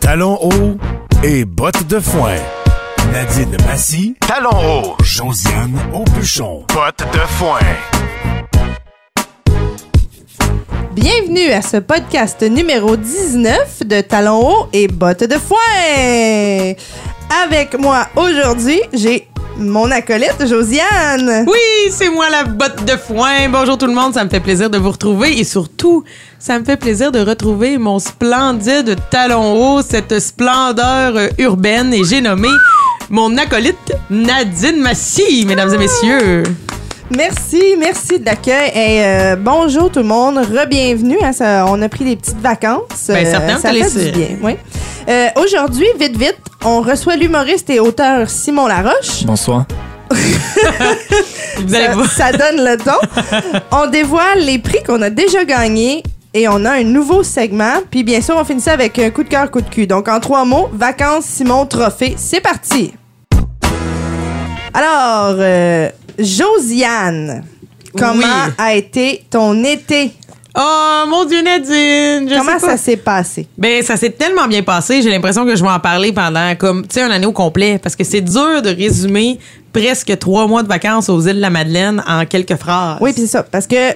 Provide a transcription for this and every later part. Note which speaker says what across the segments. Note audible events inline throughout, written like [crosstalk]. Speaker 1: Talons hauts et bottes de foin. Nadine Massy.
Speaker 2: Talons hauts.
Speaker 1: Josiane Aubuchon.
Speaker 2: Bottes de foin.
Speaker 3: Bienvenue à ce podcast numéro 19 de Talons hauts et bottes de foin. Avec moi aujourd'hui, j'ai mon acolyte Josiane.
Speaker 4: Oui, c'est moi la botte de foin. Bonjour tout le monde, ça me fait plaisir de vous retrouver et surtout, ça me fait plaisir de retrouver mon splendide talon haut, cette splendeur euh, urbaine et j'ai nommé mon acolyte Nadine Massy, mesdames et messieurs.
Speaker 3: Merci, merci de l'accueil. Et euh, bonjour tout le monde, re-bienvenue. hein, ça- on a pris des petites vacances. Euh,
Speaker 4: Ben, certains,
Speaker 3: ça fait
Speaker 4: t'as laissé.
Speaker 3: du bien. Oui. Euh, Aujourd'hui, vite, vite, on reçoit l'humoriste et auteur Simon Laroche.
Speaker 5: Bonsoir.
Speaker 4: Vous allez
Speaker 3: Ça,
Speaker 4: voir.
Speaker 3: ça donne le
Speaker 4: [laughs]
Speaker 3: ton. on dévoile les prix qu'on a déjà gagnés et on a un nouveau segment. Puis bien sûr, on finit ça avec un coup de cœur, coup de cul. Donc en trois mots, vacances, Simon, trophée. C'est parti. Alors, euh, Josiane, comment
Speaker 4: Oui.
Speaker 3: a été ton été?
Speaker 4: Oh mon Dieu, Nadine, je
Speaker 3: comment
Speaker 4: sais pas.
Speaker 3: ça s'est passé?
Speaker 4: Ben, ça s'est tellement bien passé, j'ai l'impression que je vais en parler pendant comme, tu sais, un année au complet, parce que c'est dur de résumer presque trois mois de vacances aux îles de la Madeleine en quelques phrases.
Speaker 3: Oui, puis c'est ça. Parce que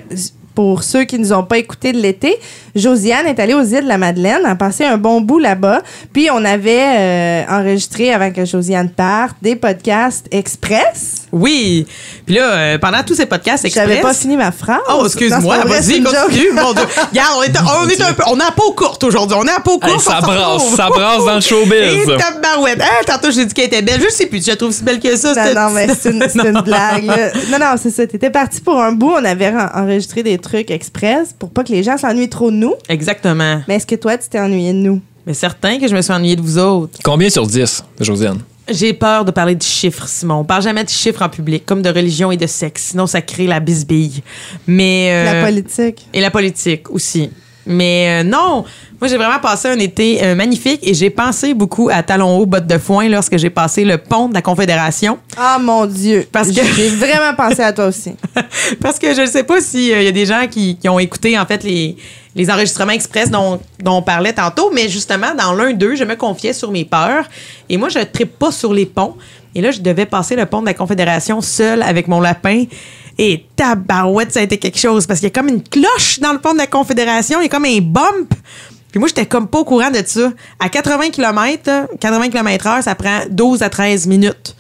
Speaker 3: pour ceux qui ne nous ont pas écoutés de l'été, Josiane est allée aux îles de la Madeleine, a passé un bon bout là-bas. Puis on avait euh, enregistré avant que Josiane parte des podcasts express.
Speaker 4: Oui. Puis là, euh, pendant tous ces podcasts express...
Speaker 3: J'avais pas fini ma phrase.
Speaker 4: Oh,
Speaker 3: Non,
Speaker 4: excuse-moi,
Speaker 3: c'est pas vrai, c'est
Speaker 4: vas-y,
Speaker 3: une
Speaker 4: continue,
Speaker 3: joke.
Speaker 4: mon Dieu. Regarde, on est, on est un peu, on est à peau courte aujourd'hui, on est à peau courte.
Speaker 5: Hey,
Speaker 4: on
Speaker 5: ça
Speaker 4: s'en
Speaker 5: brasse,
Speaker 4: retrouve.
Speaker 5: ça brasse dans le showbiz.
Speaker 4: Et tabarouette. Hein, tantôt, j'ai dit qu'elle était belle, je sais plus, je la trouve si belle que ça.
Speaker 3: [laughs] Non, Ben
Speaker 4: cette-
Speaker 3: non, mais c'est une, c'est une blague. là. Non, non, c'est ça. T'étais parti pour un bout. On avait en- enregistré des trucs express pour pas que les gens s'ennuient trop de nous.
Speaker 4: Exactement.
Speaker 3: Mais est-ce que toi, tu t'es ennuyé de nous?
Speaker 4: Mais certain que je me suis ennuyée de vous autres.
Speaker 5: Combien sur 10, Josiane?
Speaker 4: J'ai peur de parler de chiffres, Simon. On parle jamais de chiffres en public, comme de religion et de sexe. Sinon, ça crée la bisbille. Mais.
Speaker 3: La
Speaker 4: euh,
Speaker 3: politique.
Speaker 4: Et la politique aussi. Mais euh, non, moi j'ai vraiment passé un été euh, magnifique et j'ai pensé beaucoup à talons hauts, bottes de foin lorsque j'ai passé le pont de la Confédération.
Speaker 3: Ah, mon Dieu.
Speaker 4: Parce que-
Speaker 3: J'ai vraiment pensé à toi aussi.
Speaker 4: [laughs] Parce que je ne sais pas s'il y a des gens qui, qui ont écouté en fait les, les enregistrements express dont, dont on parlait tantôt, mais justement dans l'un d'eux, je me confiais sur mes peurs et moi je ne trippe pas sur les ponts. Et là, je devais passer le pont de la Confédération seule avec mon lapin. Et tabarouette, ça a été quelque chose parce qu'il y a comme une cloche dans le pont de la Confédération, il y a comme un bump. Puis moi, j'étais comme pas au courant de ça. À 80 km, 80 km/h, ça prend 12 à 13 minutes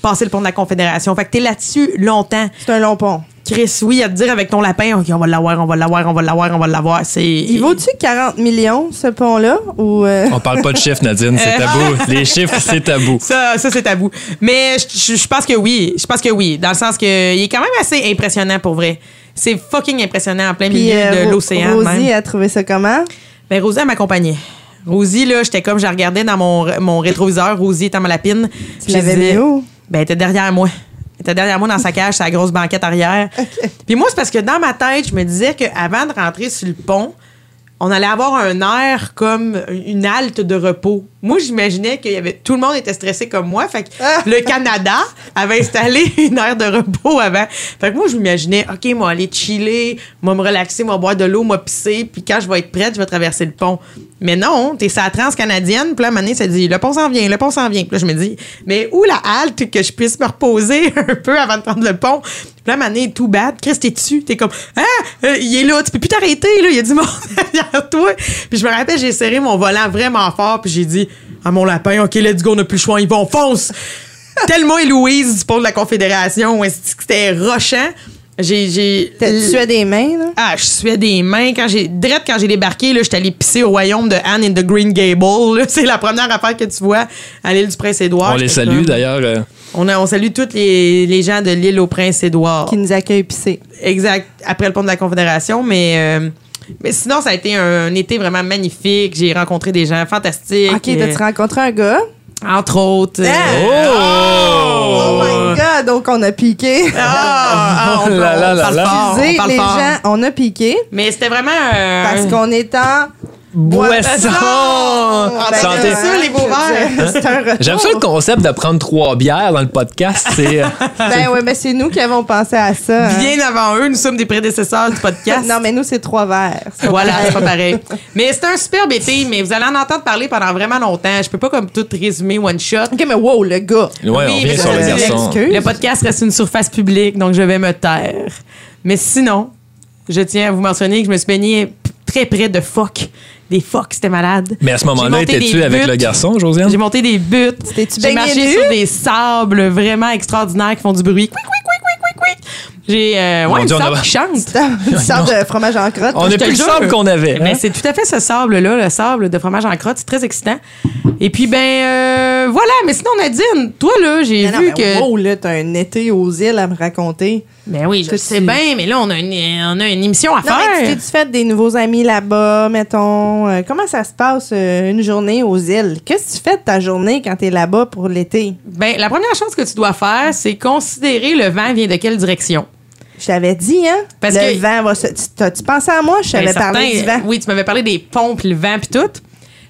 Speaker 4: passer le pont de la Confédération. Fait que t'es là-dessus longtemps.
Speaker 3: C'est un long pont.
Speaker 4: Chris, oui, à te dire avec ton lapin, OK, on va l'avoir, on va l'avoir, on va l'avoir, on va l'avoir. C'est.
Speaker 3: Il vaut-tu 40 millions, ce pont-là? Ou euh,
Speaker 5: On parle pas de chiffres, Nadine,
Speaker 4: Euh.
Speaker 5: c'est tabou. Les chiffres, c'est tabou.
Speaker 4: Ça, ça c'est tabou. Mais je, je- je pense que oui. Je pense que oui. Dans le sens que il est quand même assez impressionnant pour vrai. C'est fucking impressionnant en
Speaker 3: [laughs]
Speaker 4: plein
Speaker 3: puis,
Speaker 4: milieu
Speaker 3: euh,
Speaker 4: de
Speaker 3: Ro-
Speaker 4: l'océan.
Speaker 3: Rosie
Speaker 4: même.
Speaker 3: a trouvé ça comment?
Speaker 4: Ben, Rosie, elle m'accompagnait. Rosie, là, j'étais comme, je la regardais dans mon, mon rétroviseur, Rosie étant ma lapine. Puis je
Speaker 3: l'avais
Speaker 4: disais,
Speaker 3: mis où?
Speaker 4: Ben, elle était derrière moi. Elle était derrière moi dans sa cage, sa grosse banquette arrière. Puis moi, c'est parce que dans ma tête, je me disais qu'avant de rentrer sur le pont, on allait avoir un air comme une halte de repos. Moi, j'imaginais que y avait, tout le monde était stressé comme moi. Fait que le Canada avait installé [laughs] une aire de repos avant. Fait que moi, je m'imaginais, OK, moi, aller chiller, moi, me relaxer, moi, boire de l'eau, moi, pisser. Puis quand je vais être prête, je vais traverser le pont. Mais non, t'es sur la transcanadienne. Puis là, à un moment donné, ça dit, le pont s'en vient, le pont s'en vient. Puis là, je me dis, mais où la halte que je puisse me reposer [laughs] un peu avant de prendre le pont? Puis là, à un moment donné, tout bad. Chris, t'es dessus. T'es comme, ah, euh, il est là, tu peux plus t'arrêter, là. Il y a du monde [laughs] derrière toi. Puis je me rappelle, j'ai serré mon volant vraiment fort. Puis j'ai dit, à mon lapin, OK, let's go, on n'a plus le choix, ils vont, fonce! Tellement et Louise du pont de la Confédération, ouais, c'était rochant. J'ai, j'ai.
Speaker 3: T'as- Tu as des mains, là?
Speaker 4: Ah, je suais des mains. Quand j'ai, direct quand j'ai débarqué, là, j'étais allée pisser au royaume de Anne in the Green Gable. là. [laughs] C'est la première affaire que tu vois à l'île du Prince-Édouard.
Speaker 5: On les
Speaker 4: J'étais
Speaker 5: salue
Speaker 4: Ah, comme-
Speaker 5: d'ailleurs. euh,
Speaker 4: On, a- on salue tous les, les gens de l'île au Prince-Édouard.
Speaker 3: Qui nous accueille pissé.
Speaker 4: Exact, après le pont de la Confédération. Mais, euh, mais sinon, ça a été un, été vraiment magnifique. J'ai rencontré des gens fantastiques.
Speaker 3: OK,
Speaker 4: Euh,
Speaker 3: t'as-tu rencontré un gars?
Speaker 4: Entre autres. euh,
Speaker 3: Oh my God! Donc, on a piqué.
Speaker 4: Ah,
Speaker 5: [laughs]
Speaker 4: ah, on,
Speaker 5: Oh là
Speaker 4: on
Speaker 5: là là
Speaker 4: parle
Speaker 5: là.
Speaker 4: fort, on
Speaker 3: Excusez,
Speaker 4: parle
Speaker 3: les
Speaker 4: fort.
Speaker 3: gens, on a piqué
Speaker 4: Mais c'était vraiment. euh, [laughs]
Speaker 3: parce qu'on est en
Speaker 5: boisson.
Speaker 4: Ah,
Speaker 3: Ben,
Speaker 5: Santé. Hein?
Speaker 3: c'est ça, les [laughs] beaux verres. C'est un retour.
Speaker 5: J'aime ça le concept de prendre trois bières dans le podcast. C'est. euh,
Speaker 3: Ben ouais, mais c'est nous qui avons pensé à ça. hein.
Speaker 4: Bien avant eux, nous sommes des prédécesseurs du podcast.
Speaker 3: [laughs] Non, mais nous, c'est trois verres. C'est pas
Speaker 4: [laughs] Voilà,
Speaker 3: pareil.
Speaker 4: c'est pas pareil. Mais c'est un superbe été, mais vous allez en entendre parler pendant vraiment longtemps. Je peux pas comme tout résumer one shot.
Speaker 3: OK, mais wow, le gars.
Speaker 4: [laughs]
Speaker 5: Ouais, on
Speaker 4: Oui,
Speaker 5: vient
Speaker 4: mais
Speaker 5: sur les
Speaker 4: c'est-
Speaker 5: garçons.
Speaker 3: excuse.
Speaker 4: Le podcast reste une surface publique, donc je vais me taire. Mais sinon, je tiens à vous mentionner que je me suis baignée p- très près de phoques. Des phoques, c'était malade.
Speaker 5: Mais à ce moment-là,
Speaker 4: J'ai monté
Speaker 5: étais-tu
Speaker 4: des
Speaker 5: avec
Speaker 4: buttes.
Speaker 5: le garçon, Josiane?
Speaker 4: J'ai monté des buttes.
Speaker 3: T'es-tu
Speaker 4: J'ai
Speaker 3: baigné
Speaker 4: marché
Speaker 3: nu?
Speaker 4: sur des sables vraiment extraordinaires qui font du bruit. Couic, couic, couic, couic, couic, couic. J'ai euh,
Speaker 5: Mon
Speaker 4: ouais, une
Speaker 5: Dieu, on
Speaker 4: sable
Speaker 5: a-
Speaker 4: qui chante.
Speaker 3: Une sorte de fromage en crotte.
Speaker 5: On
Speaker 4: Je
Speaker 5: n'a
Speaker 4: te
Speaker 5: plus le
Speaker 4: jure.
Speaker 5: sable qu'on avait.
Speaker 4: Mais
Speaker 5: hein?
Speaker 4: c'est tout à fait ce sable-là, le sable de fromage en crotte. C'est très excitant. Et puis, ben, euh, voilà. Mais sinon, Nadine, toi, là, j'ai
Speaker 3: Non, non,
Speaker 4: vu
Speaker 3: mais
Speaker 4: que.
Speaker 3: Wow, là, t'as un été aux îles à me raconter.
Speaker 4: Ben oui, je
Speaker 3: Toi,
Speaker 4: sais
Speaker 3: tu-
Speaker 4: bien, mais là, on a une, on a une émission à
Speaker 3: Non, mais tu
Speaker 4: faire.
Speaker 3: t'es-tu fait des nouveaux amis là-bas, mettons? Euh, comment ça se passe euh, une journée aux îles? Qu'est-ce que tu fais de ta journée quand t'es là-bas pour l'été?
Speaker 4: Ben, la première chose que tu dois faire, c'est considérer le vent vient de quelle direction.
Speaker 3: Je t'avais dit, hein?
Speaker 4: Parce
Speaker 3: le
Speaker 4: que-
Speaker 3: vent va se... Tu, t'as- tu pensais à moi? Je t'avais
Speaker 4: Ben, certains,
Speaker 3: parlé du vent.
Speaker 4: Oui, tu m'avais parlé des pompes, puis le vent, puis tout.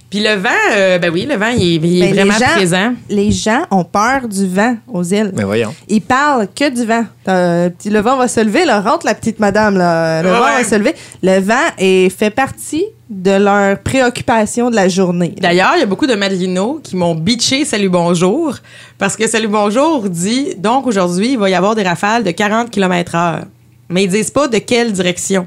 Speaker 4: Puis le vent, euh, ben oui, le vent, il, est- il est
Speaker 3: Ben,
Speaker 4: vraiment
Speaker 3: les gens,
Speaker 4: présent.
Speaker 3: Les gens ont peur du vent aux îles.
Speaker 5: Mais voyons.
Speaker 3: Ils parlent que du vent. Euh, petit- le vent va se lever, là, rentre la petite madame, là. le
Speaker 4: Ouais,
Speaker 3: vent
Speaker 4: ouais.
Speaker 3: va se lever. Le vent est, fait partie de leur préoccupation de la journée.
Speaker 4: D'ailleurs, il y a beaucoup de Madelinos qui m'ont bitché Salut Bonjour parce que Salut Bonjour dit donc aujourd'hui, il va y avoir des rafales de 40 km/h. Mais ils disent pas de quelle direction.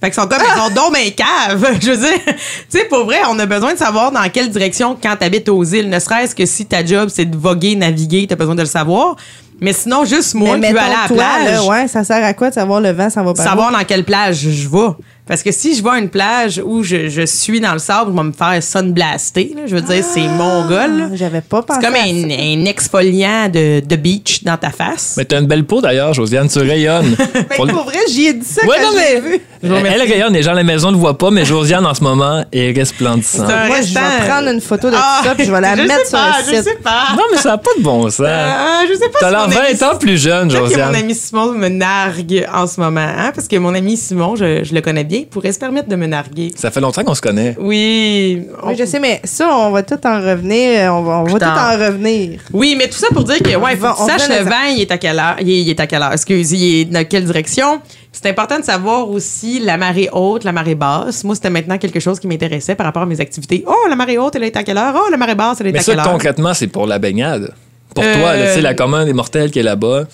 Speaker 4: Fait qu'ils sont comme, ils sont donc ben caves. [laughs] Je veux dire, tu sais, pour vrai, on a besoin de savoir dans quelle direction quand t'habites aux îles. Ne serait-ce que si ta job, c'est de voguer, naviguer, t'as besoin de le savoir. Mais sinon, juste moi qui veux
Speaker 3: mettons,
Speaker 4: aller à la
Speaker 3: toi,
Speaker 4: plage
Speaker 3: là, ouais, ça sert à quoi de savoir le vent, ça va pas
Speaker 4: Ben savoir dans quelle plage je vais. Parce que si je vais à une plage où je, je suis dans le sable, je vais me faire sunblaster. là. Je veux dire, c'est mongol. là.
Speaker 3: Ah, J'avais pas pensé.
Speaker 4: C'est comme
Speaker 3: à ça.
Speaker 4: un, un exfoliant de, de beach dans ta face.
Speaker 5: Mais t'as une belle peau d'ailleurs, Josiane,
Speaker 4: [laughs]
Speaker 5: tu rayonnes.
Speaker 3: Ben,
Speaker 5: Pour le-
Speaker 3: pour vrai, j'y ai dit ça
Speaker 5: Ouais,
Speaker 3: quand
Speaker 5: non,
Speaker 3: je l'ai
Speaker 5: mais-
Speaker 3: vu.
Speaker 4: vous remercie.
Speaker 5: Elle rayonne, les gens à la maison ne le voient pas, mais Josiane en ce moment est resplendissante.
Speaker 4: C'est un-
Speaker 3: Moi, je
Speaker 4: restant-
Speaker 3: vais prendre une photo de tout ça puis je vais la
Speaker 4: Ah, je
Speaker 3: mettre
Speaker 4: sais
Speaker 3: sur
Speaker 4: pas,
Speaker 3: le
Speaker 4: Je sais
Speaker 3: site.
Speaker 4: pas.
Speaker 5: Non, mais ça n'a pas de bon sens.
Speaker 4: Euh, je sais pas
Speaker 5: T'as
Speaker 4: si
Speaker 5: l'air
Speaker 4: mon ami
Speaker 5: 20 ans plus jeune,
Speaker 4: Peut-être que mon
Speaker 5: Josiane.
Speaker 4: ami Simon me nargue en ce moment, hein, parce que mon ami Simon, je, je le connais bien, pourrait se permettre de me narguer.
Speaker 5: Ça fait longtemps qu'on se connaît.
Speaker 4: Oui, on-
Speaker 3: Oui, je sais, mais ça, on va tout en revenir. euh, On va, on va tout
Speaker 4: Putain.
Speaker 3: en revenir.
Speaker 4: Oui, mais tout ça pour dire que, ouais, faut
Speaker 3: On
Speaker 4: que tu saches
Speaker 3: fait
Speaker 4: le
Speaker 3: les-
Speaker 4: vent, il est à quelle heure, il est, il est à quelle heure, excuse, il est dans quelle direction. C'est important de savoir aussi la marée haute, la marée basse. Moi, c'était maintenant quelque chose qui m'intéressait par rapport à mes activités. Oh, la marée haute, elle est à quelle heure? Oh, la marée basse, elle est
Speaker 5: Mais
Speaker 4: à
Speaker 5: ça,
Speaker 4: quelle heure?
Speaker 5: concrètement, c'est pour la baignade. Pour
Speaker 4: Euh,
Speaker 5: toi, là, tu sais, la commune des mortels qui est là-bas.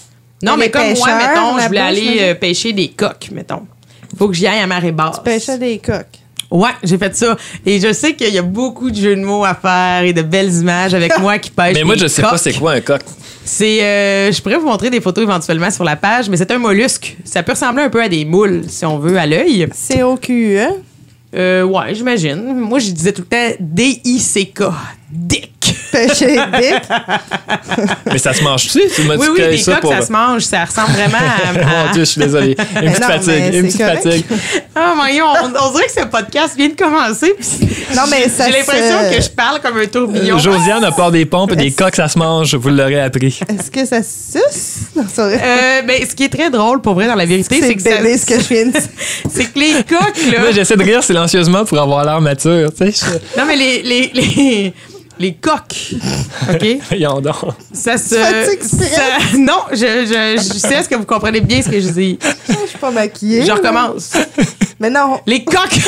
Speaker 4: Non, mais
Speaker 3: Les
Speaker 4: comme moi,
Speaker 3: pêcheurs,
Speaker 4: mettons, je voulais
Speaker 3: là-bas,
Speaker 4: aller
Speaker 3: j'imagine.
Speaker 4: euh, pêcher des coques, mettons. Faut que j'y aille à marée basse.
Speaker 3: Pêcher des coques.
Speaker 4: Ouais, j'ai fait ça. Et je sais qu'il y a beaucoup de jeux de mots à faire et de belles images avec moi qui pêche.
Speaker 5: [laughs] Mais moi,
Speaker 4: des
Speaker 5: je sais pas
Speaker 4: coques.
Speaker 5: c'est quoi un coq.
Speaker 4: C'est, euh, je pourrais vous montrer des photos éventuellement sur la page, mais c'est un mollusque. Ça peut ressembler un peu à des moules, si on veut, à l'œil.
Speaker 3: COQE.
Speaker 4: Euh, ouais, j'imagine. Moi, je disais tout le temps D-I-C-K. Dick.
Speaker 3: Pêcher
Speaker 4: [laughs]
Speaker 3: des dick.
Speaker 5: Mais ça se mange-tu? Tu m'as
Speaker 4: Oui,
Speaker 5: dit
Speaker 4: oui,
Speaker 5: que
Speaker 4: des
Speaker 5: ça
Speaker 4: coques,
Speaker 5: pour.
Speaker 4: ça se mange. Ça
Speaker 5: [laughs]
Speaker 4: ressemble vraiment à.
Speaker 5: Mon Dieu, je
Speaker 4: [laughs]
Speaker 5: suis désolé. Une petite
Speaker 3: non, mais
Speaker 5: fatigue.
Speaker 3: c'est
Speaker 5: Une petite
Speaker 3: correct.
Speaker 5: fatigue.
Speaker 4: Ah, mon Dieu, on, on dirait que ce podcast vient de commencer. puis
Speaker 3: Non, mais ça
Speaker 4: J'ai l'impression
Speaker 3: se-
Speaker 4: que je parle comme un tourbillon.
Speaker 5: Euh, Josiane a peur des pompes
Speaker 4: [laughs]
Speaker 5: et des coques, ça se mange. Vous l'aurez appris.
Speaker 3: Est-ce que ça se suce? Non, c'est vrai.
Speaker 4: Euh, ben, ce qui est très drôle, pour vrai, dans la vérité,
Speaker 3: c'est
Speaker 4: [laughs] c'est que, ça-
Speaker 3: bébé ce que je viens de dire.
Speaker 4: c'est que les coques, là.
Speaker 5: Moi, j'essaie de rire silencieusement pour avoir l'air mature. Tu sais,
Speaker 4: Non, mais les, les, les, les coques. OK?
Speaker 5: je- voyons donc.
Speaker 4: Ça se.
Speaker 3: Fais-tu exprès?
Speaker 4: ça- [laughs] non, je, je, je sais est-ce que vous comprenez bien ce que je dis.
Speaker 3: Je suis pas maquillée.
Speaker 4: Je
Speaker 3: là.
Speaker 4: recommence.
Speaker 3: Mais non.
Speaker 4: Les coques!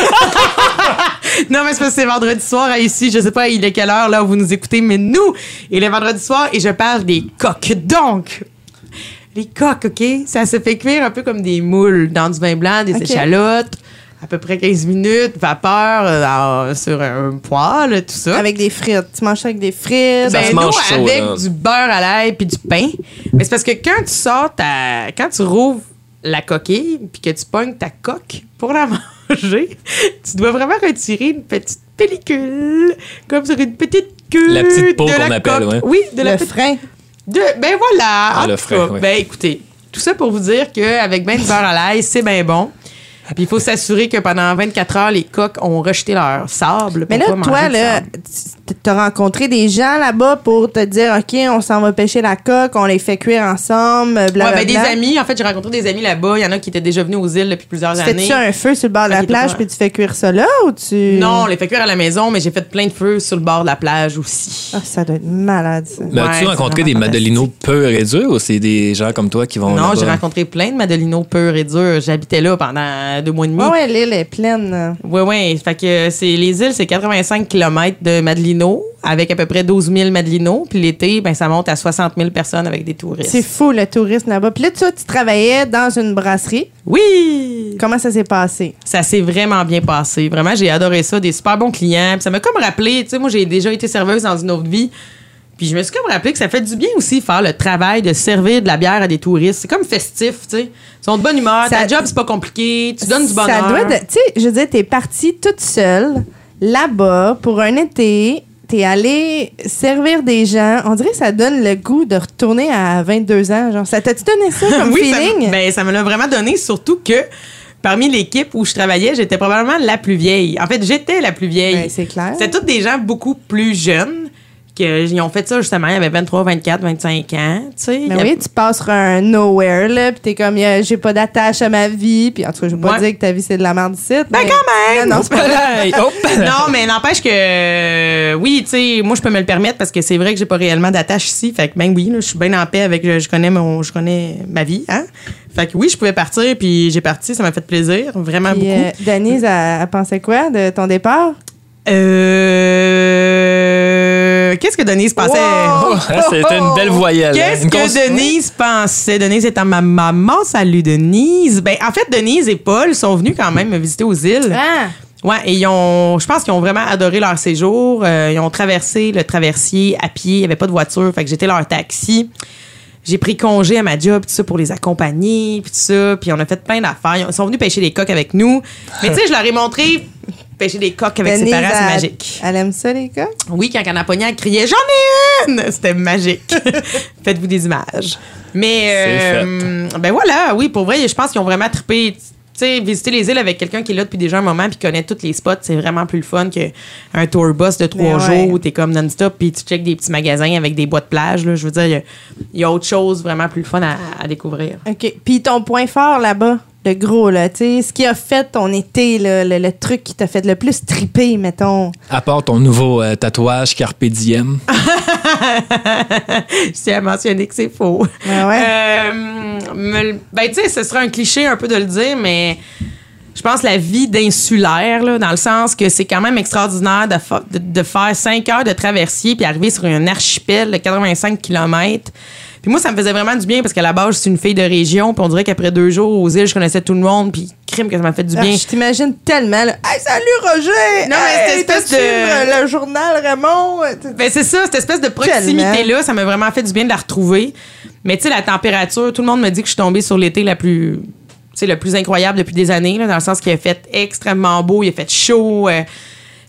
Speaker 4: [laughs] non, mais c'est parce que c'est vendredi soir à ici. Je sais pas il est quelle heure là où vous nous écoutez, mais nous, il est vendredi soir et je parle des coques. Donc, les coques, OK? Ça se fait cuire un peu comme des moules dans du vin blanc, des
Speaker 3: OK.
Speaker 4: échalotes, à peu près 15 minutes, vapeur euh, sur un poêle, tout ça.
Speaker 3: Avec des frites. Tu manges ça avec des frites.
Speaker 5: Ça
Speaker 4: Hein? Ben,
Speaker 5: se
Speaker 4: nous,
Speaker 5: mange chaud,
Speaker 4: avec
Speaker 5: là.
Speaker 4: du beurre à l'ail puis du pain. Mais c'est parce que quand tu sors ta. Quand tu rouvres la coquille puis que tu pognes ta coque pour la [laughs] manger, tu dois vraiment retirer une petite pellicule, comme sur une petite queue.
Speaker 5: La petite peau
Speaker 4: de la
Speaker 5: qu'on appelle,
Speaker 4: coque.
Speaker 5: ouais.
Speaker 4: Oui, de la
Speaker 3: le
Speaker 4: petite.
Speaker 3: frein.
Speaker 4: de- ben voilà.
Speaker 5: Ah,
Speaker 4: en
Speaker 5: le
Speaker 4: tout
Speaker 5: frein,
Speaker 4: cas,
Speaker 5: oui.
Speaker 4: Ben écoutez, tout ça pour vous dire qu'avec ben du beurre à l'ail, c'est bien bon. Puis il faut s'assurer que pendant 24 heures, les coques ont rejeté leur sable.
Speaker 3: Mais là,
Speaker 4: pour pas manger
Speaker 3: toi,
Speaker 4: de
Speaker 3: là,
Speaker 4: sable.
Speaker 3: tu- t'as rencontré des gens là-bas pour te dire, OK, on s'en va pêcher la coque, on les fait cuire ensemble, blablabla.
Speaker 4: Ouais, ben, des amis. En fait, j'ai rencontré des amis là-bas. Il y en a qui étaient déjà venus aux îles depuis plusieurs
Speaker 3: Tu
Speaker 4: années.
Speaker 3: fais-tu un feu sur le bord de la
Speaker 4: Ok,
Speaker 3: plage
Speaker 4: toi.
Speaker 3: puis tu fais cuire ça là ou tu.
Speaker 4: Non, on les fait cuire à la maison, mais j'ai fait plein de feux sur le bord de la plage aussi.
Speaker 3: Ah, ça doit être malade, ça.
Speaker 5: Mais
Speaker 4: Ouais,
Speaker 5: as-tu
Speaker 4: c'est
Speaker 5: rencontré des
Speaker 4: vraiment
Speaker 5: madelinos peu et durs ou c'est des gens comme toi qui vont.
Speaker 4: non,
Speaker 5: là-bas?
Speaker 4: j'ai rencontré plein de Madelinos purs et durs. J'habitais là pendant deux mois et demi.
Speaker 3: Ouais, ouais, l'île est pleine.
Speaker 4: Oui, oui. Fait que c'est, les îles, c'est 85 km de Madelino, avec à peu près 12 000 Madelinos. Puis l'été, ben, ça monte à 60 000 personnes avec des touristes.
Speaker 3: C'est fou, le tourisme là-bas. Puis là, toi, tu travaillais dans une brasserie.
Speaker 4: Oui!
Speaker 3: Comment ça s'est passé?
Speaker 4: Ça s'est vraiment bien passé. Vraiment, j'ai adoré ça. Des super bons clients. Puis ça m'a comme rappelé, tu sais, moi, j'ai déjà été serveuse dans une autre vie. Puis je me suis comme rappelé que ça fait du bien aussi faire le travail de servir de la bière à des touristes. C'est comme festif, tu sais. Ils sont de bonne humeur.
Speaker 3: Ça-
Speaker 4: Ta job, c'est pas compliqué. Tu donnes du bonheur.
Speaker 3: Ça doit être- Tu sais, je veux dire, t'es partie toute seule là-bas pour un été. T'es allée servir des gens. On dirait que ça donne le goût de retourner à 22 ans. Genre, ça t'a-tu donné
Speaker 4: [laughs]
Speaker 3: ça comme
Speaker 4: oui, ça
Speaker 3: feeling?
Speaker 4: me- ben, ça me l'a vraiment donné, surtout que parmi l'équipe où je travaillais, j'étais probablement la plus vieille. En fait, j'étais la plus vieille.
Speaker 3: Ben, c'est clair.
Speaker 4: C'était toutes des gens beaucoup plus jeunes qui ont fait ça justement, il y avait 23, 24, 25 ans, tu sais. Il y
Speaker 3: Mais
Speaker 4: a-
Speaker 3: Ben oui, tu passes sur un nowhere, là, pis t'es comme, y a- j'ai pas d'attache à ma vie, puis en tout cas, je veux pas
Speaker 4: Ouais.
Speaker 3: dire que ta vie, c'est de la merde ici.
Speaker 4: Ben,
Speaker 3: mais-
Speaker 4: quand même!
Speaker 3: Non, non, c'est pas
Speaker 5: Pareil! Hop!
Speaker 4: non, mais n'empêche que euh, oui, tu sais, moi je peux me le permettre parce que c'est vrai que j'ai pas réellement d'attache ici. Fait que ben oui, là, je suis bien en paix avec je, je connais mon je connais ma vie, hein. Fait que oui, je pouvais partir puis j'ai parti, ça m'a fait plaisir, vraiment
Speaker 3: Puis,
Speaker 4: beaucoup.
Speaker 3: euh, Denise, elle, elle pensait quoi de ton départ?
Speaker 4: Euh, Qu'est-ce que Denise pensait?
Speaker 3: Wow!
Speaker 5: Ah, C'était une belle voyelle. hein.
Speaker 4: Oh, Qu'est-ce
Speaker 5: Une
Speaker 4: que
Speaker 5: grosse-
Speaker 4: Denise pensait? Denise étant ma maman, salut Denise. Ben, en fait, Denise et Paul sont venus quand même me visiter aux îles.
Speaker 3: Ah!
Speaker 4: Ouais, et ils ont, je pense qu'ils ont vraiment adoré leur séjour. Euh, ils ont traversé le traversier à pied. Il n'y avait pas de voiture. Fait que j'étais leur taxi. J'ai pris congé à ma job, tout ça, pour les accompagner, puis tout ça. Puis on a fait plein d'affaires. Ils sont venus pêcher des coques avec nous. Mais tu sais, je leur ai montré pêcher des coques avec ses parents, c'est
Speaker 3: elle-
Speaker 4: magique.
Speaker 3: Elle aime ça, les gars?
Speaker 4: Oui, quand Canapogna criait J'en ai une C'était magique. Faites-vous des images. Mais,
Speaker 5: C'est
Speaker 4: euh, ben voilà, oui, pour vrai, je pense qu'ils ont vraiment trippé. Tu sais, visiter les îles avec quelqu'un qui est là depuis déjà un moment puis qui connaît tous les spots, c'est vraiment plus le fun qu'un tour bus de trois
Speaker 3: Mais ouais.
Speaker 4: jours où t'es comme non-stop puis tu checkes des petits magasins avec des bois de plage. là. Je veux dire, il y a- il y, a autre chose vraiment plus le fun à, à découvrir.
Speaker 3: OK. Puis ton point fort là-bas, le gros, là, tu sais, ce qui a fait ton été, là, le, le truc qui t'a fait le plus triper, mettons.
Speaker 5: À part ton nouveau euh, tatouage Carpe Diem.
Speaker 4: Je tiens à mentionner que c'est faux.
Speaker 3: Ah ouais?
Speaker 4: Euh, me le- ben, tu sais, ce serait un cliché un peu de le dire, mais je pense la vie d'insulaire, là, dans le sens que c'est quand même extraordinaire de, fa- de- de faire 5 heures de traversier puis arriver sur un archipel de 85 km. Puis moi, ça me faisait vraiment du bien parce qu'à la base, je suis une fille de région. Puis on dirait qu'après deux jours aux îles, je connaissais tout le monde. Puis crime que ça m'a fait du
Speaker 3: Ah,
Speaker 4: bien.
Speaker 3: je t'imagine tellement, là. Hey, salut, Roger!
Speaker 4: Non, mais
Speaker 3: Hey,
Speaker 4: cette espèce
Speaker 3: t'as-tu,
Speaker 4: de-
Speaker 3: euh, Le journal Raymond!
Speaker 4: Ben c'est ça, cette espèce de proximité-là, ça m'a vraiment fait du bien de la retrouver. Mais tu sais, la température, tout le monde me dit que je suis tombée sur l'été la plus. Tu sais, le plus incroyable depuis des années, là, dans le sens qu'il a fait extrêmement beau, il a fait chaud. euh,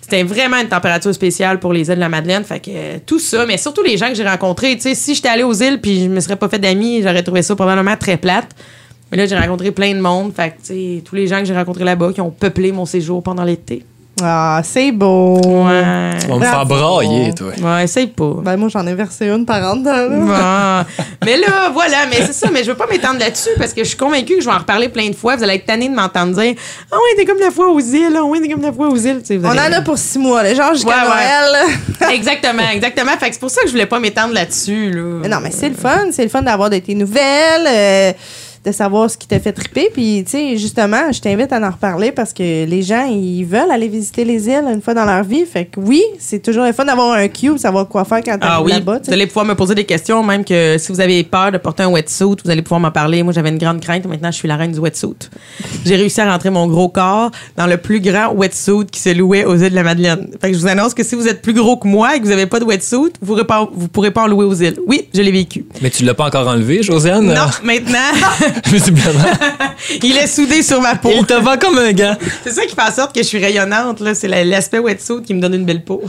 Speaker 4: c'était vraiment une température spéciale pour les îles de la Madeleine. Fait que euh, tout ça, mais surtout les gens que j'ai rencontrés. Tu sais, si j'étais allée aux îles puis je me serais pas fait d'amis, j'aurais trouvé ça probablement très plate. Mais là, j'ai rencontré plein de monde. Fait que, tu sais, tous les gens que j'ai rencontrés là-bas qui ont peuplé mon séjour pendant l'été.
Speaker 3: Ah, c'est beau!
Speaker 4: Ouais.
Speaker 5: Tu vas me faire
Speaker 3: Bravo.
Speaker 5: brailler, toi.
Speaker 4: Ouais, essaye pas.
Speaker 3: Ben, moi, j'en ai versé une par an dedans, là.
Speaker 4: Ah. mais là, voilà, mais c'est ça, mais je veux pas m'étendre là-dessus parce que je suis convaincue que je vais en reparler plein de fois. Vous allez être tanné de m'entendre dire Ah ouais, t'es comme la fois aux îles, ah ouais, t'es comme la fois aux îles. Tu sais, vous
Speaker 3: On en
Speaker 4: allez-
Speaker 3: a pour six mois, là, genre jusqu'à
Speaker 4: Ouais, ouais.
Speaker 3: Noël. là.
Speaker 4: [laughs] Exactement, exactement. Fait que c'est pour ça que je voulais pas m'étendre là-dessus. Là.
Speaker 3: Mais non, mais c'est le fun. C'est le fun d'avoir des tes nouvelles, euh, de savoir ce qui t'a fait triper. Puis, tu sais, justement, je t'invite à en reparler parce que les gens, ils veulent aller visiter les îles une fois dans leur vie. Fait que oui, c'est toujours le fun d'avoir un cube, savoir quoi faire quand
Speaker 4: Ah
Speaker 3: t'arrives
Speaker 4: oui,
Speaker 3: là-bas. tu
Speaker 4: vous
Speaker 3: sais.
Speaker 4: allez pouvoir me poser des questions, même que si vous avez peur de porter un wetsuit, vous allez pouvoir m'en parler. Moi, j'avais une grande crainte. Maintenant, je suis la reine du wetsuit. J'ai réussi à rentrer mon gros corps dans le plus grand wetsuit qui se louait aux îles de la Madeleine. Fait que je vous annonce que si vous êtes plus gros que moi et que vous n'avez pas de wetsuit, vous ne vous pourrez pas en louer aux îles. Oui, je l'ai vécu.
Speaker 5: Mais tu l'as pas encore enlevé, Josiane?
Speaker 4: Non, maintenant,
Speaker 5: [laughs]
Speaker 4: [laughs]
Speaker 5: Visiblement.
Speaker 4: il est soudé sur ma peau.
Speaker 5: Il te va comme un gars.
Speaker 4: C'est ça qui fait en sorte que je suis rayonnante. là. C'est la- l'aspect wetsuit qui me donne une belle peau.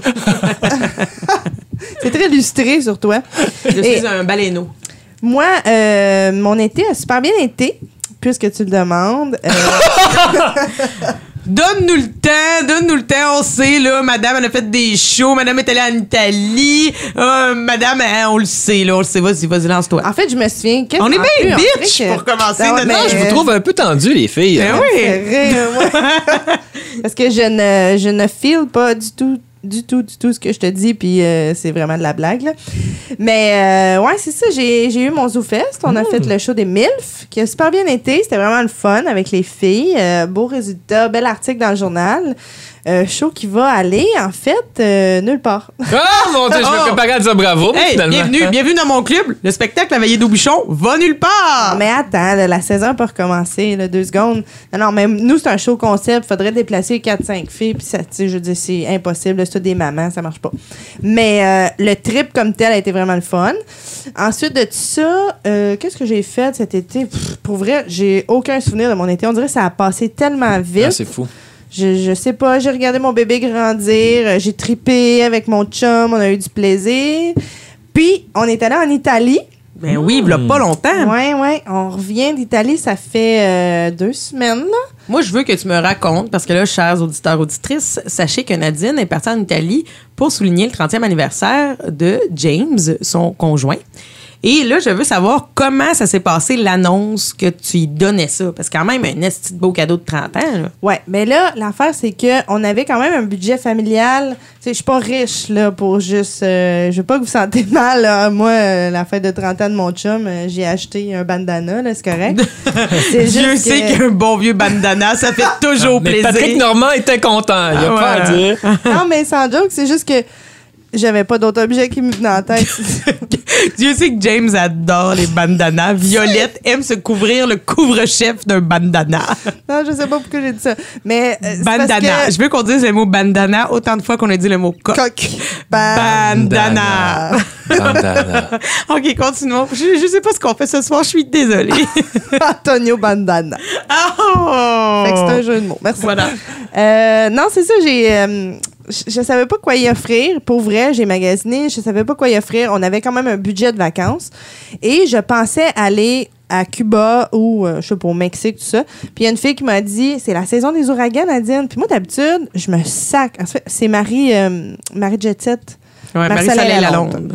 Speaker 3: C'est très lustré sur toi.
Speaker 4: [laughs] Je
Speaker 3: Et-
Speaker 4: suis un baleineau.
Speaker 3: Moi, euh, mon été a super bien été. puisque tu le demandes. euh,
Speaker 4: Donne-nous le temps, donne-nous le temps. On sait, là, madame, elle a fait des shows. Madame est allée en Italie. Euh, madame, hein, on le sait, là, on le sait. Vas-y, vas-y, lance-toi.
Speaker 3: en fait, je me souviens. qu'est-ce
Speaker 4: [laughs] On est
Speaker 3: qu'en plus,
Speaker 4: bien
Speaker 3: on
Speaker 4: bitch
Speaker 3: dirait que-
Speaker 4: pour commencer,
Speaker 3: Ah ouais,
Speaker 4: non,
Speaker 5: Non, je
Speaker 3: mais-
Speaker 5: vous trouve un peu tendu, les filles.
Speaker 4: Ben
Speaker 5: hein.
Speaker 3: C'est
Speaker 4: [laughs] oui.
Speaker 3: vrai, euh, ouais. Parce que je ne, je ne feel pas du tout, du tout, du tout ce que je te dis, puis euh, c'est vraiment de la blague. là. Mais euh, ouais, c'est ça, j'ai j'ai eu mon ZooFest. On a fait le show des MILF, qui a super bien été. C'était vraiment le fun avec les filles. Euh, beau résultat, bel article dans le journal. Euh, show qui va aller, en fait, euh, nulle part.
Speaker 5: Ah, mon Dieu, je me
Speaker 4: Oh.
Speaker 5: préparais à dire bravo, mais
Speaker 4: Hey,
Speaker 5: finalement.
Speaker 4: bienvenue, bienvenue dans mon club. Le spectacle La Veillée d'Aubuchon va nulle
Speaker 5: Ah.
Speaker 4: part.
Speaker 3: Ah, Mais attends, là, la saison peut recommencer, là, deux secondes. Non, non, mais nous, c'est un show concept. Faudrait déplacer 4-5 filles, puis ça, tu sais, je veux dire, c'est impossible. là, C'est tout des mamans, ça marche pas. Mais euh, le trip comme tel a été vraiment le fun. Ensuite de ça, euh, qu'est-ce que j'ai fait cet été? Pff, pour vrai, j'ai aucun souvenir de mon été. On dirait que ça a passé tellement vite.
Speaker 5: Ah, c'est fou.
Speaker 3: Je, je sais pas, j'ai regardé mon bébé grandir, euh, j'ai tripé avec mon chum, on a eu du plaisir. Puis, on est allé en Italie.
Speaker 4: Ben oui, il pas longtemps.
Speaker 3: Ouais, ouais. On revient d'Italie, ça fait euh, deux semaines, là.
Speaker 4: Moi, je veux que tu me racontes, parce que là, chers auditeurs, auditrices, sachez que Nadine est partie en Italie pour souligner le 30e anniversaire de James, son conjoint. Et là, je veux savoir comment ça s'est passé l'annonce que tu y donnais ça. Parce que quand même, un esti de beau cadeau de 30 ans. là.
Speaker 3: Ouais. Mais là, l'affaire, c'est que on avait quand même un budget familial. Tu sais, je suis pas riche, là, pour juste. euh, je veux pas que vous sentez [laughs] mal, là. Moi, euh, la fête de 30 ans de mon chum, euh, j'ai acheté un bandana, là, c'est
Speaker 4: [laughs]
Speaker 3: correct. c'est
Speaker 4: Dieu sait qu'un bon vieux bandana, ça [laughs] fait toujours
Speaker 5: Mais
Speaker 4: plaisir.
Speaker 5: Patrick Normand était content. Il a
Speaker 4: Ah,
Speaker 5: pas à
Speaker 4: ouais.
Speaker 5: dire.
Speaker 3: [laughs] Non, mais sans joke, c'est juste que j'avais pas d'autre objet qui me venait en
Speaker 4: [laughs]
Speaker 3: tête.
Speaker 4: [laughs] Dieu sait que James adore les bandanas. Violette aime se couvrir le couvre-chef d'un bandana.
Speaker 3: non, je sais pas pourquoi j'ai dit ça. Mais. euh, c'est parce
Speaker 4: Bandana.
Speaker 3: que-
Speaker 4: Je veux qu'on dise le mot bandana autant de fois qu'on a dit le mot coq.
Speaker 3: Coq. Ban-
Speaker 4: Bandana. [laughs]
Speaker 5: Bandana.
Speaker 4: OK, continuons. Je, je sais pas ce qu'on fait ce soir, je suis [laughs] désolée.
Speaker 3: [laughs] Antonio Bandana.
Speaker 4: oh!
Speaker 3: Fait que c'est un jeu de mots. Merci.
Speaker 4: Voilà.
Speaker 3: Euh, non, c'est ça, j'ai. euh, je- je savais pas quoi y offrir. Pour vrai, j'ai magasiné. Je savais pas quoi y offrir. On avait quand même un budget de vacances. Et je pensais aller à Cuba ou, euh, je sais pas, au Mexique, tout ça. Puis il y a une fille qui m'a dit c'est la saison des ouragans, Nadine. Puis moi, d'habitude, je me sac. En fait, C'est Marie, euh, Marie Jetset.
Speaker 4: Ouais,
Speaker 3: Marcel
Speaker 4: Marie-Soleil
Speaker 3: Lalonde.
Speaker 4: Lalonde.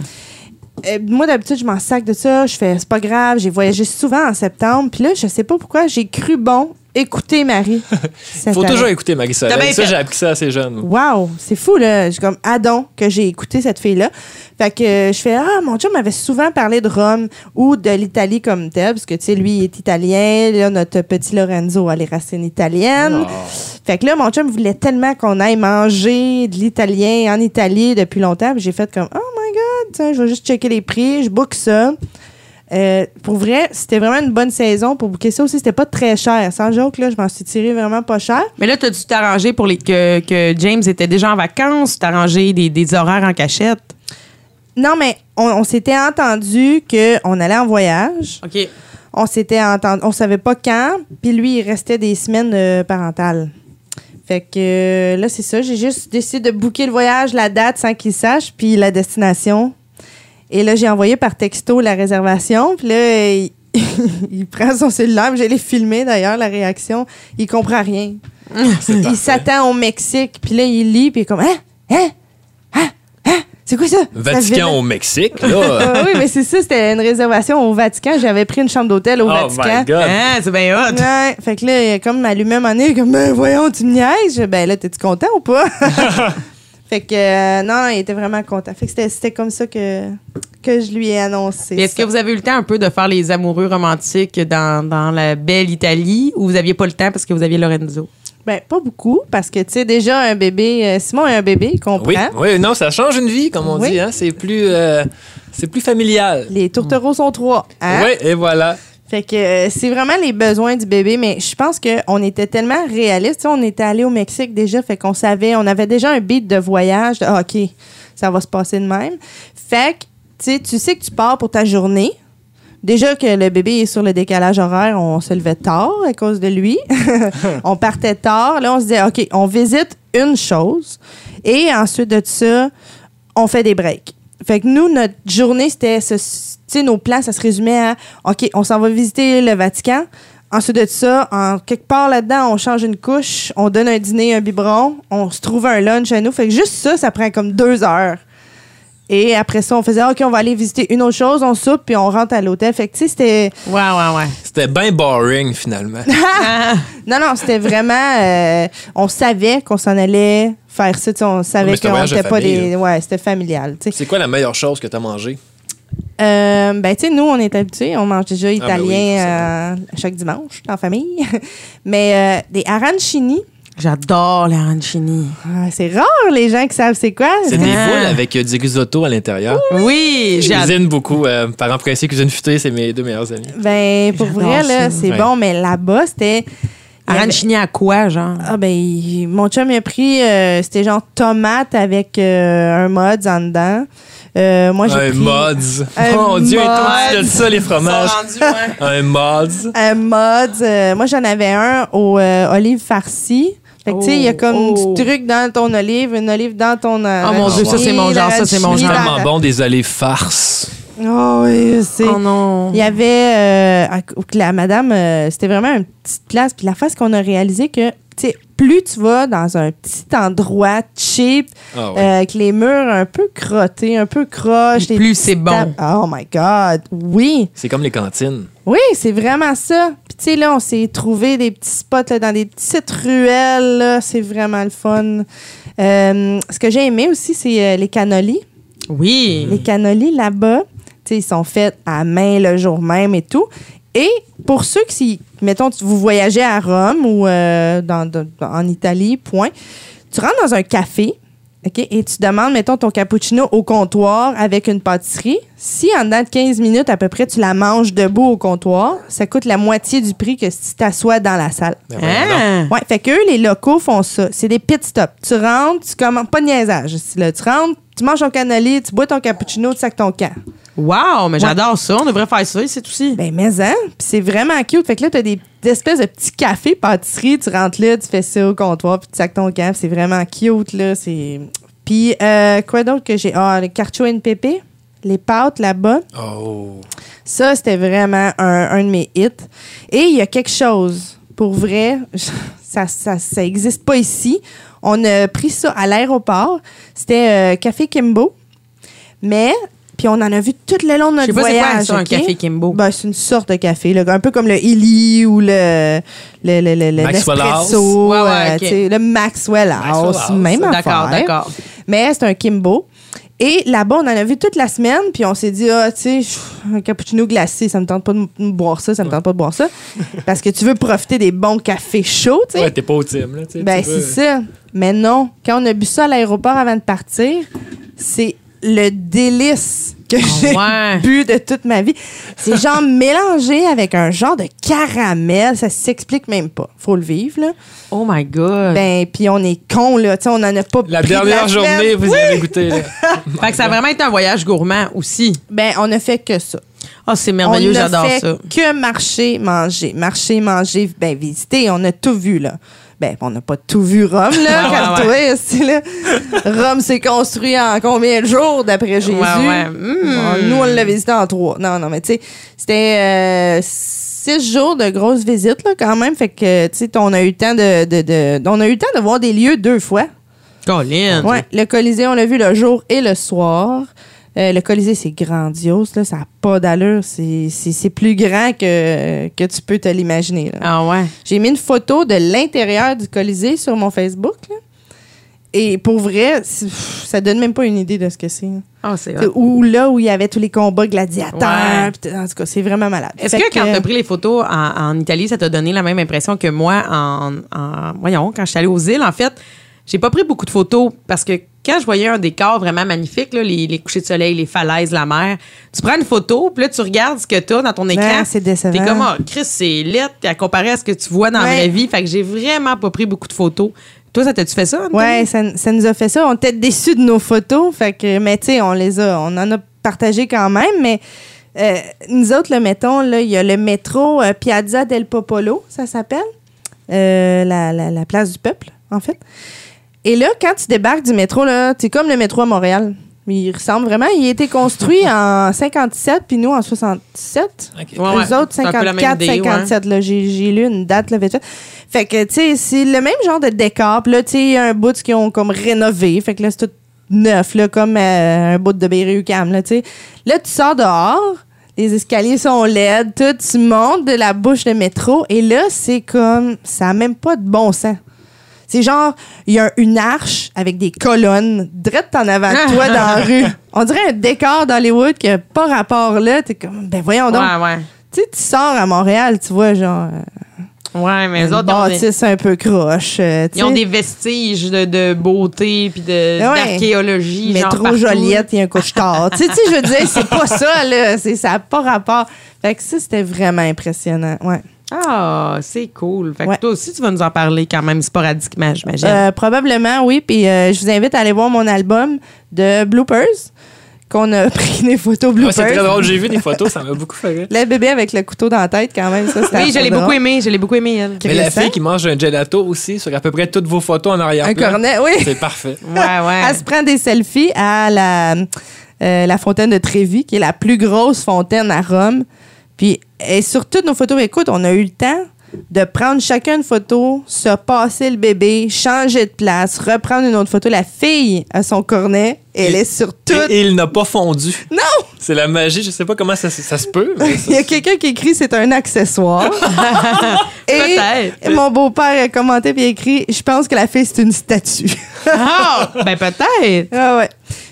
Speaker 3: Euh, moi d'habitude je m'en sac de ça, je fais c'est pas grave, j'ai voyagé souvent en septembre, puis là je sais pas pourquoi j'ai cru bon écouter
Speaker 5: [laughs]
Speaker 3: Marie. cette
Speaker 5: Faut
Speaker 3: année.
Speaker 5: toujours écouter
Speaker 4: T'as bien
Speaker 5: Marie-Soleil. Ça,
Speaker 4: fait.
Speaker 5: j'ai appris ça assez jeune.
Speaker 3: Wow, c'est fou là, j'ai comme Adon que j'ai écouté cette fille là. Fait que euh, je fais ah mon Dieu m'avait souvent parlé de Rome ou de l'Italie comme telle parce que tu sais lui il est italien, là notre petit Lorenzo a les racines italiennes. Fait que là, mon chum voulait tellement qu'on aille manger de l'italien en Italie depuis longtemps. Puis j'ai fait comme, oh my God, tiens, je vais juste checker les prix, je book ça. Euh, pour vrai, c'était vraiment une bonne saison pour booker ça aussi. C'était pas très cher. Sans joke, là, je m'en suis tiré vraiment pas cher.
Speaker 4: Mais là, t'as-tu t'arranger pour les que, que James était déjà en vacances? T'as arrangé des, des horaires en cachette?
Speaker 3: Non, mais on, on s'était entendu qu'on allait en voyage.
Speaker 4: OK.
Speaker 3: On s'était entendu, on savait pas quand. Puis lui, il restait des semaines euh, parentales. Fait que euh, là, c'est ça. J'ai juste décidé de booker le voyage, la date sans qu'il sache, puis la destination. Et là, j'ai envoyé par texto la réservation. Puis là, euh, il, [laughs] il prend son cellulaire. puis Je l'ai filmé d'ailleurs, la réaction. Il comprend rien. il s'attend au Mexique. Puis là, il lit, puis il est comme Hein? Hein? Hein? Hein? C'est quoi ça?
Speaker 5: Vatican
Speaker 3: au
Speaker 5: au Mexique, là.
Speaker 3: Ah oui, mais c'est ça, c'était une réservation au Vatican. J'avais pris une chambre d'hôtel [laughs] au
Speaker 5: oh
Speaker 3: Vatican.
Speaker 5: my God.
Speaker 4: Ah, c'est bien hot.
Speaker 3: Ouais, fait que là, il a comme allumé un moment donné, il est comme, ben voyons, tu me niaises. Je, ben là, t'es-tu content ou
Speaker 5: [laughs]
Speaker 3: pas? fait que, euh, non, il était vraiment content. Fait que c'était- c'était comme ça que, que je lui ai annoncé.
Speaker 4: Puis Est-ce que
Speaker 3: ça.
Speaker 4: vous avez eu le temps un peu de faire les amoureux romantiques dans, dans la belle Italie ou vous aviez pas le temps parce que vous aviez Lorenzo?
Speaker 3: Ben, pas beaucoup, parce que, tu sais, déjà, un bébé, euh, Simon a un bébé, il comprend.
Speaker 5: Oui, oui, non, ça change une vie, comme on
Speaker 3: Hein? Oui.
Speaker 5: dit. Hein? C'est plus, euh, c'est plus familial.
Speaker 3: Les tourtereaux sont trois. Hein?
Speaker 5: Oui, et voilà.
Speaker 3: Fait que euh, c'est vraiment les besoins du bébé, mais je pense qu'on était tellement réaliste. Tu sais, On était allé au Mexique déjà, fait qu'on savait, on avait déjà un beat de voyage, de Ah, OK, ça va se passer de même. Fait que tu sais, tu sais que tu pars pour ta journée. Déjà que le bébé est sur le décalage horaire, on se levait tard à cause de lui. [laughs] on partait tard. Là, on se disait, OK, on visite une chose et ensuite de ça, on fait des breaks. Fait que nous, notre journée, c'était, ce- tu sais, nos plans, ça se résumait à, OK, on s'en va visiter le Vatican. Ensuite de ça, en quelque part là-dedans, on change une couche, on donne un dîner, un biberon, on se trouve un lunch à nous. Fait que juste ça, ça prend comme deux heures. Et après ça, on faisait ah, OK, on va aller visiter une autre chose, on soupe, puis on rentre à l'hôtel. Fait que, tu sais, c'était.
Speaker 4: Ouais, ouais, ouais.
Speaker 5: C'était bien boring, finalement.
Speaker 3: [laughs]
Speaker 4: Ah,
Speaker 3: Non, non,
Speaker 5: [laughs]
Speaker 3: c'était vraiment. euh, on savait qu'on s'en allait faire ça. tu sais, On
Speaker 5: Non, mais
Speaker 3: savait
Speaker 5: c'était un
Speaker 3: qu'on
Speaker 5: voyage de
Speaker 3: n'était pas
Speaker 5: famille,
Speaker 3: des. Ouais, c'était familial. tu sais.
Speaker 5: C'est quoi la meilleure chose que t'as mangée?
Speaker 3: Euh, ben, tu sais, nous, on est habitués. On mange déjà
Speaker 5: ben oui,
Speaker 3: italien euh, chaque dimanche en famille. [laughs] Mais euh, des arancini,
Speaker 4: [laughs] J'adore la ranchini.
Speaker 3: ah, c'est rare les gens qui savent c'est quoi.
Speaker 5: C'est des
Speaker 4: Ah.
Speaker 5: foules avec euh, du risotto à l'intérieur.
Speaker 4: Oui,
Speaker 5: Je
Speaker 4: j'adore.
Speaker 5: cuisine beaucoup. Euh, parents pressés, cuisine futée, c'est mes deux meilleurs amis.
Speaker 3: Ben, pour
Speaker 4: J'adore
Speaker 3: vrai,
Speaker 4: ça.
Speaker 3: là, c'est
Speaker 5: Ouais.
Speaker 3: bon, mais là-bas, c'était. il y avait-
Speaker 4: Arancini à quoi, genre?
Speaker 3: Ah ben, il- mon chum il a pris, euh, c'était genre tomate avec euh, un mods en dedans. Euh, moi, j'ai
Speaker 5: un
Speaker 3: pris
Speaker 5: mods.
Speaker 3: Un
Speaker 5: Mon Dieu,
Speaker 3: mods.
Speaker 5: ils t'ont dit ça, les fromages. Un mods.
Speaker 3: un mods. euh, moi, j'en avais un aux euh, olives farcies. Fait que, tu sais, il y a
Speaker 4: Oh,
Speaker 3: comme
Speaker 4: oh.
Speaker 3: du truc dans ton olive, une olive dans ton. euh,
Speaker 4: Oh, mon
Speaker 5: Dieu, ça,
Speaker 4: c'est mon genre, ça, c'est mon genre.
Speaker 5: Tellement bon, des olives farces.
Speaker 3: Oh, oui, c'est.
Speaker 4: [laughs] Oh non.
Speaker 3: Il y avait euh, à- au- la madame, euh, c'était vraiment une petite place. Puis la face qu'on a réalisé que, tu sais, plus tu vas dans un petit endroit cheap,
Speaker 5: Ah
Speaker 3: euh,
Speaker 5: ouais.
Speaker 3: avec les murs un peu crottés, un peu croches, les
Speaker 4: Plus c'est
Speaker 3: tables-
Speaker 4: bon.
Speaker 3: Oh my God, oui,
Speaker 5: C'est comme les cantines.
Speaker 3: oui, c'est vraiment ça. Puis tu sais là, on s'est trouvé des petits spots là, dans des petites ruelles, là. c'est vraiment le fun. Euh, ce que j'ai aimé aussi, c'est euh, les cannolis. Les
Speaker 4: Oui.
Speaker 3: cannolis là-bas, tu sais, ils sont faits à main le jour même et tout. Et pour ceux qui, mettons, tu- vous voyagez à Rome ou euh, dans- dans- en Italie, point, tu rentres dans un café. OK? Et tu demandes, mettons, ton cappuccino au comptoir avec une pâtisserie. Si en dedans de 15 minutes à peu près, tu la manges debout au comptoir, ça coûte la moitié du prix que si tu t'assois dans la salle.
Speaker 5: Ben voyons donc.
Speaker 4: Hein?
Speaker 3: Ouais, fait que eux, les locaux font ça. C'est des pit stops. Tu rentres, tu commandes. Pas de niaisage. Si, là, tu rentres, tu manges ton cannoli, tu bois ton cappuccino, tu sacs ton camp.
Speaker 4: Wow, mais j'adore ça. On devrait faire ça ici aussi.
Speaker 3: Ben, mais hein? Puis c'est vraiment cute. Fait que là, t'as des, des espèces de petits cafés, pâtisseries. Tu rentres là, tu fais ça au comptoir, puis tu sacs ton camp. C'est vraiment cute, là. C'est. Puis, euh, quoi d'autre que j'ai? Ah, le carcho NPP, les pâtes là-bas.
Speaker 5: Oh.
Speaker 3: Ça, c'était vraiment un, un de mes hits. Et il y a quelque chose, pour vrai, [laughs] ça ça, ça existe pas ici. On a pris ça à l'aéroport. C'était euh, Café Kimbo. Mais, puis on en a vu tout le long de
Speaker 4: Je
Speaker 3: notre
Speaker 4: sais pas c'est quoi
Speaker 3: voyage.
Speaker 4: ça, un
Speaker 3: ok?
Speaker 4: café Kimbo.
Speaker 3: Ben, c'est une sorte de café, là, un peu comme le Illy ou le, le, le, le, le
Speaker 5: Maxwell
Speaker 3: Nespresso,
Speaker 4: House. Ouais, ouais,
Speaker 3: euh,
Speaker 4: ok.
Speaker 3: tu sais, le Maxwell House,
Speaker 5: Maxwell House.
Speaker 3: même
Speaker 4: D'accord,
Speaker 3: affaire.
Speaker 4: d'accord.
Speaker 3: Mais c'est un Kimbo. Et là-bas, on en a vu toute la semaine, puis on s'est dit, ah, tu sais, pff, un cappuccino glacé, ça me tente pas de m- m- boire ça, ça me tente pas de boire ça. Parce que tu veux profiter des bons cafés chauds, tu sais.
Speaker 5: Ouais, t'es pas au team, là. tu sais,
Speaker 3: ben,
Speaker 5: tu veux-
Speaker 3: c'est ça. Mais non, quand on a bu ça à l'aéroport avant de partir, c'est le délice que j'ai
Speaker 4: ouais.
Speaker 3: bu de toute ma vie. C'est genre mélangé avec un genre de caramel, ça s'explique même pas. Faut le vivre, là.
Speaker 4: Oh my God.
Speaker 3: Ben, puis on est con, là. Tu sais, on en a pas
Speaker 5: La
Speaker 3: pris de
Speaker 5: dernière
Speaker 3: la semaine.
Speaker 5: journée, vous y avez goûté. là.
Speaker 4: fait que ça a vraiment été un voyage gourmand aussi.
Speaker 3: Ben, on ne fait que ça.
Speaker 4: Ah, c'est merveilleux,
Speaker 3: merveilleux,
Speaker 4: j'adore
Speaker 3: fait
Speaker 4: ça.
Speaker 3: que marcher, manger, marcher, manger, ben visiter, on a tout vu là. Ben, on n'a pas tout vu Rome, là,
Speaker 4: [laughs] Ouais,
Speaker 3: quand
Speaker 4: ouais,
Speaker 3: là. Rome s'est construit en combien de jours d'après Jésus?
Speaker 4: ouais. Mm.
Speaker 3: Bon, nous, on l'a visité en trois. Non, non, mais tu sais, c'était euh, six jours de grosses visites, là, quand même. Fait que, tu sais, on a eu le temps de, de- de- on a eu le temps de voir des lieux deux fois.
Speaker 4: Colin. [laughs]
Speaker 3: Ouais, le Colisée, on l'a vu le jour et le soir. Euh, le Colisée, c'est grandiose, là, ça n'a pas d'allure. C'est- C'est c'est plus grand que, que tu peux te l'imaginer. là.
Speaker 4: Ah ouais.
Speaker 3: J'ai mis une photo de l'intérieur du Colisée sur mon Facebook. là. Et pour vrai, c'est- pff, ça donne même pas une idée de ce que c'est. là.
Speaker 4: Ah, c'est
Speaker 3: C'est Ou là où il y avait tous les combats gladiateurs.
Speaker 4: Ouais.
Speaker 3: pis t- En tout cas, c'est vraiment malade.
Speaker 4: Est-ce
Speaker 3: Fait
Speaker 4: que quand t'as pris les photos en, en Italie, ça t'a donné la même impression que moi en, en- voyons, quand je suis allée aux îles, en fait, j'ai pas pris beaucoup de photos parce que quand je voyais un décor vraiment magnifique, là, les, les couchers de soleil, les falaises, la mer, tu prends une photo, puis là, tu regardes ce que t'as dans ton écran.
Speaker 3: c'est décevant.
Speaker 4: T'es comme, Ah, Chris, c'est lit, puis à comparer à ce que tu vois dans la
Speaker 3: Ouais.
Speaker 4: vraie vie. Fait que j'ai vraiment pas pris beaucoup de photos. Toi, ça t'a-tu fait ça? Anthony?
Speaker 3: Ouais, ça, ça nous a fait ça. On était déçus de nos photos. Fait que, mais tu sais, on les a, on en a partagé quand même. Mais euh, nous autres, le mettons, là, il y a le métro euh, Piazza del Popolo, ça s'appelle. Euh, la, la- la place du peuple, en fait. Et là, quand tu débarques du métro, là, c'est comme le métro à Montréal. Mais il ressemble vraiment. Il a été construit [laughs] en 57, puis nous en 67.
Speaker 5: Ok.
Speaker 4: Ouais, ouais.
Speaker 3: Les autres,
Speaker 4: C'est un peu la même
Speaker 3: 54,
Speaker 4: idée, ouais.
Speaker 3: 57. là. J'ai j'ai lu une date, là, vite fait. Fait que, tu sais, c'est le même genre de décor. Puis là, tu sais, il y a un bout qu'ils ont comme rénové. Fait que là, c'est tout neuf, là, comme euh, un bout de Berry-UQAM, là, tu sais. Là, tu sors dehors, les escaliers sont laides, tout, tu montes de la bouche de métro. Et là, c'est comme... Ça n'a même pas de bon sens. C'est genre, il y a une arche avec des colonnes drette en avant de toi dans
Speaker 4: [laughs]
Speaker 3: la rue. On dirait un décor d'Hollywood qui n'a pas rapport là. T'es comme, ben voyons donc.
Speaker 4: ouais, ouais.
Speaker 3: Tu sais, tu sors à Montréal, tu vois, genre, euh,
Speaker 4: Ouais, mais les
Speaker 3: une
Speaker 4: autres, ils ont des-
Speaker 3: bâtisse un peu croche. euh, tu
Speaker 4: ils ont
Speaker 3: sais.
Speaker 4: des vestiges de, de beauté puis de-
Speaker 3: Ah ouais.
Speaker 4: d'archéologie.
Speaker 3: mais
Speaker 4: genre
Speaker 3: trop
Speaker 4: partout.
Speaker 3: Joliette et un couche-tard. tu sais, tu sais, je veux dire, c'est pas ça, là. C'est, ça n'a pas rapport. Fait que ça, c'était vraiment impressionnant. Ouais.
Speaker 4: Ah, c'est cool. Fait que
Speaker 3: Ouais.
Speaker 4: toi aussi, tu vas nous en parler quand même sporadiquement, j'imagine.
Speaker 3: Euh, probablement, oui. Puis euh, je vous invite à aller voir mon album de bloopers, qu'on a [laughs] pris des photos
Speaker 5: Ouais,
Speaker 3: bloopers.
Speaker 5: Ah, c'est très drôle. J'ai vu des photos, ça m'a beaucoup fait rire.
Speaker 3: Le bébé avec le couteau dans la tête, quand même, ça, c'était
Speaker 4: oui, je l'ai
Speaker 3: drôle.
Speaker 4: beaucoup aimé. Je l'ai beaucoup aimé, elle.
Speaker 5: Mais la
Speaker 3: Crescent.
Speaker 5: fille qui mange un gelato aussi, sur à peu près toutes vos photos en
Speaker 3: Un
Speaker 5: arrière-plan.
Speaker 3: cornet, oui. [laughs]
Speaker 5: C'est parfait.
Speaker 4: Ouais, ouais.
Speaker 3: Elle se prend des selfies à la, euh, la fontaine de Trévi, qui est la plus grosse fontaine à Rome. Puis, et sur toutes nos photos, écoute, on a eu le temps de prendre chacun une photo, se passer le bébé, changer de place, reprendre une autre photo. La fille a son cornet, elle
Speaker 5: Et-
Speaker 3: est sur toutes.
Speaker 5: Et il n'a pas fondu.
Speaker 3: Non!
Speaker 5: C'est la magie. Je sais pas comment ça, se- ça se peut.
Speaker 3: [laughs]
Speaker 5: mais ça-
Speaker 3: Il y a quelqu'un qui écrit c'est un
Speaker 5: [laughs]
Speaker 3: accessoire. et
Speaker 4: Peut-être.
Speaker 3: mon beau-père a commenté puis il a écrit je pense que la fille c'est une statue.
Speaker 4: Ah, ben peut-être.
Speaker 3: Ah ouais.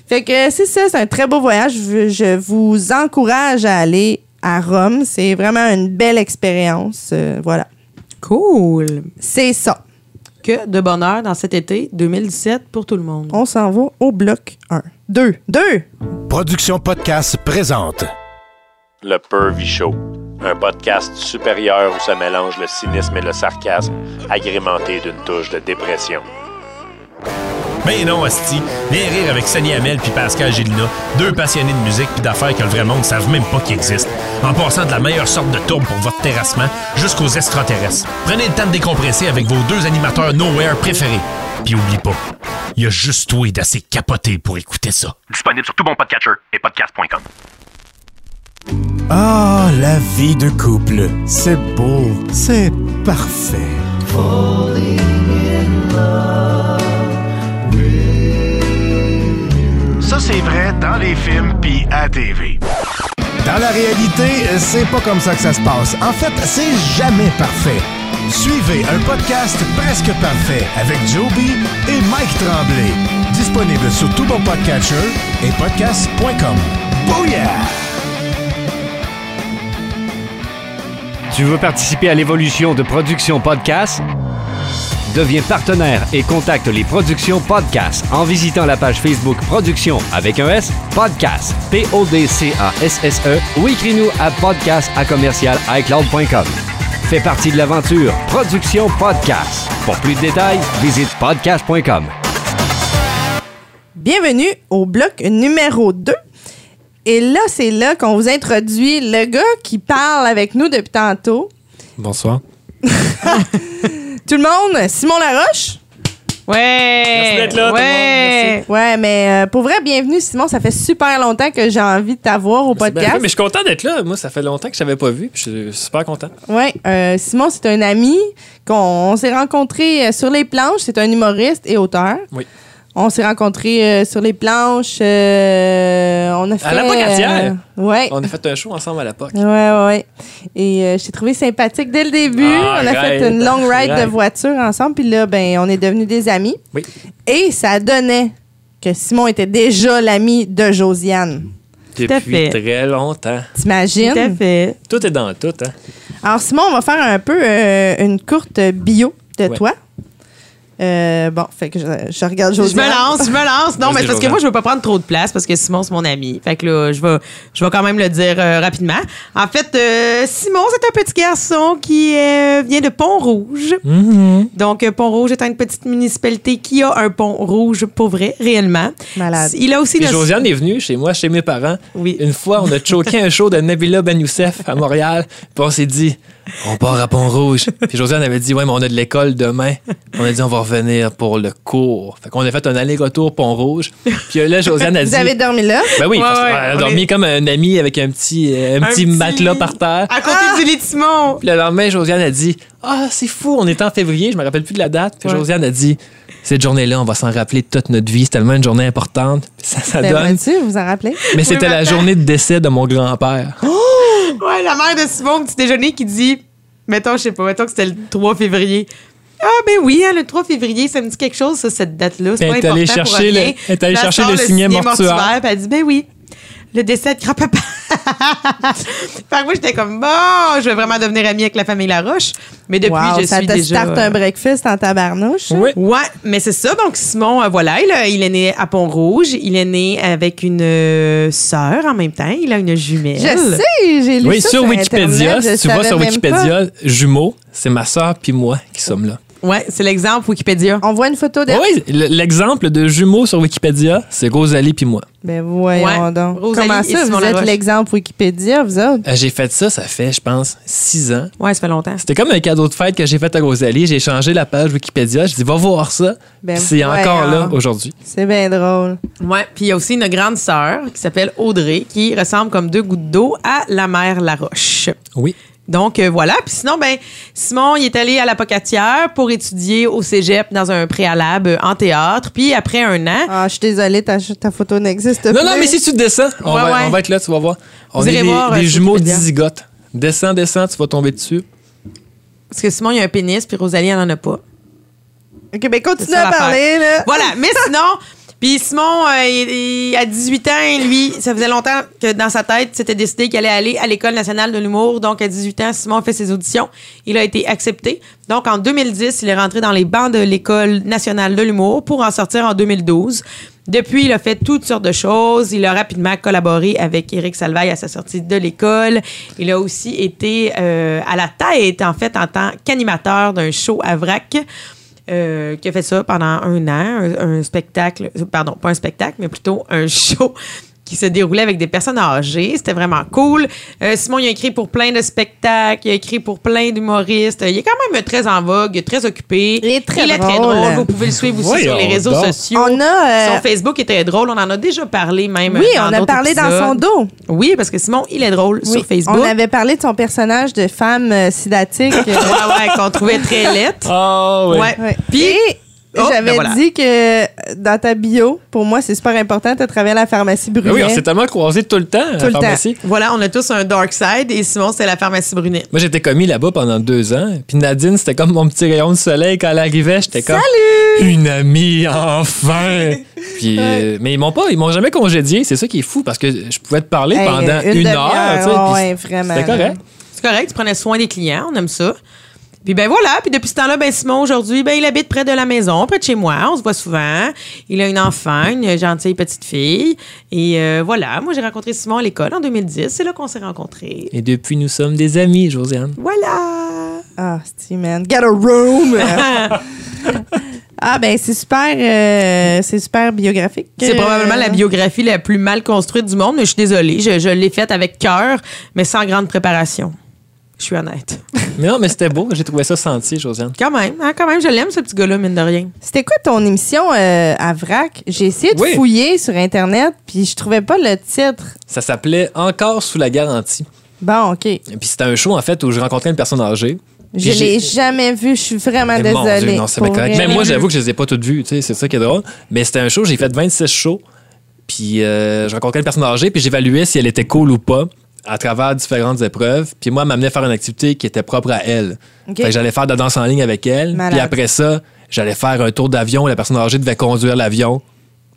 Speaker 3: Fait que c'est ça, c'est un très beau voyage. Je, je vous encourage à aller à Rome. C'est vraiment une belle expérience. Euh, voilà.
Speaker 4: Cool.
Speaker 3: C'est ça.
Speaker 4: Que de bonheur dans cet été 2017 pour tout le monde.
Speaker 3: On s'en va au bloc 1. 2. 2.
Speaker 1: Production Podcast présente.
Speaker 2: Le Pervy Show, un podcast supérieur où se mélange le cynisme et le sarcasme, agrémenté d'une touche de dépression.
Speaker 1: Mais Ben non, Asti, viens rire avec Sonny Hamel puis Pascal Gélina, deux passionnés de musique puis d'affaires que le vrai monde ne savent même pas qu'ils existent, en passant de la meilleure sorte de tourbe pour votre terrassement jusqu'aux extraterrestres. Prenez le temps de décompresser avec vos deux animateurs Nowhere préférés. Puis oublie pas, il y a juste toi d'assez capoté pour écouter ça.
Speaker 6: Disponible sur tout bon podcatcher et podcast.com.
Speaker 1: Ah, la vie de couple, c'est beau, c'est parfait.
Speaker 6: Ça, c'est vrai dans les films puis à TV.
Speaker 1: Dans la réalité, c'est pas comme ça que ça se passe. En fait, c'est jamais parfait. Suivez un podcast presque parfait avec Joby et Mike Tremblay. Disponible sur tout bon podcatcher et podcast.com. Booyah!
Speaker 7: Tu veux participer à l'évolution de Production Podcast? Deviens partenaire et contacte les Productions Podcast en visitant la page Facebook Production avec un S Podcast P-O-D-C-A-S-S-E E ou écris-nous à podcast à commercial iCloud.com. Fais partie de l'aventure Production Podcast. Pour plus de détails, visite podcast.com.
Speaker 3: Bienvenue au bloc numéro 2. Et là, c'est là qu'on vous introduit le gars qui parle avec nous depuis tantôt.
Speaker 5: Bonsoir.
Speaker 3: Tout le monde, Simon Laroche.
Speaker 4: Ouais.
Speaker 5: Merci d'être là, tout le
Speaker 4: ouais.
Speaker 3: Ouais, mais euh, pour vrai, bienvenue Simon. Ça fait super longtemps que j'ai envie de t'avoir au
Speaker 5: C'est bien fait,
Speaker 3: podcast.
Speaker 5: mais je suis content d'être là. Moi, ça fait longtemps que je t'avais pas vu. puis Je suis super content.
Speaker 3: Oui, euh, Simon, c'est un ami qu'on on s'est rencontré euh, sur les planches. C'est un humoriste et auteur.
Speaker 5: Oui.
Speaker 3: On s'est rencontré sur les planches. euh, on a fait.
Speaker 5: la Pocatière.
Speaker 3: euh, ouais.
Speaker 5: On a fait un show ensemble à la POC.
Speaker 3: Ouais, ouais. Et euh, je t'ai trouvé sympathique dès le début.
Speaker 5: Ah,
Speaker 3: on a
Speaker 5: right,
Speaker 3: fait une long ride de
Speaker 5: right.
Speaker 3: voiture ensemble. Puis là, ben, on est devenus des amis.
Speaker 5: Oui.
Speaker 3: Et ça donnait que Simon était déjà l'ami de Josiane.
Speaker 4: à fait.
Speaker 5: Depuis très longtemps.
Speaker 3: T'imagines?
Speaker 4: Tout à fait.
Speaker 5: Tout est dans tout. Hein.
Speaker 3: Alors, Simon, on va faire un peu euh, une courte bio de
Speaker 5: Ouais.
Speaker 3: toi. Euh, bon, fait que je, je regarde
Speaker 4: Je me
Speaker 3: Josiane.
Speaker 4: lance, je me lance. Non, mais
Speaker 5: Vas-y,
Speaker 4: parce que
Speaker 5: Josiane.
Speaker 4: moi, je veux pas prendre trop de place parce que Simon, c'est mon ami. Fait que là, je vais, je vais quand même le dire euh, rapidement. En fait, euh, Simon, c'est un petit garçon qui euh, vient de Pont-Rouge.
Speaker 5: Mm-hmm.
Speaker 4: Donc, euh, Pont-Rouge est une petite municipalité qui a un pont rouge pour vrai, réellement.
Speaker 3: Malade.
Speaker 4: Il a aussi
Speaker 5: Puis
Speaker 4: le-
Speaker 5: Josiane est venue chez moi, chez mes parents.
Speaker 4: Oui.
Speaker 5: Une fois, on a choqué un show de Nabila Ben Youssef à Montréal. Puis on s'est dit, on part à Pont-Rouge. Puis Josiane avait dit, ouais, mais on a de l'école demain. On a dit, on va revenir pour le cours. Fait qu'on a fait un aller-retour Pont-Rouge. Puis là, Josiane a dit.
Speaker 3: Vous avez dormi là?
Speaker 5: Ben oui,
Speaker 4: Ouais,
Speaker 5: parce qu'on-
Speaker 4: ouais,
Speaker 5: elle a
Speaker 4: on
Speaker 5: dormi
Speaker 4: est-
Speaker 5: comme un ami avec un petit, euh, un petit matelas par terre.
Speaker 4: À côté du lit de Simon.
Speaker 5: Puis le lendemain, Josiane a dit Ah, c'est fou, on est en février, je me rappelle plus de la date. Puis
Speaker 4: Ouais.
Speaker 5: Josiane a dit Cette journée-là, on va s'en rappeler toute notre vie, c'est tellement une journée importante. Puis ça, ça
Speaker 3: Ben,
Speaker 5: donne.
Speaker 3: vois-tu, vous vous en rappelez?
Speaker 5: [laughs] Mais c'était la
Speaker 4: maintenant.
Speaker 5: journée de décès de mon grand-père.
Speaker 4: Ouais, la mère de Simon, au petit déjeuner, qui dit Mettons, je sais pas, mettons que c'était le 3 février. Ah, ben oui, hein, le 3 février, ça me dit quelque chose, ça, cette date-là. C'est
Speaker 5: Ben, Elle
Speaker 4: pas
Speaker 5: est allée
Speaker 4: important pour
Speaker 5: chercher
Speaker 4: rien.
Speaker 5: le- elle est allée
Speaker 4: Puis
Speaker 5: chercher
Speaker 4: sort
Speaker 5: le signet mortuaire.
Speaker 4: Puis elle dit Ben oui, le décès de grand-papa. [laughs] fait que moi, j'étais comme Bon, je vais vraiment devenir amie avec la famille Laroche. Mais depuis,
Speaker 3: Wow,
Speaker 4: je
Speaker 3: ça
Speaker 4: suis
Speaker 3: te
Speaker 4: déjà. euh,
Speaker 3: starte un breakfast en tabarnouche.
Speaker 5: Oui.
Speaker 4: Ouais, mais c'est ça. Donc, Simon, euh, voilà, il, a- il est né à Pont-Rouge. Il est né avec une euh, sœur en même temps. Il a une jumelle.
Speaker 3: Je sais, j'ai lu
Speaker 5: Oui,
Speaker 3: ça
Speaker 5: sur Wikipédia,
Speaker 3: Internet, je
Speaker 5: si tu vas
Speaker 3: savais
Speaker 5: sur
Speaker 3: même pas.
Speaker 5: Wikipédia, jumeaux, c'est ma soeur puis moi qui sommes là.
Speaker 4: Ouais, c'est l'exemple Wikipédia.
Speaker 3: On voit une photo de...
Speaker 5: oui, le- l'exemple de jumeaux sur Wikipédia, c'est Rosalie puis moi.
Speaker 3: Ben voyons
Speaker 4: Ouais.
Speaker 3: donc.
Speaker 4: Rosalie
Speaker 3: Comment
Speaker 4: et
Speaker 3: ça,
Speaker 4: Simon
Speaker 3: vous êtes
Speaker 4: Laroche.
Speaker 3: l'exemple Wikipédia, vous autres?
Speaker 5: Euh, J'ai fait ça, ça fait, je pense, six ans.
Speaker 4: Ouais, ça fait longtemps.
Speaker 5: C'était comme un cadeau de fête que j'ai fait à Rosalie. J'ai changé la page Wikipédia. Je dis, va voir ça.
Speaker 3: Ben,
Speaker 5: Puis c'est encore
Speaker 3: voyons.
Speaker 5: là aujourd'hui.
Speaker 3: C'est bien drôle.
Speaker 4: Ouais, puis il y a aussi une grande sœur qui s'appelle Audrey, qui ressemble comme deux gouttes d'eau à la mère Laroche.
Speaker 5: Oui.
Speaker 4: Donc euh, voilà, puis sinon ben Simon il est allé à la Pocatière pour étudier au Cégep dans un préalable euh, en théâtre, puis après un an,
Speaker 3: Ah, je suis désolée, ta, ta photo n'existe
Speaker 5: Non,
Speaker 3: plus.
Speaker 5: non, mais si tu descends, on,
Speaker 4: Ouais,
Speaker 5: va,
Speaker 4: ouais.
Speaker 5: on va être là, tu vas voir. On
Speaker 4: Vous
Speaker 5: est
Speaker 4: irez
Speaker 5: des,
Speaker 4: voir,
Speaker 5: des
Speaker 4: euh, sur
Speaker 5: jumeaux
Speaker 4: Wikipédia.
Speaker 5: disigotes. Descends, descends, tu vas tomber dessus.
Speaker 4: parce que Simon il a un pénis puis Rosalie elle en a pas.
Speaker 3: OK, ben
Speaker 4: C'est
Speaker 3: continue
Speaker 4: ça
Speaker 3: à
Speaker 4: l'affaire.
Speaker 3: parler, là.
Speaker 4: Voilà, mais sinon, puis Simon, euh, il- il- à 18 ans, lui, ça faisait longtemps que dans sa tête, c'était décidé qu'il allait aller à l'École nationale de l'humour. Donc, à 18 ans, Simon a fait ses auditions. Il a été accepté. Donc, en 2010, il est rentré dans les bancs de l'École nationale de l'humour pour en sortir en 2012. Depuis, il a fait toutes sortes de choses. Il a rapidement collaboré avec Éric Salvaille à sa sortie de l'école. Il a aussi été euh, à la tête, en fait, en tant qu'animateur d'un show à vrac euh, qui a fait ça pendant un an, un, un spectacle, euh, pardon, pas un spectacle, mais plutôt un show [laughs] qui se déroulait avec des personnes âgées. C'était vraiment cool. Euh, Simon, il a écrit pour plein de spectacles, il a écrit pour plein d'humoristes. Il est quand même très en vogue, très occupé.
Speaker 3: Il est très
Speaker 4: il est très
Speaker 3: drôle.
Speaker 4: drôle. Vous pouvez le suivre aussi sur les
Speaker 5: Voyons
Speaker 4: réseaux
Speaker 5: donc.
Speaker 4: sociaux.
Speaker 3: On a, euh,
Speaker 4: Son Facebook était drôle. On en a déjà parlé même.
Speaker 3: Oui,
Speaker 4: dans
Speaker 3: on a
Speaker 4: d'autres
Speaker 3: parlé dans
Speaker 4: épisodes.
Speaker 3: son dos.
Speaker 4: Oui, parce que Simon, il est drôle
Speaker 3: Oui,
Speaker 4: sur Facebook.
Speaker 3: On avait parlé de son personnage de femme euh, sidatique. euh,
Speaker 4: [laughs] Ouais, ouais, qu'on trouvait très lettre.
Speaker 5: Ah
Speaker 4: Ouais.
Speaker 3: ouais.
Speaker 4: Puis,
Speaker 3: Et
Speaker 4: Oh,
Speaker 3: j'avais
Speaker 4: ben voilà.
Speaker 3: dit que euh, dans ta bio, pour moi, c'est super important, tu as travaillé à la pharmacie Brunet.
Speaker 5: oui, on s'est tellement croisés tout le temps à
Speaker 3: Tout
Speaker 5: la
Speaker 3: le temps.
Speaker 5: pharmacie.
Speaker 4: voilà, on a tous un dark side et Simon, c'est la pharmacie Brunet.
Speaker 5: Moi, j'étais commis là-bas pendant deux ans. Puis Nadine, c'était comme mon petit rayon de soleil quand elle arrivait. J'étais comme. Une amie,
Speaker 3: [laughs]
Speaker 5: enfin! Puis, euh, mais ils m'ont pas, ils m'ont jamais congédié. C'est ça qui est fou parce que je pouvais te parler
Speaker 3: Hey,
Speaker 5: pendant
Speaker 3: une
Speaker 5: une,
Speaker 3: demi-heure,
Speaker 5: heure. tu sais,
Speaker 3: ouais,
Speaker 5: puis
Speaker 3: ouais, vraiment.
Speaker 5: C'était correct.
Speaker 4: C'est correct, tu prenais soin des clients, on aime ça. Puis ben voilà, puis depuis ce temps-là, ben Simon aujourd'hui, ben il habite près de la maison, près de chez moi, on se voit souvent. Il a une enfant, une gentille petite fille. Et euh, voilà, moi j'ai rencontré Simon à l'école en 2010, c'est là qu'on s'est rencontrés.
Speaker 5: Et depuis, nous sommes des amis, Josiane.
Speaker 4: Voilà.
Speaker 3: Ah, Steve, man. Get a
Speaker 5: [laughs]
Speaker 3: room! ah, ben, c'est super, euh, c'est super biographique.
Speaker 4: C'est
Speaker 3: Euh,
Speaker 4: probablement la biographie la plus mal construite du monde, mais je suis désolée, je, je l'ai faite avec cœur, mais sans grande préparation. Je suis honnête.
Speaker 5: Mais non, mais c'était beau. J'ai trouvé ça senti, Josiane.
Speaker 4: Quand même, hein, quand même, je l'aime ce petit gars-là, mine de rien.
Speaker 3: C'était quoi ton émission euh, à Vrac? J'ai essayé de
Speaker 5: Oui.
Speaker 3: fouiller sur Internet, puis je trouvais pas le titre.
Speaker 5: Ça s'appelait Encore sous la garantie.
Speaker 3: Bon, OK.
Speaker 5: Et Puis c'était un show, en fait, où je rencontrais une personne âgée.
Speaker 3: Je
Speaker 5: Puis
Speaker 3: l'ai
Speaker 5: j'ai-
Speaker 3: jamais vu. Je suis vraiment
Speaker 5: Mais mon
Speaker 3: désolée.
Speaker 5: Dieu, non, c'est bien
Speaker 3: Pour
Speaker 5: correct.
Speaker 3: vrai.
Speaker 5: Même moi, j'avoue que je les ai pas toutes vues, tu sais, c'est ça qui est drôle. Mais c'était un show, j'ai fait 26 shows. Puis euh, je rencontrais une personne âgée, puis j'évaluais si elle était cool ou pas à travers différentes épreuves. Puis moi, elle m'amenait faire une activité qui était propre à elle.
Speaker 3: Ok.
Speaker 5: Fait que j'allais faire de la danse en ligne avec elle.
Speaker 3: Malade.
Speaker 5: Puis après ça, j'allais faire un tour d'avion où la personne âgée devait conduire l'avion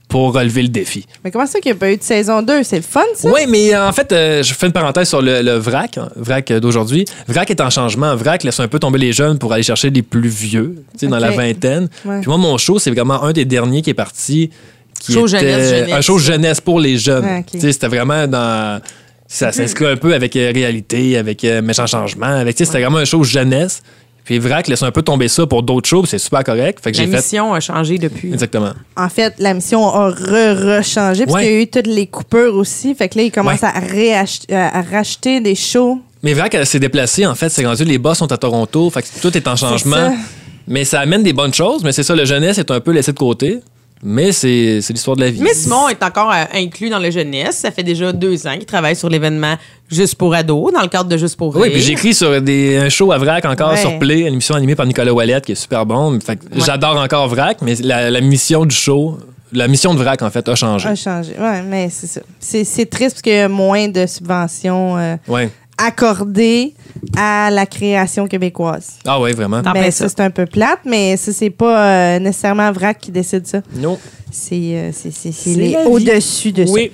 Speaker 5: pour relever le défi.
Speaker 3: Mais comment ça qu'il n'y a pas eu de saison 2? C'est le fun, ça?
Speaker 5: Oui, mais euh, en fait, euh, je fais une parenthèse sur le, le VRAC, hein, VRAC euh, d'aujourd'hui. VRAC est en changement. VRAC laisse un peu tomber les jeunes pour aller chercher les plus vieux, tu sais, dans
Speaker 3: Ok.
Speaker 5: la vingtaine.
Speaker 3: Ouais.
Speaker 5: Puis moi, mon show, c'est vraiment un des derniers qui est parti. Qui
Speaker 4: Show
Speaker 5: était
Speaker 4: jeunesse, jeunesse.
Speaker 5: Un show jeunesse pour les jeunes.
Speaker 3: Ah, ok.
Speaker 5: Tu sais, C'était vraiment dans. Ça s'inscrit un peu avec euh, réalité, avec euh, méchant changement. Avec, tu sais, C'était vraiment un show jeunesse. Puis VRAC laisse un peu tomber ça pour d'autres shows, puis c'est super correct. Fait que
Speaker 4: La
Speaker 5: j'ai fait.
Speaker 4: mission a changé depuis.
Speaker 5: Exactement.
Speaker 3: En fait, la mission a re-re-changé, parce
Speaker 5: Ouais.
Speaker 3: qu'il y a eu toutes les coupures aussi. Fait que là, ils commencent
Speaker 5: Ouais.
Speaker 3: à, réach- à- à racheter des shows
Speaker 5: Mais vrai qu'elle s'est déplacée, en fait. C'est rendu, les boss sont à Toronto. Fait que tout est en changement.
Speaker 3: ça.
Speaker 5: Mais ça amène des bonnes choses. Mais c'est ça, la jeunesse est un peu laissée de côté. Mais c'est c'est l'histoire de la vie.
Speaker 4: Mais Simon est encore euh, inclus dans le jeunesse. Ça fait déjà deux ans qu'il travaille sur l'événement Juste pour ados, dans le cadre de Juste pour rire.
Speaker 5: Oui, puis j'écris sur des, un show à Vrac encore
Speaker 3: Ouais.
Speaker 5: sur Play, une émission animée par Nicolas Ouellette qui est super bon. Fait que J'adore encore Vrac, mais la, la mission du show, la mission de Vrac en fait a changé.
Speaker 4: Ah,
Speaker 3: A changé. Ouais, mais c'est ça. C'est, c'est triste parce qu'il y a moins de subventions euh,
Speaker 5: Ouais.
Speaker 3: accordées à la création québécoise.
Speaker 5: Ah ouais, vraiment.
Speaker 4: Ah,
Speaker 3: Ben,
Speaker 4: ben
Speaker 3: ça,
Speaker 4: ça.
Speaker 3: c'est un peu plate, mais ça, c'est pas euh, nécessairement VRAC qui décide ça.
Speaker 5: Non.
Speaker 3: C'est, euh, c'est, c'est, c'est
Speaker 5: C'est
Speaker 3: les-
Speaker 5: la vie.
Speaker 3: au-dessus de ça.
Speaker 5: Oui.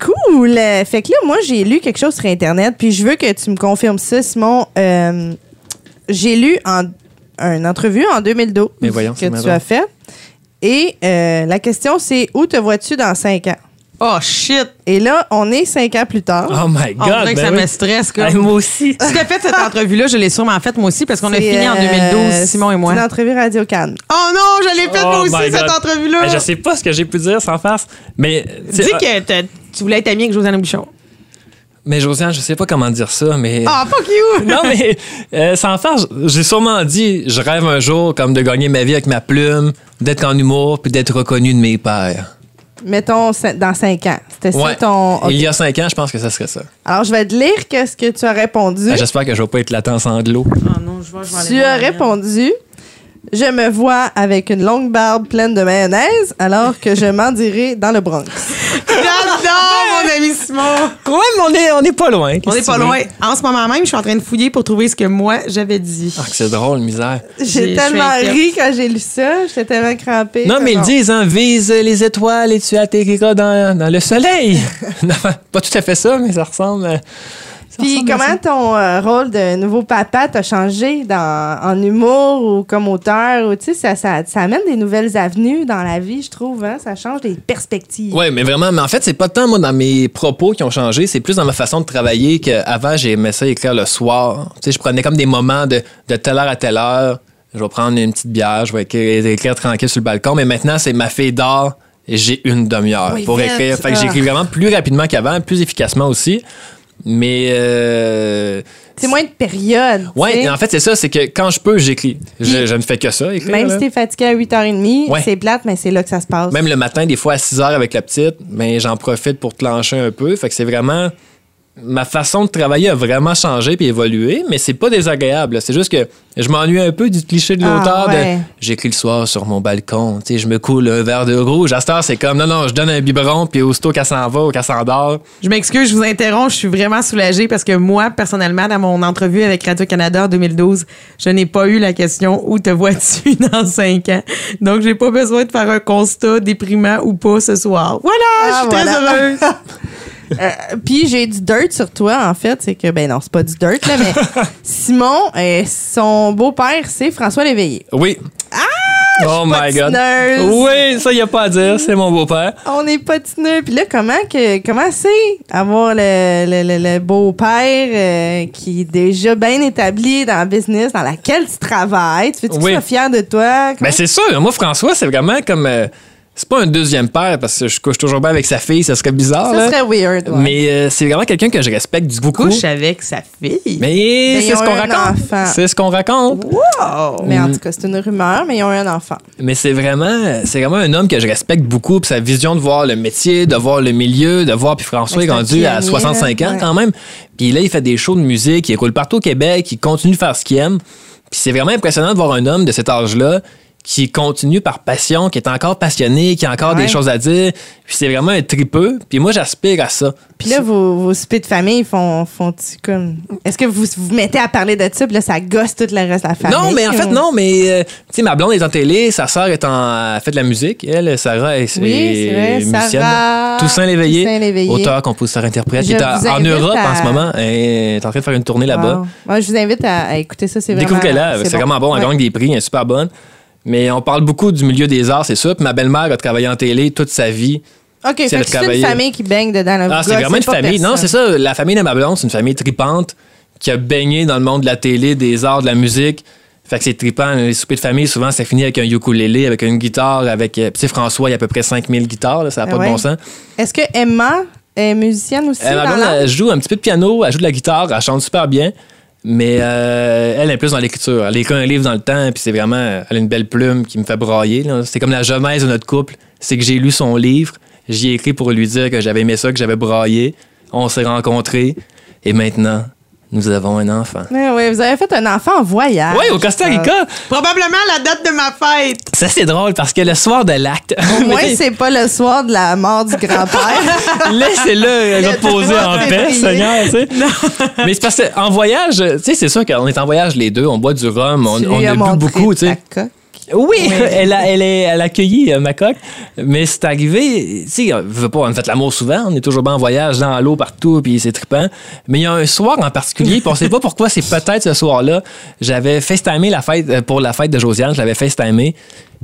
Speaker 3: Cool! Euh, Fait que là, moi, j'ai lu quelque chose sur Internet, puis je veux que tu me confirmes ça, Simon. Euh, j'ai lu en, une entrevue en 2012
Speaker 5: Mais voyons, c'est
Speaker 3: que tu
Speaker 5: marrant.
Speaker 3: as fait. Et euh, la question, c'est où te vois-tu dans cinq ans?
Speaker 4: Oh shit!
Speaker 3: Et là, on est cinq ans plus tard.
Speaker 5: Oh my
Speaker 4: On
Speaker 5: god.
Speaker 4: dirait que
Speaker 5: ben
Speaker 4: ça
Speaker 5: oui.
Speaker 4: me stresse.
Speaker 5: Hey,
Speaker 4: Comme.
Speaker 5: moi aussi.
Speaker 4: Si t'as fait cette entrevue-là, je l'ai sûrement faite moi aussi parce qu'on a
Speaker 3: C'est,
Speaker 4: fini en
Speaker 3: euh,
Speaker 4: 2012, Simon et moi.
Speaker 3: C'est l'entrevue Radio Cannes.
Speaker 4: Oh non, je l'ai faite moi
Speaker 5: Oh my
Speaker 4: aussi
Speaker 5: God.
Speaker 4: cette entrevue-là.
Speaker 5: Hey, Ben, Je sais pas ce que j'ai pu dire sans face, mais tu
Speaker 4: Dis
Speaker 5: sais, ah,
Speaker 4: que t'as- tu voulais être ami avec Josiane Bouchon.
Speaker 5: mais Josiane, je sais pas comment dire ça, mais
Speaker 4: Ah, fuck you!
Speaker 5: [laughs] non mais euh, sans face, j'ai sûrement dit, je rêve un jour comme de gagner ma vie avec ma plume, d'être en humour puis d'être reconnu de mes pairs.
Speaker 3: Mettons cin- dans cinq ans. C'était ça
Speaker 5: Ouais.
Speaker 3: ton.
Speaker 5: Il y a cinq ans, je pense que ça serait ça.
Speaker 3: Alors, je vais te lire qu'est-ce que tu as répondu.
Speaker 5: Ah, J'espère que je vais pas être latent en sanglots.
Speaker 4: Oh non, je vois, je vais
Speaker 3: Tu as répondu Je me vois avec une longue barbe pleine de mayonnaise alors que je m'endirai dans le Bronx.
Speaker 5: [laughs]
Speaker 3: [laughs]
Speaker 4: J'adore, mon ami Simon!
Speaker 5: Ouais, mais on est, on est pas loin.
Speaker 4: On
Speaker 5: Qu'est-ce
Speaker 4: n'est
Speaker 5: que
Speaker 4: pas
Speaker 5: tu veux?
Speaker 4: loin. En ce moment même, je suis en train de fouiller pour trouver ce que moi, j'avais dit.
Speaker 5: Ah, que c'est drôle, misère.
Speaker 3: J'ai
Speaker 4: je
Speaker 3: tellement
Speaker 4: suis inquiète.
Speaker 3: ri quand j'ai lu ça, j'étais tellement crampée.
Speaker 5: Non, mais ils
Speaker 3: bon.
Speaker 5: disent, hein, vise les étoiles et tu atterriras dans, dans le [laughs] soleil. non, pas tout à fait ça, mais ça ressemble. à- ça
Speaker 3: Puis
Speaker 5: ressemble à
Speaker 3: comment
Speaker 5: ça.
Speaker 3: ton euh, rôle de nouveau papa t'a changé dans, en humour ou comme auteur ou tu sais ça, ça, ça amène des nouvelles avenues dans la vie je trouve hein? ça change des perspectives.
Speaker 5: Ouais, mais vraiment, mais en fait, c'est pas tant moi dans mes propos qui ont changé, c'est plus dans ma façon de travailler qu'avant, j'aimais ça écrire le soir. Tu sais, je prenais comme des moments de, de telle heure à telle heure, je vais prendre une petite bière, je vais écrire, écrire tranquille sur le balcon, mais maintenant, c'est ma fille d'or et j'ai une demi-heure
Speaker 3: Oui,
Speaker 5: pour
Speaker 3: vite.
Speaker 5: écrire. Fait que
Speaker 3: Ah.
Speaker 5: j'écris vraiment plus rapidement qu'avant, plus efficacement aussi. Mais euh,
Speaker 3: C'est moins de période. tu
Speaker 5: Ouais,
Speaker 3: sais.
Speaker 5: en fait, c'est ça, c'est que quand je peux, j'écris. Je,
Speaker 3: Puis-
Speaker 5: je ne fais que ça, écrire.
Speaker 3: Même
Speaker 5: là.
Speaker 3: si t'es fatigué à 8h30,
Speaker 5: Ouais.
Speaker 3: c'est plate, mais c'est là que ça se passe.
Speaker 5: Même le matin, des fois à 6 heures avec la petite, mais j'en profite pour clencher un peu. Fait que c'est vraiment. Ma façon de travailler a vraiment changé puis évolué, mais c'est pas désagréable. là. C'est juste que je m'ennuie un peu du cliché de
Speaker 3: Ah,
Speaker 5: l'auteur
Speaker 3: ouais.
Speaker 5: de j'écris le soir sur mon balcon, tu sais, je me coule un verre de rouge. À cette heure, c'est comme non, non, je donne un biberon puis aussitôt qu'elle s'en va ou qu'elle s'endort.
Speaker 4: Je m'excuse, je vous interromps. Je suis vraiment soulagée parce que moi, personnellement, dans mon entrevue avec Radio-Canada en 2012, je n'ai pas eu la question où te vois-tu [laughs] dans cinq ans. Donc, j'ai pas besoin de faire un constat déprimant ou pas ce soir. Voilà, je suis
Speaker 3: Ah,
Speaker 4: très
Speaker 3: voilà.
Speaker 4: heureuse.
Speaker 3: Euh, Puis j'ai du dirt sur toi, en fait. C'est que, ben non, c'est pas du dirt, là, mais
Speaker 5: [laughs]
Speaker 3: Simon, euh, son beau-père, c'est François Léveillé.
Speaker 5: Oui. Ah! Oh my god.
Speaker 3: patineuse.
Speaker 5: Oui, ça y a pas à dire, c'est mon beau-père.
Speaker 3: On est patineux. Puis là, comment que comment c'est avoir le, le- le- le beau-père euh, qui est déjà bien établi dans le business dans laquelle tu travailles? Tu veux-tu qu'il
Speaker 5: Oui.
Speaker 3: soit fier de toi?
Speaker 5: Ben c'est sûr. Moi, François, c'est vraiment comme. euh, c'est pas un deuxième père parce que je couche toujours bien avec sa fille, ça serait bizarre.
Speaker 3: ça
Speaker 5: là.
Speaker 3: serait weird. ouais.
Speaker 5: Mais euh, c'est vraiment quelqu'un que [laughs] je respecte du beaucoup.
Speaker 4: Couche avec sa fille.
Speaker 5: Mais
Speaker 3: ils
Speaker 5: c'est ce
Speaker 3: ont
Speaker 5: qu'on
Speaker 3: un
Speaker 5: raconte.
Speaker 3: enfant.
Speaker 5: C'est ce qu'on raconte.
Speaker 4: Wow!
Speaker 3: Mais en tout cas, c'est une rumeur, mais ils ont un enfant.
Speaker 5: Mais c'est vraiment, c'est vraiment un homme que je respecte beaucoup. Puis sa vision de voir le métier, de voir le milieu, de voir. Puis François
Speaker 3: Ben,
Speaker 5: est
Speaker 3: c'est un
Speaker 5: rendu à
Speaker 3: pionnier,
Speaker 5: 65 ans
Speaker 3: ouais.
Speaker 5: quand même. Puis là, il fait des shows de musique, il écoute partout au Québec, il continue de faire ce qu'il aime. Puis c'est vraiment impressionnant de voir un homme de cet âge-là qui continue par passion, qui est encore passionné, qui a encore
Speaker 3: Ouais.
Speaker 5: des choses à dire. Puis c'est vraiment un tripeux. Puis moi, j'aspire à ça.
Speaker 3: Puis là, vos, vos soupers de famille font, font comme. Est-ce que vous vous mettez à parler de ça, puis là, ça gosse tout le reste de la famille?
Speaker 5: Non, mais en fait,
Speaker 3: ou-
Speaker 5: non, mais euh, tu sais, ma blonde est en télé, sa sœur est en. Elle fait de la musique, elle, Sarah est,
Speaker 3: Oui,
Speaker 5: est
Speaker 3: c'est vrai,
Speaker 5: musicienne.
Speaker 3: Sarah
Speaker 5: Toussaint Léveillé,
Speaker 3: Toussaint Léveillé.
Speaker 5: auteur, compositeur, interprète,
Speaker 3: Je
Speaker 5: qui est en,
Speaker 3: vous
Speaker 5: en
Speaker 3: invite
Speaker 5: Europe
Speaker 3: à-
Speaker 5: en ce moment, elle est en train de faire une tournée
Speaker 3: Wow.
Speaker 5: là-bas.
Speaker 3: Moi, je vous invite à, à écouter ça, c'est vraiment.
Speaker 5: Découvre qu'elle a, c'est vraiment bon, elle
Speaker 3: Ouais.
Speaker 5: gagne des prix, elle est super bonne. Mais on parle beaucoup du milieu des arts, c'est sûr. Puis ma belle-mère a travaillé en télé toute sa vie.
Speaker 3: OK, fait
Speaker 5: c'est
Speaker 3: que
Speaker 5: de
Speaker 3: c'est une
Speaker 5: travailler.
Speaker 3: famille qui baigne dedans. là.
Speaker 5: Ah,
Speaker 3: Vous
Speaker 5: c'est vraiment une
Speaker 3: gossez pas
Speaker 5: famille. Non, c'est
Speaker 3: personne.
Speaker 5: ça. La famille de ma blonde, c'est une famille tripante qui a baigné dans le monde de la télé, des arts, de la musique. Fait que c'est tripant. Les soupers de famille, souvent, ça finit avec un ukulélé, avec une guitare, avec. euh, Puis, tu sais, François, il y a à peu près 5000 guitares, là, ça n'a
Speaker 3: Ah
Speaker 5: pas
Speaker 3: ouais.
Speaker 5: de bon sens.
Speaker 3: Est-ce que Emma est musicienne aussi.
Speaker 5: Euh, ma
Speaker 3: dans
Speaker 5: blonde,
Speaker 3: l'âme.
Speaker 5: elle joue un petit peu de piano, elle joue de la guitare, elle chante super bien, mais euh, elle est plus dans l'écriture. Elle écrit un livre dans le temps, puis c'est vraiment. Elle a une belle plume qui me fait brailler. là. C'est comme la genèse de notre couple. C'est que j'ai lu son livre, j'y ai écrit pour lui dire que j'avais aimé ça, que j'avais braillé. On s'est rencontrés, et maintenant, nous avons un enfant.
Speaker 3: Ouais, ouais, vous avez fait un enfant en voyage.
Speaker 5: Oui, au Costa Rica!
Speaker 4: Probablement la date de ma fête.
Speaker 5: Ça, c'est drôle parce que le soir de l'acte. [laughs]
Speaker 3: Au moins, c'est pas le soir de la mort du grand-père.
Speaker 5: [laughs] Laissez-le reposer en
Speaker 3: trois
Speaker 5: paix,
Speaker 3: février.
Speaker 5: Seigneur. tu sais. Mais c'est parce que en voyage, tu sais, c'est sûr qu'on est en voyage les deux, on boit du rhum, [laughs] on,
Speaker 3: Tu lui
Speaker 5: on
Speaker 3: as
Speaker 5: a bu
Speaker 3: montré
Speaker 5: beaucoup, tu
Speaker 3: ta
Speaker 5: sais.
Speaker 3: coque.
Speaker 5: Oui, [laughs] elle a, elle, est, elle a accueilli euh, ma coque, mais c'est arrivé, tu sais, on veut pas, on fait l'amour souvent, on est toujours bien en voyage, dans l'eau, partout, puis c'est trippant. Mais il y a un soir en particulier, puis on sait pas pourquoi, c'est peut-être ce soir-là, j'avais FaceTimé la fête, euh, pour la fête de Josiane, je l'avais FaceTimé.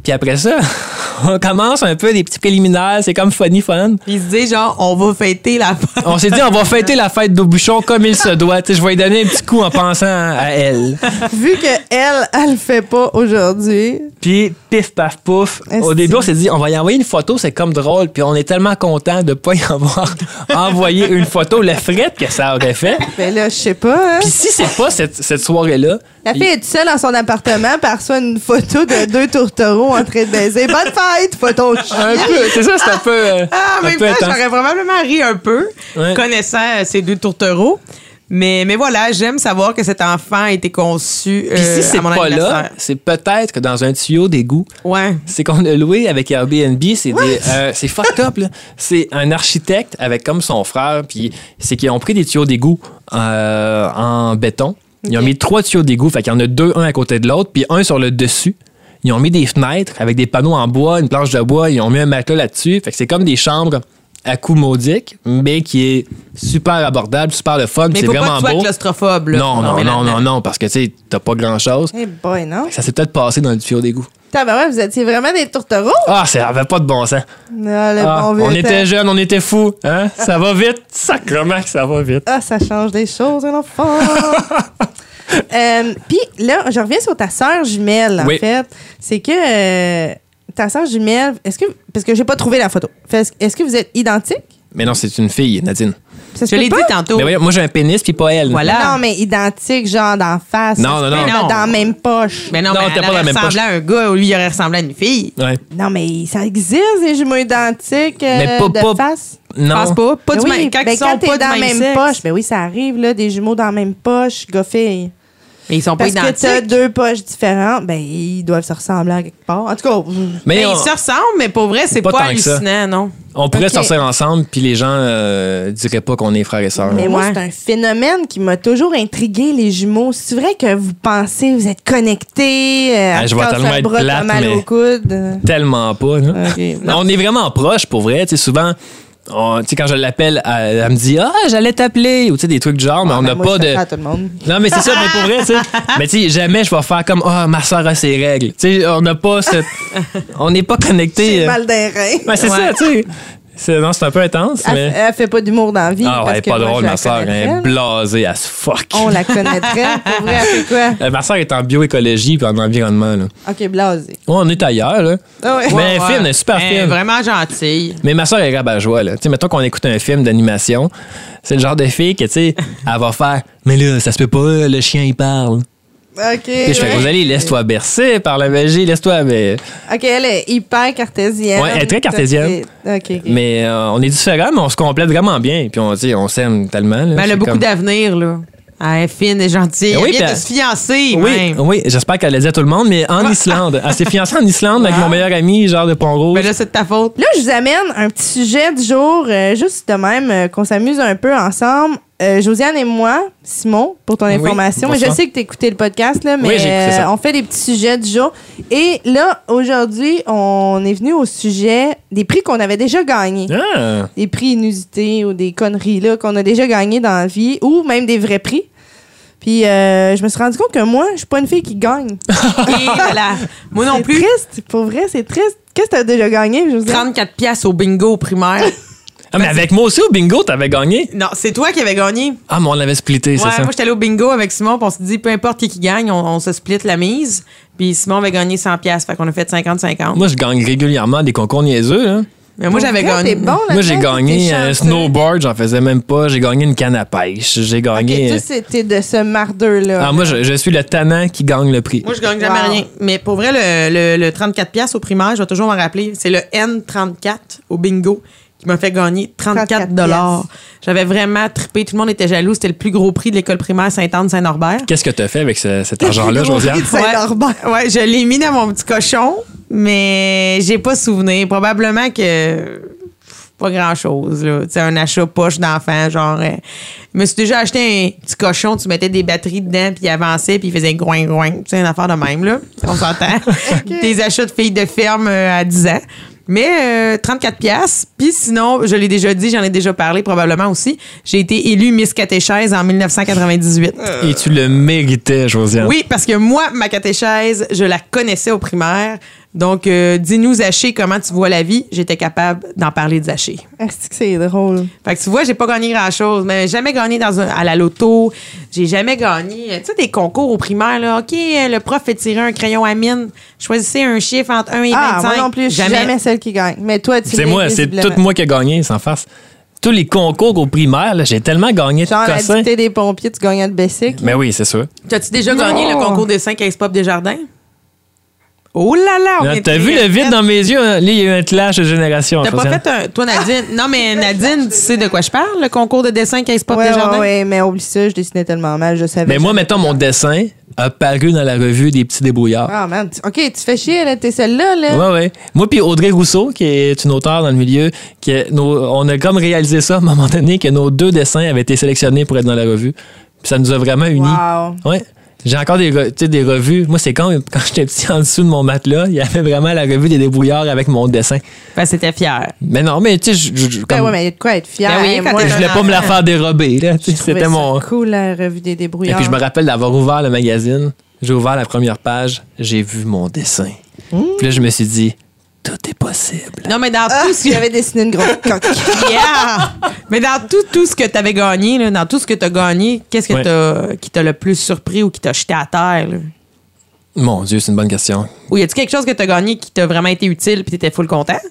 Speaker 5: Puis après ça, [laughs] on commence un peu des petits préliminaires, c'est comme funny fun.
Speaker 4: Ils se disent genre, on va fêter la fête.
Speaker 5: On s'est dit, on va fêter la fête d'au bouchon comme il se doit. Tu sais, je vais lui donner un petit coup en pensant à elle.
Speaker 3: Vu que elle, elle le fait pas aujourd'hui.
Speaker 5: Puis, pif, paf, pouf.
Speaker 3: Est-ce
Speaker 5: Au début, on s'est dit, on va y envoyer une photo, c'est comme drôle. Puis, on est tellement content de pas y avoir [laughs] envoyé une photo, le fret que ça aurait fait.
Speaker 3: Ben là, je sais pas. hein.
Speaker 5: Puis, si c'est pas cette, cette soirée-là,
Speaker 3: La fille est seule dans son appartement, par reçoit une photo de deux tourtereaux en train de baiser. Bonne fête, photo.
Speaker 5: un peu, c'est ça, c'est un peu. euh,
Speaker 4: Ah, en
Speaker 5: un
Speaker 4: même
Speaker 5: peu
Speaker 4: temps,
Speaker 5: intense.
Speaker 4: j'aurais probablement ri un peu,
Speaker 5: Ouais.
Speaker 4: connaissant euh, ces deux tourtereaux. Mais, mais voilà, j'aime savoir que cet enfant a été conçu euh,
Speaker 5: Puis, si c'est
Speaker 4: à mon
Speaker 5: pas là,
Speaker 4: anniversaire.
Speaker 5: c'est peut-être que dans un tuyau d'égout,
Speaker 4: Ouais.
Speaker 5: c'est qu'on a loué avec Airbnb, c'est des, euh, c'est fucked up là. C'est un architecte avec comme son frère, puis c'est qu'ils ont pris des tuyaux d'égout euh, en béton. Ils ont mis trois tuyaux d'égout, fait qu'il y en a deux, un à côté de l'autre, puis un sur le dessus. Ils ont mis des fenêtres avec des panneaux en bois, une planche de bois, ils ont mis un matelas là-dessus, fait que c'est comme des chambres à coût maudique, mais qui est super abordable, super le fun,
Speaker 4: Mais
Speaker 5: c'est
Speaker 4: faut pas que
Speaker 5: vraiment
Speaker 4: tu sois
Speaker 5: beau.
Speaker 4: claustrophobe. là,
Speaker 5: Non,
Speaker 4: pour
Speaker 5: non,
Speaker 4: dormir
Speaker 5: non, non,
Speaker 4: là-dedans.
Speaker 5: non, parce que tu sais, t'as pas grand chose.
Speaker 3: Eh boy, non?
Speaker 5: Ça s'est peut-être passé dans le tuyau d'égout.
Speaker 3: Putain, ben ouais, vous étiez vraiment des tourtereaux?
Speaker 5: Ah, ça avait pas de bon sens.
Speaker 3: Ah, le
Speaker 5: Ah,
Speaker 3: bon vieux
Speaker 5: on était
Speaker 3: temps.
Speaker 5: jeunes, on était fous. Hein? Ça va vite. Sacrement que ça va vite.
Speaker 3: Ah, ça change des choses, un enfant.
Speaker 5: [laughs]
Speaker 3: Euh, Puis là, je reviens sur ta sœur jumelle, en
Speaker 5: Oui.
Speaker 3: fait. C'est que euh, ta sœur jumelle, est-ce que. Parce que j'ai pas trouvé la photo. Fait- Est-ce que vous êtes identiques?
Speaker 5: Mais non, c'est une fille, Nadine.
Speaker 3: Ça se
Speaker 4: Je
Speaker 3: peut
Speaker 4: l'ai dit
Speaker 3: pas?
Speaker 4: tantôt.
Speaker 5: Mais voyons, moi j'ai un pénis puis pas elle.
Speaker 4: Voilà.
Speaker 3: Non, mais identiques, genre d'en face.
Speaker 5: Non,
Speaker 3: Ça se
Speaker 5: non,
Speaker 3: peut,
Speaker 5: non.
Speaker 3: là,
Speaker 4: Non.
Speaker 3: Dans la même poche.
Speaker 4: Mais non,
Speaker 5: Non,
Speaker 4: mais
Speaker 5: t'as
Speaker 4: elle
Speaker 5: pas la
Speaker 4: aurait
Speaker 5: même poche.
Speaker 4: ressemblé à un gars, lui, il aurait ressemblé à une fille.
Speaker 5: Ouais.
Speaker 3: Non, mais ça existe, les jumeaux identiques euh,
Speaker 5: Mais pas-
Speaker 3: de
Speaker 5: pas- Oh,
Speaker 3: face.
Speaker 5: Non.
Speaker 4: Pense pas. Pas
Speaker 3: Ben
Speaker 4: du
Speaker 3: oui,
Speaker 4: même. Quand
Speaker 3: ben
Speaker 4: ils sont
Speaker 3: t'es
Speaker 4: pas
Speaker 3: dans
Speaker 4: du
Speaker 3: la
Speaker 4: même,
Speaker 3: même
Speaker 4: sexe.
Speaker 3: poche, ben oui, ça arrive, là, des jumeaux dans la même poche, goffés.
Speaker 4: Mais ils sont pas
Speaker 3: Parce que t'as
Speaker 4: identiques.
Speaker 3: deux poches différentes, ben ils doivent se ressembler à quelque part. En tout cas, mm,
Speaker 5: Mais
Speaker 4: Mais
Speaker 5: on,
Speaker 4: ils se ressemblent, mais pour vrai, c'est
Speaker 5: Pas
Speaker 4: pas,
Speaker 5: tant que ça.
Speaker 4: hallucinant, non.
Speaker 5: on pourrait
Speaker 3: Ok.
Speaker 5: sortir ensemble puis les gens euh, diraient pas qu'on est frères et sœurs.
Speaker 3: mais moi,
Speaker 4: Ouais.
Speaker 3: c'est un phénomène qui m'a toujours intrigué, les jumeaux. C'est vrai que vous pensez, vous êtes connectés, euh,
Speaker 5: Ah, je vais
Speaker 3: quand
Speaker 5: tellement
Speaker 3: ça
Speaker 5: être
Speaker 3: brotte, t'as
Speaker 5: plate,
Speaker 3: mal
Speaker 5: mais-
Speaker 3: au coude.
Speaker 5: Tellement pas. là.
Speaker 3: Ok, non.
Speaker 5: On est vraiment proches pour vrai. Tu sais, souvent. on- tu sais, quand je l'appelle, elle, elle me dit Ah, j'allais t'appeler, ou tu sais, des trucs du genre, mais on
Speaker 3: Ben,
Speaker 5: n'a
Speaker 3: moi,
Speaker 5: pas
Speaker 3: je fais
Speaker 5: de.
Speaker 3: ça à tout le monde.
Speaker 5: Non, mais c'est ça, mais pour vrai, tu
Speaker 3: [laughs]
Speaker 5: sais. Mais tu sais, jamais je vais faire comme Ah, ma soeur a ses règles. Tu sais, on n'a
Speaker 3: [laughs]
Speaker 5: pas cette. on n'est pas connectés.
Speaker 3: J'ai
Speaker 5: euh.
Speaker 3: mal des reins.
Speaker 5: Ouais, c'est
Speaker 4: Ouais.
Speaker 5: ça, tu sais. C'est, non, c'est un peu intense,
Speaker 3: Elle,
Speaker 5: mais.
Speaker 3: elle fait pas d'humour dans la vie. euh,
Speaker 5: Ah,
Speaker 3: parce
Speaker 5: elle est
Speaker 3: que
Speaker 5: pas
Speaker 3: moi,
Speaker 5: drôle,
Speaker 3: je la
Speaker 5: ma soeur. Elle
Speaker 3: connaîtrais.
Speaker 5: est blasée as fuck.
Speaker 3: On la connaîtrait. [laughs] Pour vrai, elle fait quoi?
Speaker 5: [laughs] Euh, ma soeur est en bioécologie puis en environnement, là. Ouais,
Speaker 3: OK, blasé.
Speaker 5: on est ailleurs, là.
Speaker 3: Ah ouais.
Speaker 5: Mais elle est fine, elle est super
Speaker 4: Elle est
Speaker 5: fine.
Speaker 4: Vraiment gentille.
Speaker 5: Mais ma soeur est rabat-joie, là. Tu sais, mettons qu'on écoute un film d'animation. C'est le genre de fille que, tu sais, elle va faire Mais là, ça se peut pas, le chien, il parle.
Speaker 3: OK.
Speaker 5: Puis je fais
Speaker 3: ouais.
Speaker 5: Rosalie, laisse-toi bercer par la magie, laisse-toi. Mais,
Speaker 3: OK, elle est hyper cartésienne.
Speaker 5: Ouais, elle est très cartésienne.
Speaker 3: OK. ok.
Speaker 5: mais euh, on est différents, mais on se complète vraiment bien. Puis on, tu sais, on s'aime tellement. Là,
Speaker 3: Ben,
Speaker 4: Mais Ben, elle a
Speaker 5: C'est
Speaker 4: beaucoup
Speaker 5: comme-
Speaker 4: d'avenir, là. Elle est fine et gentille.
Speaker 5: Ben oui,
Speaker 4: elle vient
Speaker 5: puis
Speaker 4: de
Speaker 5: elle-
Speaker 4: se fiancer,
Speaker 5: Oui,
Speaker 4: même. Ah.
Speaker 5: oui, j'espère qu'elle l'a dit à tout le monde, mais en Islande. Elle s'est fiancée en Islande avec mon meilleur ami, genre de Pont-Rouge.
Speaker 4: Mais Ben là, c'est de ta faute.
Speaker 5: [laughs]
Speaker 3: Là, je vous amène un petit sujet du jour, euh, juste de même, euh, qu'on s'amuse un peu ensemble. Euh, Josiane et moi, Simon, pour ton
Speaker 5: Oui,
Speaker 3: information. Mais je
Speaker 5: bonsoir.
Speaker 3: sais que tu écouté le podcast, là, mais
Speaker 5: Oui, j'ai écouté ça.
Speaker 3: euh, on fait des petits sujets du jour. Et là, aujourd'hui, on est venu au sujet des prix qu'on avait déjà gagnés.
Speaker 5: Ah,
Speaker 3: des prix inusités ou des conneries là qu'on a déjà gagné dans la vie ou même des vrais prix. Puis euh, je me suis rendu compte que moi, je suis pas une fille qui
Speaker 4: [laughs]
Speaker 3: gagne.
Speaker 4: Et voilà. Moi non
Speaker 3: C'est
Speaker 4: plus.
Speaker 3: triste, pour vrai, c'est triste. Qu'est-ce que t'as déjà gagné, Josée?
Speaker 4: 34 pièces au bingo
Speaker 5: [laughs]
Speaker 4: primaire.
Speaker 5: Ah, mais avec moi aussi au bingo, t'avais gagné.
Speaker 4: non, c'est toi qui avais gagné.
Speaker 5: Ah, mais on l'avait splitté,
Speaker 4: Ouais,
Speaker 5: c'est ça.
Speaker 4: moi, j'étais allée au bingo avec Simon, puis on s'est dit, peu importe qui qui gagne, on, on se split la mise. Puis Simon avait gagné 100 pièces, fait qu'on a fait 50-50.
Speaker 5: Moi, je gagne régulièrement des concours niaiseux. Là.
Speaker 4: Mais moi, j'avais gagné.
Speaker 3: Bon, là-dedans,
Speaker 5: Moi, j'ai
Speaker 3: t'es
Speaker 5: gagné euh, un
Speaker 3: chanceux.
Speaker 5: snowboard, j'en faisais même pas. J'ai gagné une canne à pêche. J'ai
Speaker 3: Ok,
Speaker 5: gagné.
Speaker 3: toi,
Speaker 5: euh,
Speaker 3: c'était de ce mardeur-là.
Speaker 5: Ah, moi, je, je suis le tannant qui gagne le prix.
Speaker 4: Moi, je gagne jamais
Speaker 3: Wow.
Speaker 4: rien. Mais pour vrai, le, le, le 34 pièces au primaire, je vais toujours m'en rappeler, c'est le N34 au bingo qui m'a fait gagner 34 dollars. J'avais vraiment trippé. Tout le monde était jaloux. C'était le plus gros prix de l'école primaire Sainte-Anne-Saint-Norbert.
Speaker 5: Qu'est-ce que tu as fait avec ce-
Speaker 4: [laughs]
Speaker 5: cet argent-là, Josiane?
Speaker 3: C'est Norbert.
Speaker 4: Ouais, ouais, je l'ai mis dans mon petit cochon, mais j'ai pas souvenir. Probablement que pff, pas grand chose là Tu sais, un achat poche d'enfant genre euh, je me suis déjà acheté un petit cochon tu mettais des batteries dedans puis il avançait puis il faisait groin groin tu sais une affaire de même là on s'entend des achats de filles de ferme euh, à 10 ans mais euh, 34 pièces puis sinon je l'ai déjà dit j'en ai déjà parlé probablement aussi j'ai été élue Miss Catéchèse en 1998
Speaker 5: Et tu le méritais, Josiane.
Speaker 4: oui, parce que moi, ma catéchèse, je la connaissais au primaire. Donc, euh, dis-nous, Zaché, comment tu vois la vie? J'étais capable d'en parler de Zaché.
Speaker 3: Est-ce que c'est drôle?
Speaker 4: Fait que tu vois, j'ai pas gagné grand-chose. Mais j'ai jamais gagné dans un- à la loto. J'ai jamais gagné. euh, Tu sais, des concours au primaire, là. OK, euh, le prof fait tirer un crayon à mine. Choisissez un chiffre entre 1 et
Speaker 3: Ah,
Speaker 4: 25.
Speaker 3: moi non plus, je suis jamais. celle qui gagne. Mais toi, tu
Speaker 5: C'est
Speaker 3: l'es
Speaker 5: moi, c'est
Speaker 3: visiblement.
Speaker 5: tout moi qui ai gagné, sans farce. Tous les concours au primaire, là, j'ai tellement gagné de
Speaker 3: Genre, la
Speaker 5: cossins.
Speaker 3: dictée des pompiers, tu gagnais de Bessic.
Speaker 5: Mais oui, c'est sûr.
Speaker 4: T'as-tu déjà gagné
Speaker 3: Non.
Speaker 4: le concours des 5 à Pop des Jardins? Oh là là! on
Speaker 5: Là,
Speaker 4: est
Speaker 5: T'as vu le
Speaker 4: très
Speaker 5: vide dans mes yeux? hein? Là, il y a eu un clash de génération.
Speaker 4: T'as pas
Speaker 5: Josiane.
Speaker 4: fait
Speaker 3: euh,
Speaker 4: un.
Speaker 3: [laughs]
Speaker 4: Toi, Nadine. Non, mais Nadine, tu sais de quoi je parle, le concours de dessin qui exporte
Speaker 3: Ouais,
Speaker 4: les
Speaker 3: ouais,
Speaker 4: jardins?
Speaker 3: ouais, mais oublie ça, je dessinais tellement mal, je savais.
Speaker 5: Mais moi, mettons, mon dessin a paru dans la revue des petits débrouillards.
Speaker 3: Ah, man, tu- ok, tu fais chier, là, t'es celle-là, là.
Speaker 5: Ouais, ouais. Moi, puis Audrey Rousseau, qui est une auteure dans le milieu, qui est- nos- on a comme réalisé ça à un moment donné que nos deux dessins avaient été sélectionnés pour être dans la revue. Puis ça nous a vraiment unis.
Speaker 3: Wow.
Speaker 5: Ouais. J'ai encore des, re- tu sais, des revues. Moi, c'est quand, [laughs] quand j'étais petit en dessous de mon matelas, il y avait vraiment la revue des débrouillards avec mon dessin.
Speaker 4: Ben, c'était fier.
Speaker 5: Mais non, mais tu sais, je- je- je-
Speaker 3: Ben
Speaker 5: comme-
Speaker 3: ouais, mais il y a de quoi être fier.
Speaker 4: Ben oui, quand
Speaker 3: moi,
Speaker 4: t'es
Speaker 5: je voulais pas me
Speaker 3: [laughs]
Speaker 5: la faire dérober. là. Tu sais,
Speaker 3: je trouvais
Speaker 5: C'était
Speaker 3: ça
Speaker 5: mon.
Speaker 3: cool, la revue des
Speaker 5: Et
Speaker 3: débrouillards.
Speaker 5: puis je me rappelle d'avoir ouvert le magazine, j'ai ouvert la première page, j'ai vu mon dessin.
Speaker 4: Mmh.
Speaker 5: Puis là, je me suis dit, tout est possible.
Speaker 4: Non, mais dans
Speaker 3: Ah,
Speaker 4: tout ce que.
Speaker 3: j'avais dessiné une
Speaker 4: [laughs]
Speaker 3: grosse coque.
Speaker 4: Yeah! mais dans tout, tout ce que t'avais gagné, là, dans tout ce que t'as gagné, qu'est-ce que
Speaker 5: Ouais.
Speaker 4: t'as- qui t'a le plus surpris ou qui t'a jeté à terre? là?
Speaker 5: Mon Dieu, c'est une bonne question.
Speaker 4: Ou y a-tu quelque chose que t'as gagné qui t'a vraiment été utile puis t'étais full content? [laughs]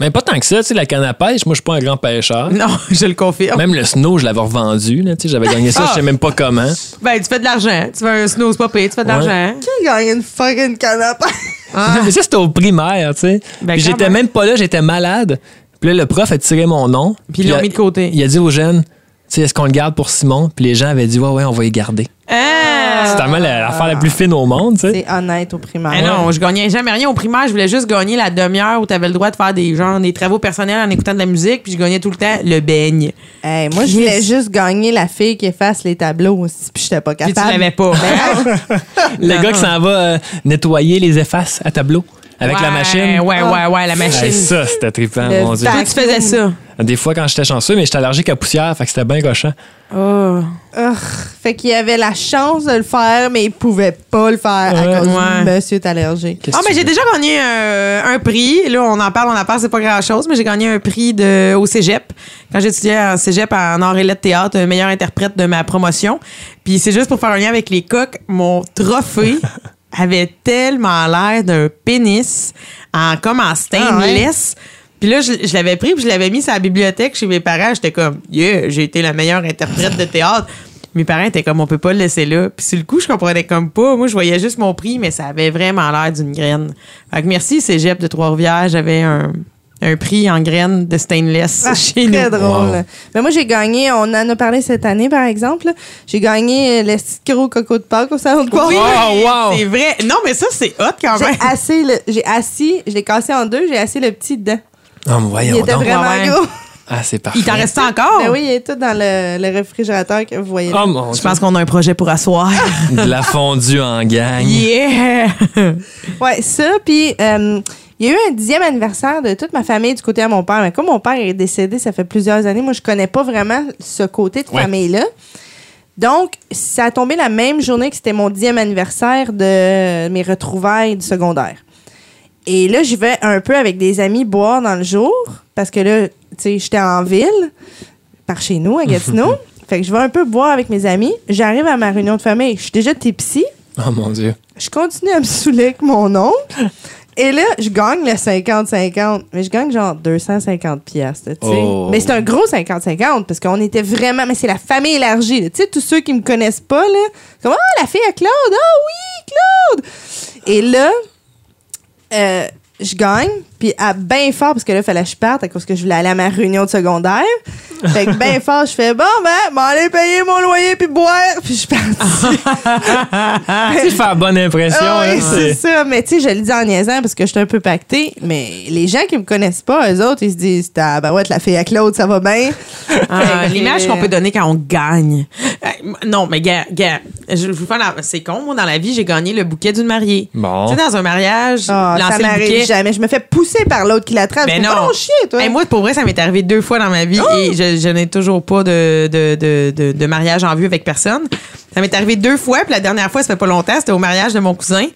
Speaker 5: Mais pas tant que ça, tu sais, la canne à pêche, moi, je suis pas un grand pêcheur.
Speaker 4: Non, je le confirme.
Speaker 5: Même le snow, je l'avais revendu. là, tu sais, J'avais gagné
Speaker 4: Ah.
Speaker 5: ça, je sais même pas comment.
Speaker 4: Ben, tu fais de l'argent. Tu fais un snow, c'est pas pire, tu fais de
Speaker 5: Ouais.
Speaker 4: l'argent.
Speaker 3: Qui gagne une fucking canapé?
Speaker 5: [laughs] Mais ça, c'était au primaire, tu sais.
Speaker 4: Ah. Ben,
Speaker 5: puis
Speaker 4: quand
Speaker 5: j'étais
Speaker 4: même.
Speaker 5: même pas là, j'étais malade. Puis là, le prof a tiré mon nom.
Speaker 4: Puis ils l'ont
Speaker 5: il a-
Speaker 4: mis de côté.
Speaker 5: Il a dit aux jeunes, tu sais, est-ce qu'on le garde pour Simon? Puis les gens avaient dit, ouais, ouais, on va y garder.
Speaker 4: Ah!
Speaker 5: C'est vraiment la- l'affaire la plus fine au monde, tu sais.
Speaker 3: C'est honnête au primaire.
Speaker 4: Ah non, je gagnais jamais rien au primaire. Je voulais juste gagner la demi-heure où tu avais le droit de faire des genre, des travaux personnels en écoutant de la musique. Puis je gagnais tout le temps le beigne.
Speaker 3: Hey, moi, je voulais juste gagner la fille qui efface les tableaux aussi, puis j'étais pas
Speaker 4: Puis
Speaker 3: capable.
Speaker 4: tu l'avais pas. Ben
Speaker 5: Le
Speaker 4: Non,
Speaker 5: gars qui
Speaker 4: non.
Speaker 5: s'en va euh, nettoyer les effaces à tableau avec la
Speaker 4: Ouais,
Speaker 5: machine.
Speaker 4: Ouais, ouais, ouais, la machine.
Speaker 5: Hey, ça, c'était trippant,
Speaker 3: Le
Speaker 5: mon Dieu.
Speaker 3: vac-
Speaker 4: Toi, tu faisais ça.
Speaker 5: Des fois, quand j'étais chanceux, mais j'étais allergique à poussière, fait que c'était bien cochant.
Speaker 4: Oh.
Speaker 3: Urgh, fait qu'il avait la chance de le faire, mais il pouvait pas le faire à
Speaker 5: Ouais.
Speaker 3: cause
Speaker 4: Ouais.
Speaker 3: du monsieur est allergique.
Speaker 5: Qu'est-ce
Speaker 4: Ah,
Speaker 5: que
Speaker 4: mais
Speaker 5: tu
Speaker 4: j'ai
Speaker 5: veux?
Speaker 4: déjà gagné euh, un prix. Là, on en parle, on en parle, c'est pas grand-chose, mais j'ai gagné un prix de, au cégep. Quand j'étudiais en cégep en art et lettres théâtre, euh, meilleur interprète de ma promotion. Puis c'est juste pour faire un lien avec les coques, mon
Speaker 5: [laughs]
Speaker 4: trophée avait tellement l'air d'un pénis en, comme en
Speaker 5: Ah
Speaker 4: stainless. Puis là, je, je l'avais pris, puis je l'avais mis à la bibliothèque chez mes parents. J'étais comme, yeah, j'ai été la meilleure interprète de théâtre. Mes parents étaient comme, on peut pas le laisser là. Puis sur le coup, je comprenais comme pas. Moi, je voyais juste mon prix, mais ça avait vraiment l'air d'une graine. Fait que merci, Cégep de Trois-Rivières. J'avais un, un prix en graines de stainless
Speaker 3: Ah,
Speaker 4: chez
Speaker 3: très
Speaker 4: nous.
Speaker 3: drôle.
Speaker 5: Wow.
Speaker 3: Mais moi, j'ai gagné, on en a parlé cette année, par exemple. là. J'ai gagné euh, le petit gros coco de Pâques au salon de coiffure.
Speaker 4: Oui,
Speaker 5: Wow, wow.
Speaker 4: c'est vrai. Non, mais ça, c'est hot quand même. [laughs]
Speaker 3: J'ai assis, le- j'ai assis, je l'ai cassé en deux, j'ai assis le petit dedans.
Speaker 5: Ah, mais
Speaker 3: Il
Speaker 5: voyons
Speaker 3: était
Speaker 5: donc.
Speaker 3: vraiment
Speaker 4: Ouais, Oh. ouais.
Speaker 3: gros.
Speaker 5: Ah, c'est parfait.
Speaker 4: Il t'en restait encore?
Speaker 3: Ben oui, il est tout dans le, le réfrigérateur que vous voyez. là.
Speaker 5: Oh mon
Speaker 4: Je pense qu'on a un projet pour asseoir.
Speaker 3: [laughs]
Speaker 5: Dieu. De la fondue en gang.
Speaker 4: [laughs] yeah!
Speaker 3: Ouais, ça, puis euh, il y a eu un dixième anniversaire de toute ma famille du côté à mon père. Mais comme mon père est décédé, ça fait plusieurs années, moi, je connais pas vraiment ce côté de
Speaker 5: Ouais.
Speaker 3: famille-là. Donc, ça a tombé la même journée que c'était mon dixième anniversaire de mes retrouvailles du secondaire. Et là, je vais un peu avec des amis boire dans le jour, parce que là, tu sais, j'étais en ville, par chez nous, à Gatineau. fait que je vais un peu boire avec mes amis. J'arrive à ma réunion de famille. Je suis déjà tipsy.
Speaker 5: Oh mon Dieu.
Speaker 3: Je continue à me saouler avec mon oncle. Et là, je gagne le 50-50, mais je gagne genre 250 pièces, tu sais.
Speaker 5: Oh.
Speaker 3: Mais c'est un gros 50-50 parce qu'on était vraiment mais c'est la famille élargie, là. tu sais tous ceux qui me connaissent pas là, c'est comme ah la fille à Claude, ah oui, Claude. Et là euh, je gagne, puis à bien fort, parce que là, fallait que je parte à cause que je voulais aller à ma réunion de secondaire. Fait que bien fort, je fais bon, ben, m'en aller payer mon loyer, puis boire, puis je suis partie.
Speaker 5: Ah,
Speaker 1: Tu sais, faire bonne impression.
Speaker 3: Ah
Speaker 5: hein,
Speaker 1: là,
Speaker 3: oui, c'est
Speaker 1: c'est-
Speaker 3: ça. Mais tu sais, je le dis en niaisant parce que je suis un peu pactée. Mais les gens qui me connaissent pas, eux autres, ils se disent Ah, ben ouais, la fille à Claude, ça va bien.
Speaker 4: Ah,
Speaker 3: Fait que-
Speaker 4: L'image qu'on peut donner quand on gagne. Euh, non, mais gars, gars, je vous fais la- c'est con. Moi, dans la vie, j'ai gagné le bouquet d'une mariée.
Speaker 5: Bon.
Speaker 4: Tu sais, dans un mariage,
Speaker 3: Ah, ça
Speaker 4: lancer le
Speaker 3: m'arrive
Speaker 4: bouquet.
Speaker 3: jamais. Je me fais pousser par l'autre qui la trace.
Speaker 4: Mais
Speaker 3: Je fais,
Speaker 4: non.
Speaker 3: Allons chier, toi.
Speaker 4: Hey, moi, pour vrai, ça m'est arrivé deux fois dans ma vie
Speaker 5: Oh!
Speaker 4: et je, je n'ai toujours pas de, de, de, de, de mariage en vue avec personne. Ça m'est arrivé deux fois, puis la dernière fois, ça fait pas longtemps, c'était au mariage de mon cousin.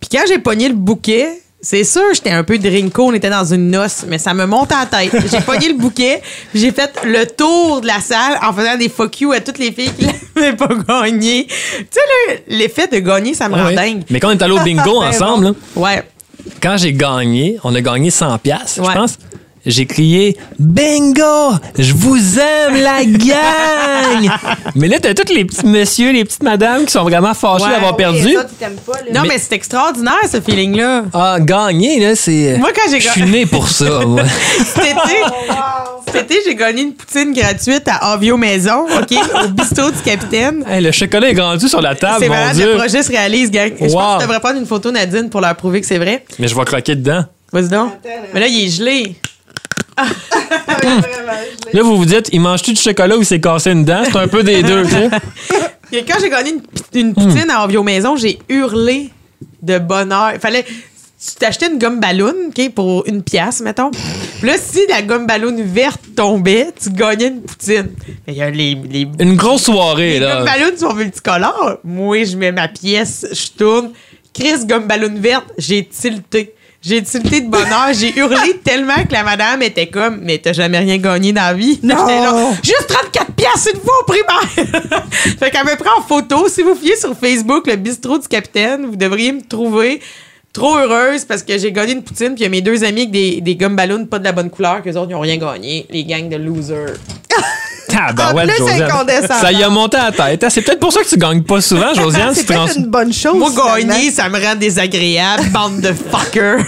Speaker 4: Puis quand j'ai pogné le bouquet, c'est sûr, j'étais un peu drinko, on était dans une noce, mais ça me monte en tête.
Speaker 5: [laughs]
Speaker 4: J'ai pogné le bouquet, puis j'ai fait le tour de la salle en faisant des fuck you à toutes les filles qui [laughs] l'avaient pas gagné. Tu sais, là, l'effet de gagner, ça me rend
Speaker 5: Ouais.
Speaker 4: dingue.
Speaker 5: Ah, Mais quand on est allé au
Speaker 4: [laughs]
Speaker 5: bingo ensemble, là,
Speaker 4: Ouais.
Speaker 5: quand j'ai gagné, on a gagné 100 pièces,
Speaker 4: Ouais.
Speaker 5: je pense. J'ai crié Bingo! Je vous
Speaker 4: [laughs]
Speaker 5: aime la gang! Mais là, t'as tous les petits messieurs, les petites madames qui sont vraiment fâchés
Speaker 4: Ouais.
Speaker 5: d'avoir perdu.
Speaker 4: Non, mais, c'est extraordinaire, ce feeling-là.
Speaker 5: Ah, gagner, là, c'est. euh,
Speaker 4: Moi, quand j'ai
Speaker 5: Je suis
Speaker 4: gagné-
Speaker 5: né
Speaker 4: [laughs]
Speaker 5: pour ça, moi.
Speaker 4: Cet été,
Speaker 5: [laughs]
Speaker 4: cet été, j'ai gagné une poutine gratuite à Avio Maison, OK, au bistrot du capitaine.
Speaker 5: Hey, le chocolat est grandi sur la table,
Speaker 4: C'est
Speaker 5: Ah, mon
Speaker 4: malade, le
Speaker 5: Dieu.
Speaker 4: projet se réalise, gang. Je pense
Speaker 5: Wow.
Speaker 4: que tu devrais prendre une photo, Nadine, pour leur prouver que c'est vrai.
Speaker 5: Mais je vais croquer dedans.
Speaker 4: Vas-y donc. Mais là, il est gelé. Hum.
Speaker 5: Là, vous vous dites, il mange-tu du chocolat ou il s'est cassé une dent? C'est un
Speaker 4: [laughs]
Speaker 5: peu des deux, tu sais.
Speaker 4: Et quand j'ai gagné une, pi-
Speaker 5: Hmm.
Speaker 4: une poutine à Avio Maison, j'ai hurlé de bonheur. Fallait. Tu t'achetais une gomme ballon, OK, pour une pièce, mettons. Puis là, si la gomme ballon verte tombait, tu gagnais une poutine. Mais il y a les- les
Speaker 5: Une grosse soirée,
Speaker 4: Les
Speaker 5: là.
Speaker 4: gomme ballons sont multicolores. Moi, je mets ma pièce, je tourne. Chris gomme ballon verte, j'ai tilté. J'ai tilté de bonheur, j'ai hurlé tellement que la madame était comme mais t'as jamais rien gagné dans la vie. Là,
Speaker 3: Non.
Speaker 4: j'étais là, juste 34 pièces une fois au primaire. [laughs] fait qu'elle me prend en photo, si vous fiez sur Facebook le bistrot du capitaine, vous devriez me trouver trop heureuse parce que j'ai gagné une poutine puis il y a mes deux amis avec des des gomme ballons pas de la bonne couleur que autres ils ont rien gagné, les gangs de losers.
Speaker 5: Tabarouette,
Speaker 3: En plus, c'est
Speaker 5: Josiane.
Speaker 3: condescendant.
Speaker 5: Ça y a monté à la tête. hein. C'est peut-être pour ça que tu gagnes
Speaker 4: [laughs]
Speaker 5: pas souvent, Josiane.
Speaker 3: c'est
Speaker 5: tu trans-
Speaker 3: peut-être une bonne chose.
Speaker 4: Moi,
Speaker 3: finalement.
Speaker 4: gagner, ça me rend désagréable, bande de fuckers.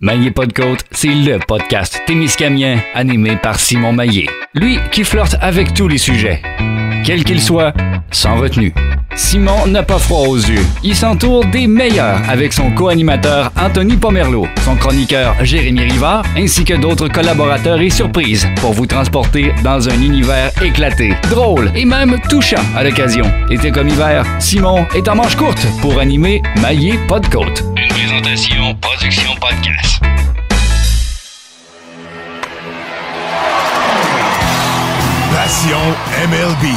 Speaker 8: Maillé pas de côte, c'est le podcast témiscamien animé par Simon Maillé. Lui qui flirte avec tous les sujets, quels qu'ils soient, sans retenue. Simon n'a pas froid aux yeux. Il s'entoure des meilleurs avec son co-animateur Anthony Pomerleau, son chroniqueur Jérémy Rivard, ainsi que d'autres collaborateurs et surprises pour vous transporter dans un univers éclaté, drôle et même touchant à l'occasion. Été comme hiver, Simon est en manche courte pour animer Maillé pas de côte. Une présentation Production Podcast.
Speaker 6: Passion MLB.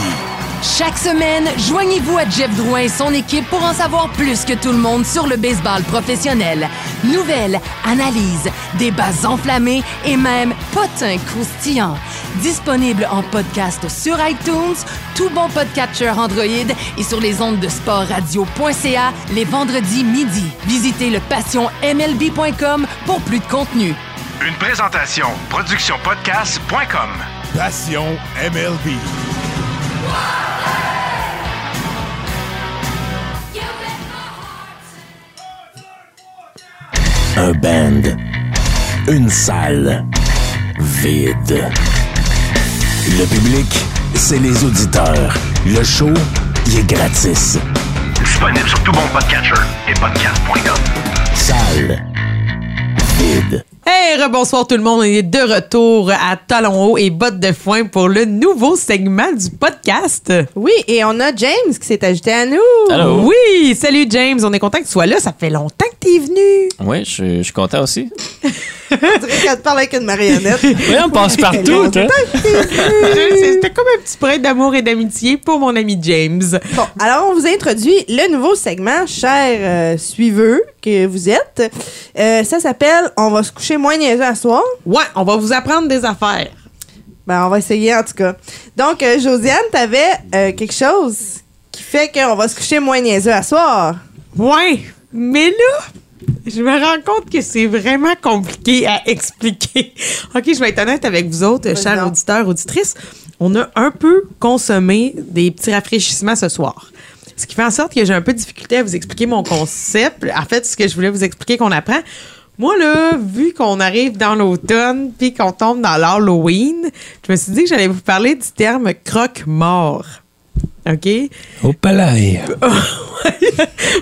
Speaker 9: Chaque semaine, joignez-vous à Jeff Drouin et son équipe pour en savoir plus que tout le monde sur le baseball professionnel. Nouvelles, analyses, débats enflammés et même potins croustillants. Disponible en podcast sur iTunes, tout bon podcatcher Android et sur les ondes de sportradio.ca les vendredis midi. Visitez le passionmlb.com pour plus de contenu.
Speaker 6: Une présentation productionpodcast.com. Passion MLB.
Speaker 10: Un band. Une salle. Vide. Le public, c'est les auditeurs. Le show, il est gratis.
Speaker 6: Disponible sur tout bon podcatcher et podcast.com.
Speaker 10: Salle. Vide.
Speaker 4: [laughs] Hey, rebonsoir tout le monde. On est de retour à Talon Haut et Bottes de Foin pour le nouveau segment du podcast.
Speaker 3: Oui, et on a James qui s'est ajouté à nous.
Speaker 11: Allô?
Speaker 4: Oui, salut James. On est content que tu sois là. Ça fait longtemps que t'es venu.
Speaker 11: Oui, je, je suis content aussi.
Speaker 3: On dirait qu'elle te parle avec une
Speaker 4: [laughs]
Speaker 3: marionnette.
Speaker 5: Ouais, on passe partout. hein.
Speaker 4: Je sais, [laughs] C'était comme un petit prêt d'amour et d'amitié pour mon ami James.
Speaker 3: Bon, alors on vous introduit le nouveau segment, chers euh, suiveux que vous êtes. Euh, ça s'appelle On va se coucher moins niaiseux à soir.
Speaker 4: Ouais, on va vous apprendre des affaires.
Speaker 3: Ben, on va essayer en tout cas. Donc, euh, Josiane, t'avais euh, quelque chose qui fait qu'on va se coucher moins niaiseux à soir.
Speaker 4: Ouais, mais là, Je me rends compte que c'est vraiment compliqué à [laughs] expliquer. OK, je vais être honnête avec vous autres, chers
Speaker 3: non.
Speaker 4: auditeurs, auditrices. On a un peu consommé des petits rafraîchissements ce soir. Ce qui fait en sorte que j'ai un peu de difficulté à vous expliquer mon concept. En fait, ce que je voulais vous expliquer qu'on apprend. Moi, là, vu qu'on arrive dans l'automne puis qu'on tombe dans l'Halloween, je me suis dit que j'allais vous parler du terme croque-mort. OK?
Speaker 1: Au palais.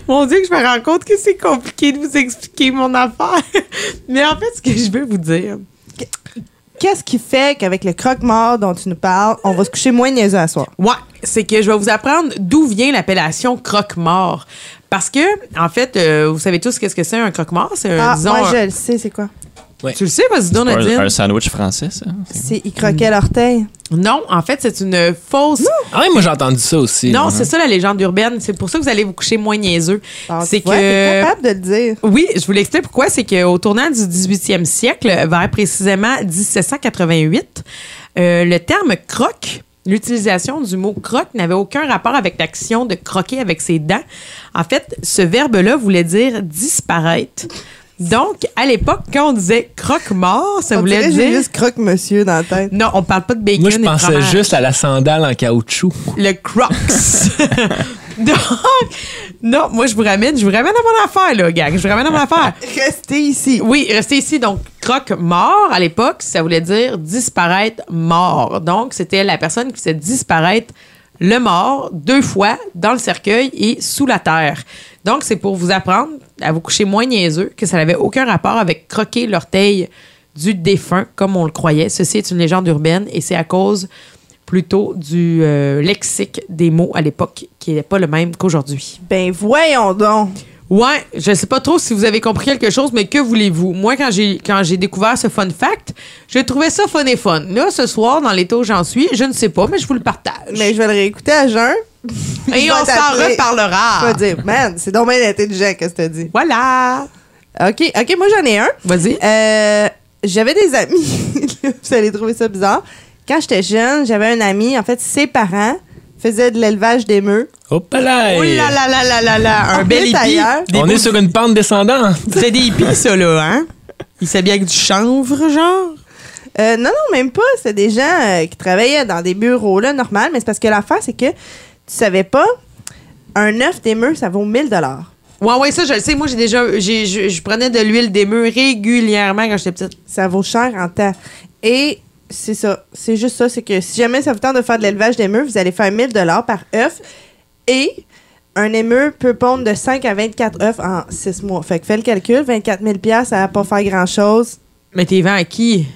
Speaker 4: Mon Dieu, que je me rends compte que c'est compliqué de vous expliquer mon affaire. [laughs] Mais en fait, ce que je veux vous dire,
Speaker 3: Qu'est-ce qui fait qu'avec le croque-mort dont tu nous parles, on va se coucher moins niaiseux à soir?
Speaker 4: ouais, c'est que je vais vous apprendre d'où vient l'appellation croque-mort. Parce que, en fait, euh, vous savez tous qu'est-ce que c'est un croque-mort? C'est un,
Speaker 3: Ah,
Speaker 4: Euh, disons,
Speaker 3: moi,
Speaker 4: un-
Speaker 3: je le sais, c'est quoi?
Speaker 4: Tu le sais, vas-y, donc,
Speaker 11: Un,
Speaker 4: Nadine.
Speaker 11: un sandwich français, ça?
Speaker 3: C'est il
Speaker 4: Mm.
Speaker 3: croquait l'orteil.
Speaker 4: Non, en fait, c'est une fausse...
Speaker 5: Ah ouais, moi j'ai entendu ça aussi.
Speaker 4: Non,
Speaker 5: Ouais.
Speaker 4: c'est ça la légende urbaine. C'est pour ça que vous allez vous coucher moins niaiseux.
Speaker 3: Ah,
Speaker 4: c'est
Speaker 3: tu vois, t'es
Speaker 4: que...
Speaker 3: capable de le dire.
Speaker 4: Oui, je vous l'explique pourquoi. C'est qu'au tournant du 18e siècle, vers précisément 1788, euh, le terme croque, l'utilisation du mot croque n'avait aucun rapport avec l'action de croquer avec ses dents. En fait, ce verbe-là voulait dire disparaître. Donc, à l'époque, quand on disait croque-mort, ça
Speaker 3: On
Speaker 4: voulait
Speaker 3: dirait que j'ai
Speaker 4: dire.
Speaker 3: juste croque-monsieur dans la
Speaker 4: [laughs]
Speaker 3: tête.
Speaker 4: Non, on parle pas de bacon.
Speaker 5: Moi je
Speaker 4: et de
Speaker 5: pensais
Speaker 4: fromage.
Speaker 5: juste à la sandale en caoutchouc.
Speaker 4: Le Crocs. [laughs] Donc, non, moi, je vous ramène, je vous ramène à mon affaire, là, gang. Je vous ramène à mon affaire.
Speaker 3: Restez ici.
Speaker 4: Oui, rester ici. Donc, croque mort à l'époque, ça voulait dire disparaître mort. Donc, c'était la personne qui faisait disparaître le mort deux fois dans le cercueil et sous la terre. Donc, c'est pour vous apprendre à vous coucher moins niaiseux que ça n'avait aucun rapport avec croquer l'orteil du défunt comme on le croyait. Ceci est une légende urbaine et c'est à cause plutôt du euh, lexique des mots à l'époque qui n'est pas le même qu'aujourd'hui.
Speaker 3: Ben voyons donc.
Speaker 4: Ouais, je sais pas trop si vous avez compris quelque chose, mais que voulez-vous? Moi, quand j'ai quand j'ai découvert ce fun fact, j'ai trouvé ça fun et fun. Là, ce soir, dans l'état où j'en suis, je ne sais pas, mais je vous le partage.
Speaker 3: Mais je vais le réécouter à jeun.
Speaker 4: et
Speaker 3: je
Speaker 4: on
Speaker 3: vais
Speaker 4: s'en
Speaker 3: t'appeler. Je
Speaker 4: reparlera.
Speaker 3: vais dire, man, c'est donc bien intelligent que tu as dit.
Speaker 4: Voilà.
Speaker 3: OK, OK, moi j'en ai un.
Speaker 4: Vas-y.
Speaker 3: Euh, j'avais des amis, [laughs] vous allez trouver ça bizarre. Quand j'étais jeune, j'avais un ami, en fait, ses parents faisaient de l'élevage d'émeux.
Speaker 5: Au palais.
Speaker 4: Oh là là là là là là, un
Speaker 3: On
Speaker 4: bel
Speaker 3: est
Speaker 4: hippie.
Speaker 3: ailleurs.
Speaker 4: Des
Speaker 5: On
Speaker 4: beaux-
Speaker 5: est sur une pente descendante.
Speaker 4: C'était des hippies, ça, là, hein? Ils s'habillaient avec du chanvre, genre.
Speaker 3: Euh, non, non, même pas. C'est des gens euh, qui travaillaient dans des bureaux, là, normal. Mais c'est parce que l'affaire, c'est que tu savais pas, un œuf d'émeu, ça vaut 1000
Speaker 4: Ouais, ouais, ça, je le sais. Moi, j'ai déjà. j'ai- Je je prenais de l'huile d'émeu régulièrement quand j'étais petite.
Speaker 3: ça vaut cher en temps. Et c'est ça, c'est juste ça, c'est que si jamais ça vous tente de faire de l'élevage d'émeux, vous allez faire 1000 dollars par œuf et un émeu peut pondre de 5 à 24 œufs en 6 mois. Fait que fais le calcul, 24 000 pièces, ça va pas faire grand-chose.
Speaker 4: Mais t'es vend à qui?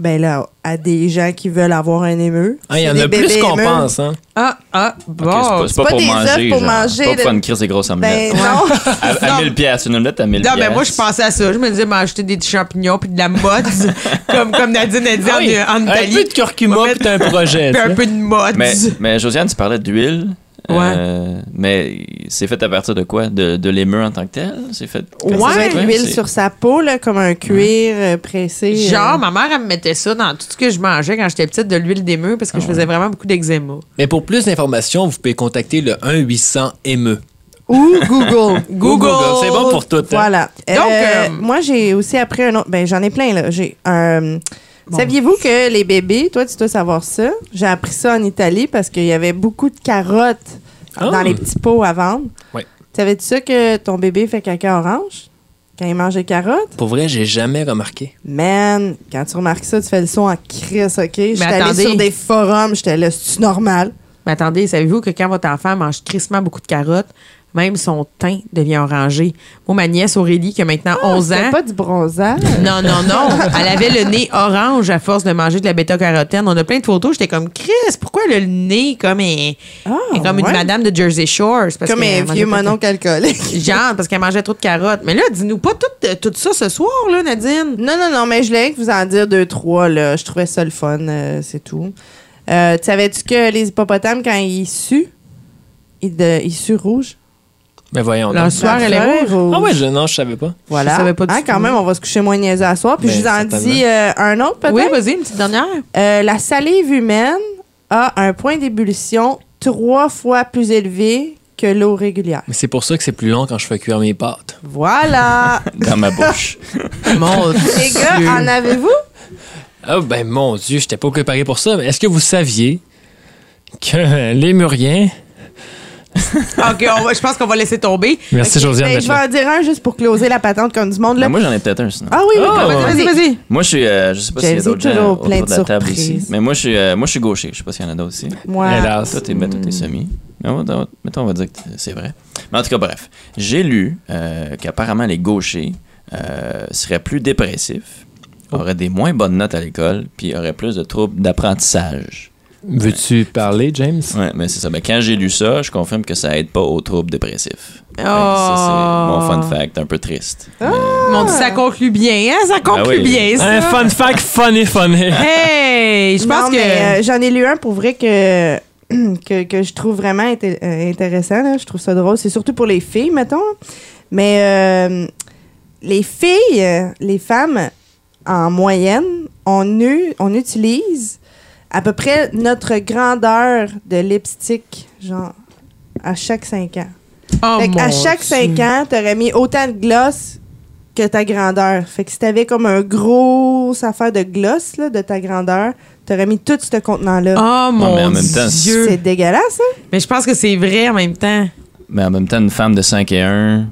Speaker 3: Ben là, à des gens qui veulent avoir un émeu.
Speaker 5: Ah, Il y
Speaker 3: C'est
Speaker 5: en a
Speaker 3: des
Speaker 5: plus
Speaker 3: bébés
Speaker 5: qu'on
Speaker 3: émeus.
Speaker 5: pense. Hein.
Speaker 4: Ah, ah,
Speaker 11: Ok,
Speaker 4: bon.
Speaker 11: c'est pas,
Speaker 3: pas des
Speaker 11: pour
Speaker 3: œufs
Speaker 11: manger.
Speaker 3: pour
Speaker 11: genre.
Speaker 3: manger,
Speaker 11: C'est Pas pour
Speaker 3: là.
Speaker 11: faire une crise des grosses omelettes.
Speaker 3: Ben non. [laughs]
Speaker 11: à, à 1000 piastres, une omelette à 1000
Speaker 4: Non, mais moi, je
Speaker 11: piastres.
Speaker 4: pensais à ça. Je me disais, m'acheter des petits champignons puis de la motte, [laughs] comme, comme Nadine a dit en-
Speaker 5: Ah Oui.
Speaker 11: Ah
Speaker 4: en,
Speaker 5: un
Speaker 4: Italie.
Speaker 5: peu de curcuma, puis t'as un projet.
Speaker 4: Puis [laughs]
Speaker 5: ça.
Speaker 4: un peu de motte.
Speaker 11: hein. Mais, mais Josiane, tu parlais d'huile.
Speaker 4: Ouais.
Speaker 11: Euh, mais c'est fait à partir de quoi De, de l'émeu en tant que tel C'est fait.
Speaker 4: Ouais,
Speaker 3: Ça va être l'huile
Speaker 11: c'est-
Speaker 3: sur sa peau, là, comme un cuir euh, pressé. euh.
Speaker 4: Genre, ma mère, elle me mettait ça dans tout ce que je mangeais quand j'étais petite, de l'huile d'émeu, parce que
Speaker 3: Ah
Speaker 4: je faisais vraiment beaucoup d'eczéma.
Speaker 5: Mais pour plus d'informations, vous pouvez contacter le 1-800-ME.
Speaker 3: Ou
Speaker 5: [laughs]
Speaker 3: Google.
Speaker 4: Google.
Speaker 5: C'est bon pour tout. hein.
Speaker 3: Voilà.
Speaker 4: Donc,
Speaker 3: Euh,
Speaker 4: euh,
Speaker 3: moi, j'ai aussi appris un autre. Ben, j'en ai plein, là. J'ai un. Saviez-vous que les bébés, toi, tu dois savoir ça. J'ai appris ça en Italie parce qu'il y avait beaucoup de carottes
Speaker 5: Ah.
Speaker 3: dans les petits pots à vendre.
Speaker 5: Ouais.
Speaker 3: Savais-tu ça que ton bébé fait caca orange quand il mange des carottes?
Speaker 5: Pour vrai, j'ai jamais remarqué.
Speaker 3: Man, quand tu remarques ça, tu fais le son en crise, OK? J'étais allée
Speaker 4: attendez.
Speaker 3: sur des forums, j'étais là, c'est normal.
Speaker 4: Mais attendez, savez-vous que quand votre enfant mange crissement beaucoup de carottes, même son teint devient orangé? Moi, ma nièce Aurélie, qui a maintenant 11
Speaker 3: C'était
Speaker 4: ans,
Speaker 3: Ah, pas du bronzage.
Speaker 4: Non, non,
Speaker 3: [laughs]
Speaker 4: non. Elle avait le nez orange à force de manger de la bêta-carotène. On a plein de photos. J'étais comme, Chris, pourquoi le nez comme, un- est comme
Speaker 3: Ah, ouais.
Speaker 4: une madame de Jersey Shore? C'est parce
Speaker 3: Comme
Speaker 4: qu'elle
Speaker 3: un
Speaker 4: mangeait
Speaker 3: vieux
Speaker 4: pas de-
Speaker 3: mononcle alcoolique.
Speaker 4: Genre, parce qu'elle mangeait trop de carottes. Mais là, dis-nous pas tout, euh, tout ça ce soir, là, Nadine.
Speaker 3: Non, non, non, mais je voulais vous en dire deux, trois. Là. Je trouvais ça le fun, euh, c'est tout. Euh, tu Savais-tu que les hippopotames, quand ils suent, ils, de- ils suent rouge?
Speaker 5: Mais Ben, voyons.
Speaker 4: Le
Speaker 5: donc.
Speaker 4: soir,
Speaker 3: La
Speaker 4: elle
Speaker 3: fleur
Speaker 4: est rouge.
Speaker 5: Ah ouais, je, non, je savais pas.
Speaker 3: Voilà.
Speaker 4: je savais pas du
Speaker 3: Hein,
Speaker 4: tout.
Speaker 3: quand même, on va se coucher moins niaiseux à soir. Puis
Speaker 5: Ben,
Speaker 3: je vous en dis
Speaker 5: certainement.
Speaker 3: euh, un autre, peut-être.
Speaker 4: Oui, vas-y, une petite dernière.
Speaker 3: Euh, la salive humaine a un point d'ébullition trois fois plus élevé que l'eau régulière.
Speaker 5: Mais c'est pour ça que c'est plus long quand je fais cuire mes pâtes.
Speaker 3: Voilà. [laughs]
Speaker 11: Dans ma bouche.
Speaker 5: [laughs] Mon Dieu.
Speaker 3: Les gars, en avez-vous?
Speaker 5: Ah ben mon Dieu, j'étais pas préparé pour ça. Mais est-ce que vous saviez que [laughs] les Muriens...
Speaker 4: OK, on va- je pense qu'on va laisser tomber.
Speaker 5: Merci
Speaker 3: Ok,
Speaker 5: Josiane
Speaker 3: ben,
Speaker 5: d'être
Speaker 3: Je vais
Speaker 5: là.
Speaker 3: en dire un juste pour closer la patente comme du monde. Là.
Speaker 11: Ben, moi, j'en ai peut-être un sinon.
Speaker 3: ah oui, oui,
Speaker 5: Oh!
Speaker 3: vas-y, vas-y.
Speaker 11: Moi, je suis. euh, je sais pas s'il y a
Speaker 3: Jay-Z,
Speaker 11: d'autres gens
Speaker 3: toujours
Speaker 11: autour
Speaker 3: plein de
Speaker 11: de la table
Speaker 3: surprises.
Speaker 11: ici. Mais moi, je suis, euh, moi, je suis gaucher. Je sais pas s'il y en a d'autres ici.
Speaker 3: Moi,
Speaker 5: Hélas.
Speaker 11: Toi, t'es, ben, toi,
Speaker 4: Hmm.
Speaker 11: t'es semi. Mais on va- mettons, on va dire que c'est vrai. Mais en tout cas, bref. J'ai lu euh, qu'apparemment, les gauchers euh, seraient plus dépressifs,
Speaker 4: Oh.
Speaker 11: auraient des moins bonnes notes à l'école, puis auraient plus de troubles d'apprentissage.
Speaker 5: Veux-tu parler, James?
Speaker 11: Ouais, mais c'est ça. Ben, quand j'ai lu ça, je confirme que ça aide pas aux troubles dépressifs. Fait
Speaker 4: Oh.
Speaker 11: que
Speaker 4: Ah.
Speaker 11: Ça, c'est mon fun fact, un peu triste.
Speaker 4: Mon Dieu, ça conclut bien, hein? Ça conclut
Speaker 11: oui.
Speaker 4: bien, ça.
Speaker 5: Un fun fact funny funny.
Speaker 4: Hein? Hey! Je pense
Speaker 3: non,
Speaker 4: que.
Speaker 3: mais, euh, j'en ai lu un pour vrai que [clears throat] que, que je trouve vraiment inté- euh, intéressant. là. Je trouve ça drôle. C'est surtout pour les filles, mettons. Mais euh, les filles, euh, les femmes, en moyenne, on, eu- on utilise à peu près notre grandeur de lipstick, genre, à chaque cinq ans.
Speaker 4: Oh,
Speaker 3: euh, Fait que à
Speaker 4: mon
Speaker 3: chaque
Speaker 4: Dieu.
Speaker 3: 5 ans, t'aurais mis autant de gloss que ta grandeur. Fait que si t'avais comme un gros affaire de gloss là, de ta grandeur, t'aurais mis tout ce contenant-là.
Speaker 4: Oh mon
Speaker 11: Ouais, mais en même temps,
Speaker 4: Dieu.
Speaker 3: C'est dégueulasse, hein?
Speaker 4: Mais je pense que c'est vrai en même temps.
Speaker 11: Mais en même temps, une femme de 5 et 1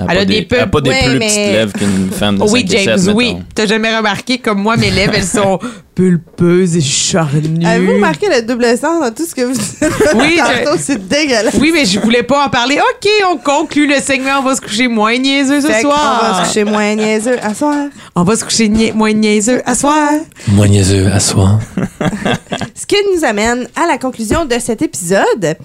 Speaker 11: elle
Speaker 4: Elle a des
Speaker 11: elle a
Speaker 4: peu-
Speaker 11: pas des
Speaker 3: ouais,
Speaker 11: plus
Speaker 3: mais-
Speaker 11: petites lèvres qu'une femme de
Speaker 4: Oh
Speaker 11: 5
Speaker 4: oui,
Speaker 11: et 7,
Speaker 4: James,
Speaker 11: mettons.
Speaker 4: oui. T'as jamais remarqué comme moi, mes lèvres, elles sont pulpeuses et charnues.
Speaker 3: Avez-vous remarqué le double sens dans tout ce que
Speaker 4: [laughs]
Speaker 3: vous dites?
Speaker 4: Oui,
Speaker 3: Tantôt,
Speaker 4: je-
Speaker 3: c'est dégueulasse.
Speaker 4: Oui, mais je voulais pas en parler. OK, on conclut le segment. On va se coucher moins niaiseux ce
Speaker 3: Fait qu'on
Speaker 4: soir.
Speaker 3: va se coucher moins niaiseux à soir.
Speaker 4: On va se coucher nia- moins niaiseux à soir.
Speaker 5: Moi niaiseux, à soi.
Speaker 3: Ce qui nous amène à la conclusion de cet épisode.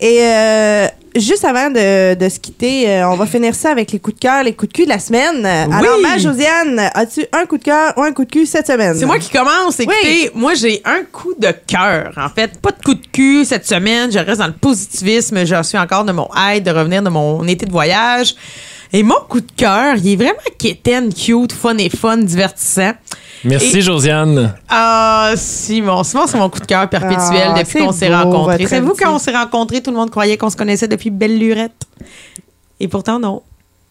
Speaker 3: Et euh, juste avant de, de se quitter, euh, on va finir ça avec les coups de cœur, les coups de cul de la semaine. Alors, ma Josiane, as-tu un coup de cœur ou un coup de cul cette semaine?
Speaker 4: C'est moi qui commence. Écoutez, moi, j'ai un coup de cœur, en fait. Pas de coup de cul cette semaine. Je reste dans le positivisme. Je suis encore de mon hâte de revenir de mon été de voyage. Et mon coup de cœur, il est vraiment quétaine, cute, fun et fun, divertissant.
Speaker 5: Merci
Speaker 4: Et-
Speaker 5: Josiane.
Speaker 4: Ah, Simon. Simon, c'est mon coup de cœur perpétuel
Speaker 3: Ah,
Speaker 4: depuis
Speaker 3: c'est
Speaker 4: qu'on s'est
Speaker 3: beau,
Speaker 4: rencontrés.
Speaker 3: votre
Speaker 4: C'est vous
Speaker 3: amitié.
Speaker 4: quand on s'est rencontrés, tout le monde croyait qu'on se connaissait depuis belle lurette. Et pourtant, non.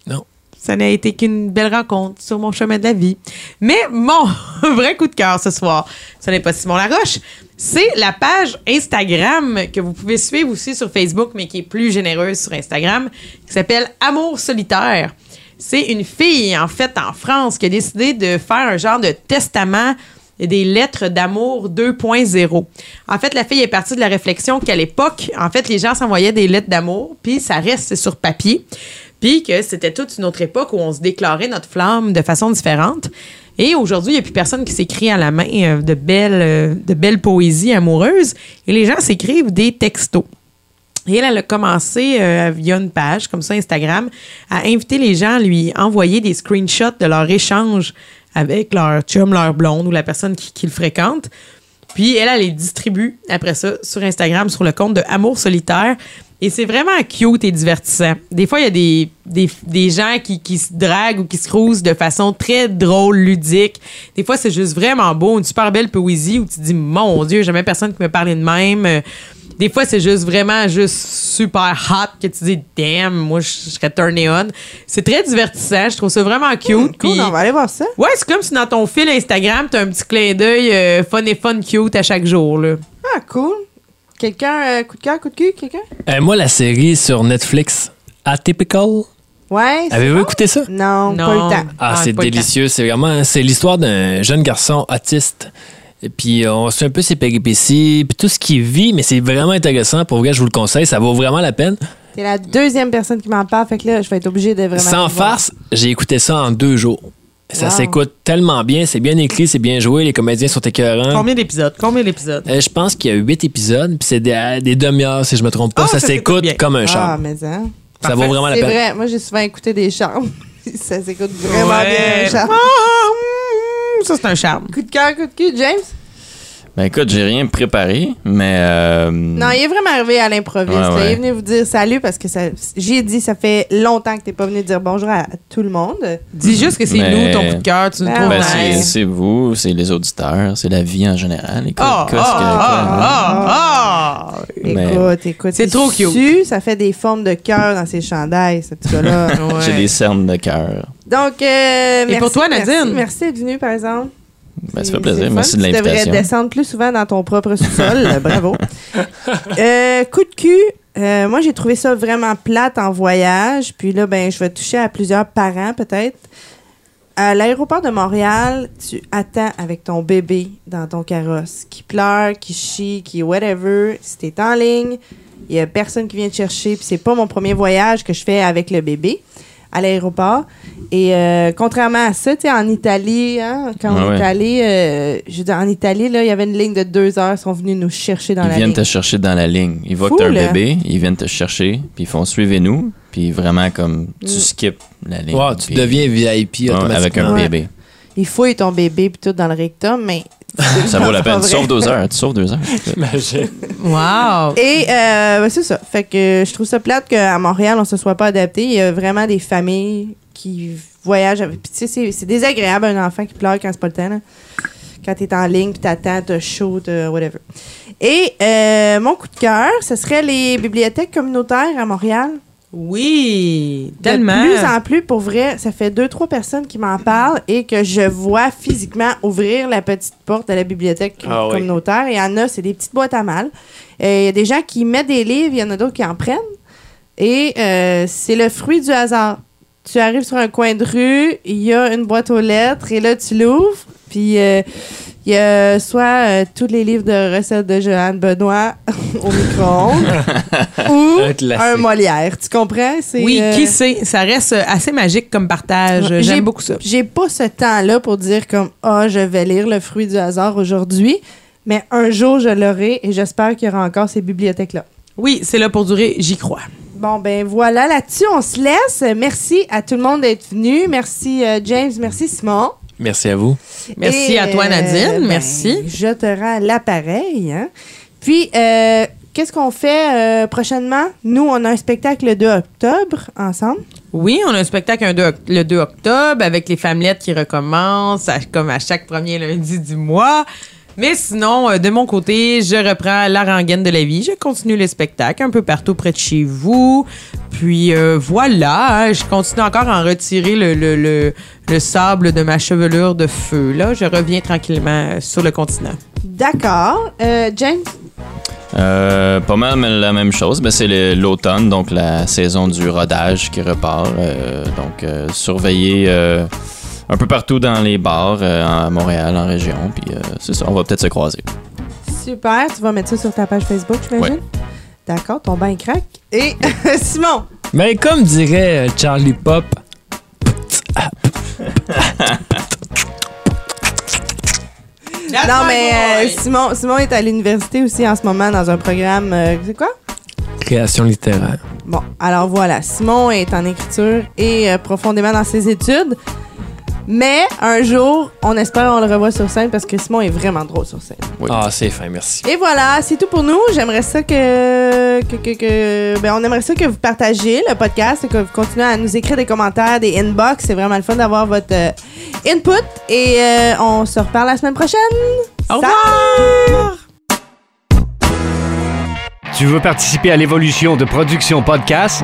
Speaker 5: Non.
Speaker 4: Ça n'a été qu'une belle rencontre sur mon chemin de la vie. Mais mon [laughs] vrai coup de cœur ce soir, ce n'est pas Simon Laroche, c'est la page Instagram que vous pouvez suivre aussi sur Facebook, mais qui est plus généreuse sur Instagram, qui s'appelle Amour solitaire. C'est une fille, en fait, en France, qui a décidé de faire un genre de testament des lettres d'amour 2.0. En fait, la fille est partie de la réflexion qu'à l'époque, en fait, les gens s'envoyaient des lettres d'amour, puis ça reste sur papier, puis que c'était toute une autre époque où on se déclarait notre flamme de façon différente. Et aujourd'hui, il n'y a plus personne qui s'écrit à la main euh, de belles, euh, de belles poésies amoureuses, et les gens s'écrivent des textos. Et elle, elle a commencé euh, via une page comme ça Instagram à inviter les gens à lui envoyer des screenshots de leur échange avec leur chum, leur blonde ou la personne qui, qui le fréquente. Puis elle, elle les distribue après ça sur Instagram, sur le compte de Amour Solitaire. Et c'est vraiment cute et divertissant. Des fois, il y a des, des, des gens qui, qui se draguent ou qui se crousent de façon très drôle, ludique. Des fois, c'est juste vraiment beau, une super belle poésie où tu te dis, mon Dieu, jamais personne qui me parlait de même. Euh, des fois, c'est juste vraiment juste super hot que tu dis damn, moi je je serais turné on. C'est très divertissant, je trouve ça vraiment cute.
Speaker 3: Mm, Cool,
Speaker 4: puis-
Speaker 3: on va aller voir ça.
Speaker 4: Ouais, c'est comme si dans ton fil Instagram, t'as un petit clin d'œil euh, fun et fun cute à chaque jour là.
Speaker 3: Ah, cool. Quelqu'un, euh, coup de cœur, coup de cul, quelqu'un?
Speaker 5: Euh, moi, la série sur Netflix, Atypical,
Speaker 3: Ouais. c'est-
Speaker 5: avez-vous écouté ça?
Speaker 3: Non,
Speaker 4: Non.
Speaker 3: pas le temps.
Speaker 5: Ah,
Speaker 4: Ah,
Speaker 5: c'est
Speaker 4: pas le temps.
Speaker 5: délicieux. C'est vraiment c'est l'histoire d'un jeune garçon autiste. Et puis euh, on suit un peu ses péripéties, puis tout ce qu'il vit, mais c'est vraiment intéressant. Pour vrai, je vous le conseille, ça vaut vraiment la peine.
Speaker 3: T'es la deuxième personne qui m'en parle, fait que là, je vais être obligée de vraiment.
Speaker 5: Sans
Speaker 3: le voir.
Speaker 5: farce, j'ai écouté ça en deux jours. Ça
Speaker 3: Wow.
Speaker 5: s'écoute tellement bien, c'est bien écrit, c'est bien joué, les comédiens sont écœurants.
Speaker 4: Combien d'épisodes Combien d'épisodes
Speaker 5: Euh, je pense qu'il y a huit épisodes, puis c'est des, euh, des demi-heures, si je me trompe pas.
Speaker 4: Ah,
Speaker 5: ça
Speaker 4: ça s'écoute
Speaker 5: s'écoute
Speaker 4: bien.
Speaker 5: comme un
Speaker 3: Ah,
Speaker 5: charme.
Speaker 3: mais hein.
Speaker 5: ça vaut vraiment la
Speaker 3: C'est
Speaker 5: peine.
Speaker 3: vrai, moi j'ai souvent écouté des charmes. [laughs] ça s'écoute vraiment
Speaker 4: Ouais.
Speaker 3: bien, un charme.
Speaker 4: Ah, mm, ça c'est un charme.
Speaker 3: Coup de cœur, coup de cul, James?
Speaker 11: Ben écoute, j'ai rien préparé, mais. euh,
Speaker 3: Non, il est vraiment arrivé à l'improviste.
Speaker 11: Ouais,
Speaker 3: là.
Speaker 11: ouais.
Speaker 3: Il est venu vous dire salut parce que ça, j'ai dit, ça fait longtemps que t'es pas venu dire bonjour à tout le monde.
Speaker 4: Dis juste que c'est
Speaker 11: Mais-
Speaker 4: nous, ton coup de cœur, tu nous
Speaker 3: Ben,
Speaker 4: trouves
Speaker 11: ben, c'est,
Speaker 4: nice.
Speaker 11: c'est vous, c'est les auditeurs, c'est la vie en général. Écoute,
Speaker 4: Ah,
Speaker 11: qu'est-ce que- hein.
Speaker 4: ah, ah, ah.
Speaker 11: Mais-
Speaker 3: Écoute, écoute.
Speaker 4: C'est
Speaker 3: il
Speaker 4: trop cute.
Speaker 3: sue, Ça fait des formes de cœur dans ses chandails, ce gars-là.
Speaker 4: [laughs] ah! Ouais.
Speaker 11: J'ai des cernes de cœur.
Speaker 3: Donc, euh, merci,
Speaker 4: pour toi,
Speaker 3: merci,
Speaker 4: Nadine?
Speaker 3: Merci d'être venue, par exemple.
Speaker 11: Ben,
Speaker 3: C'est-
Speaker 11: ça fait
Speaker 3: c'est
Speaker 11: plaisir.
Speaker 3: le
Speaker 11: Merci
Speaker 3: fun.
Speaker 11: de
Speaker 3: Tu devrais
Speaker 11: l'invitation.
Speaker 3: descendre plus souvent dans ton propre sous-sol.
Speaker 11: [laughs]
Speaker 3: Bravo. Euh, coup de cul. euh, moi, j'ai trouvé ça vraiment plate en voyage. Puis là, ben, je vais toucher à plusieurs parents, peut-être. À l'aéroport de Montréal, tu attends avec ton bébé dans ton carrosse, qui pleure, qui chie, qui whatever. Si t'es en ligne, il y a personne qui vient te chercher. Puis c'est pas mon premier voyage que je fais avec le bébé à l'aéroport. Et euh, contrairement à ça, tu sais, en Italie, hein, quand
Speaker 11: Ah
Speaker 3: on est
Speaker 11: ouais.
Speaker 3: allé, euh, je veux dire, en Italie, là, il y avait une ligne de deux heures. Ils sont venus nous chercher dans
Speaker 11: Ils
Speaker 3: la
Speaker 11: viennent
Speaker 3: ligne.
Speaker 11: te chercher dans la ligne. Ils voient
Speaker 3: Fou,
Speaker 11: que t'as un
Speaker 3: là.
Speaker 11: bébé, ils viennent te chercher, puis ils font suivez-nous, puis vraiment comme
Speaker 3: Mm.
Speaker 11: tu skips la ligne.
Speaker 5: Wow, tu
Speaker 11: puis-
Speaker 5: deviens VIP
Speaker 11: Ouais, avec
Speaker 5: automatiquement.
Speaker 11: un
Speaker 3: Ouais.
Speaker 11: bébé.
Speaker 3: Ils fouillent ton bébé puis tout dans le rectum, mais.
Speaker 11: Ça vaut
Speaker 3: [laughs]
Speaker 11: la
Speaker 3: C'est
Speaker 11: peine.
Speaker 3: pas
Speaker 11: Tu
Speaker 3: vrai.
Speaker 11: sauves deux heures. Tu sauves deux heures.
Speaker 3: [laughs]
Speaker 5: Imagine.
Speaker 4: Wow.
Speaker 3: Et euh, ben, c'est ça. Fait que je trouve ça plate qu'à Montréal, on se soit pas adapté. Il y a vraiment des familles qui voyagent. avec- Puis tu sais, c'est- c'est désagréable un enfant qui pleure quand c'est pas le temps. là. Quand t'es en ligne, puis t'attends, t'as chaud, t'as whatever. Et euh, mon coup de cœur, ce serait les bibliothèques communautaires à Montréal.
Speaker 4: Oui,
Speaker 3: De
Speaker 4: tellement.
Speaker 3: plus en plus, pour vrai, ça fait deux, trois personnes qui m'en parlent et que je vois physiquement ouvrir la petite porte de la bibliothèque
Speaker 1: Ah oui.
Speaker 3: communautaire. Il y en a, c'est des petites boîtes à mal. Euh, Il y a des gens qui mettent des livres, il y en a d'autres qui en prennent. Et euh, c'est le fruit du hasard. Tu arrives sur un coin de rue, il y a une boîte aux lettres et là, tu l'ouvres. Puis euh, il y a soit euh, tous les livres de recettes de Joanne Benoît [laughs] au micro-ondes ou
Speaker 5: Un classique.
Speaker 3: un Molière. Tu comprends? C'est,
Speaker 4: oui,
Speaker 3: euh,
Speaker 4: qui sait? Ça reste euh, assez magique comme partage.
Speaker 3: Ouais. J'ai-
Speaker 4: J'aime beaucoup ça.
Speaker 3: j'ai pas ce temps-là pour dire comme ah je vais lire le fruit du hasard aujourd'hui, mais un jour je l'aurai et j'espère qu'il y aura encore ces bibliothèques là.
Speaker 4: Oui, c'est là pour durer, j'y crois.
Speaker 3: Bon ben voilà là-dessus on se laisse. Merci à tout le monde d'être venu. Merci euh, James, merci Simon.
Speaker 5: Merci à vous.
Speaker 4: Merci
Speaker 3: Et,
Speaker 4: à toi,
Speaker 3: euh,
Speaker 4: Nadine.
Speaker 3: ben,
Speaker 4: Merci.
Speaker 3: Je te rends l'appareil. hein. Puis, euh, qu'est-ce qu'on fait euh, prochainement? Nous, on a un spectacle le 2 octobre ensemble.
Speaker 4: Oui, on a un spectacle un deux oc- le 2 octobre avec les Femmelettes qui recommencent, à- comme à chaque premier lundi du mois. Mais sinon, euh, de mon côté, je reprends la rengaine de la vie. Je continue le spectacle un peu partout près de chez vous. Puis euh, voilà, hein, je continue encore à en retirer le, le- le- le sable de ma chevelure de feu. Là, je reviens tranquillement euh, sur le continent.
Speaker 3: D'accord. Euh, James?
Speaker 11: Euh, pas mal mais la même chose. Ben, c'est le- l'automne, donc la saison du rodage qui repart. Euh, donc, euh, surveillez euh, un peu partout dans les bars, euh, à Montréal, en région. Puis euh, c'est ça, on va peut-être se croiser.
Speaker 3: Super, tu vas mettre ça sur ta page Facebook, j'imagine? D'accord, ton bain craque. Et [laughs] Simon,
Speaker 5: Mais comme dirait euh, Charlie Pop,
Speaker 3: non mais euh, Simon, Simon est à l'université aussi en ce moment dans un programme, euh, c'est quoi?
Speaker 5: création littéraire.
Speaker 3: Bon, alors voilà, Simon est en écriture et euh, profondément dans ses études. Mais un jour, on espère on le revoit sur scène parce que Simon est vraiment drôle sur scène.
Speaker 11: Oui.
Speaker 5: Ah, c'est fin, merci.
Speaker 3: Et voilà, c'est tout pour nous. J'aimerais ça que, que, que- que- ben, on aimerait ça que vous partagiez le podcast, que vous continuez à nous écrire des commentaires, des inbox. C'est vraiment le fun d'avoir votre euh, input. Et euh, on se reparle la semaine prochaine.
Speaker 4: Au
Speaker 3: Salut!
Speaker 7: Tu veux participer à l'évolution de Production Podcast?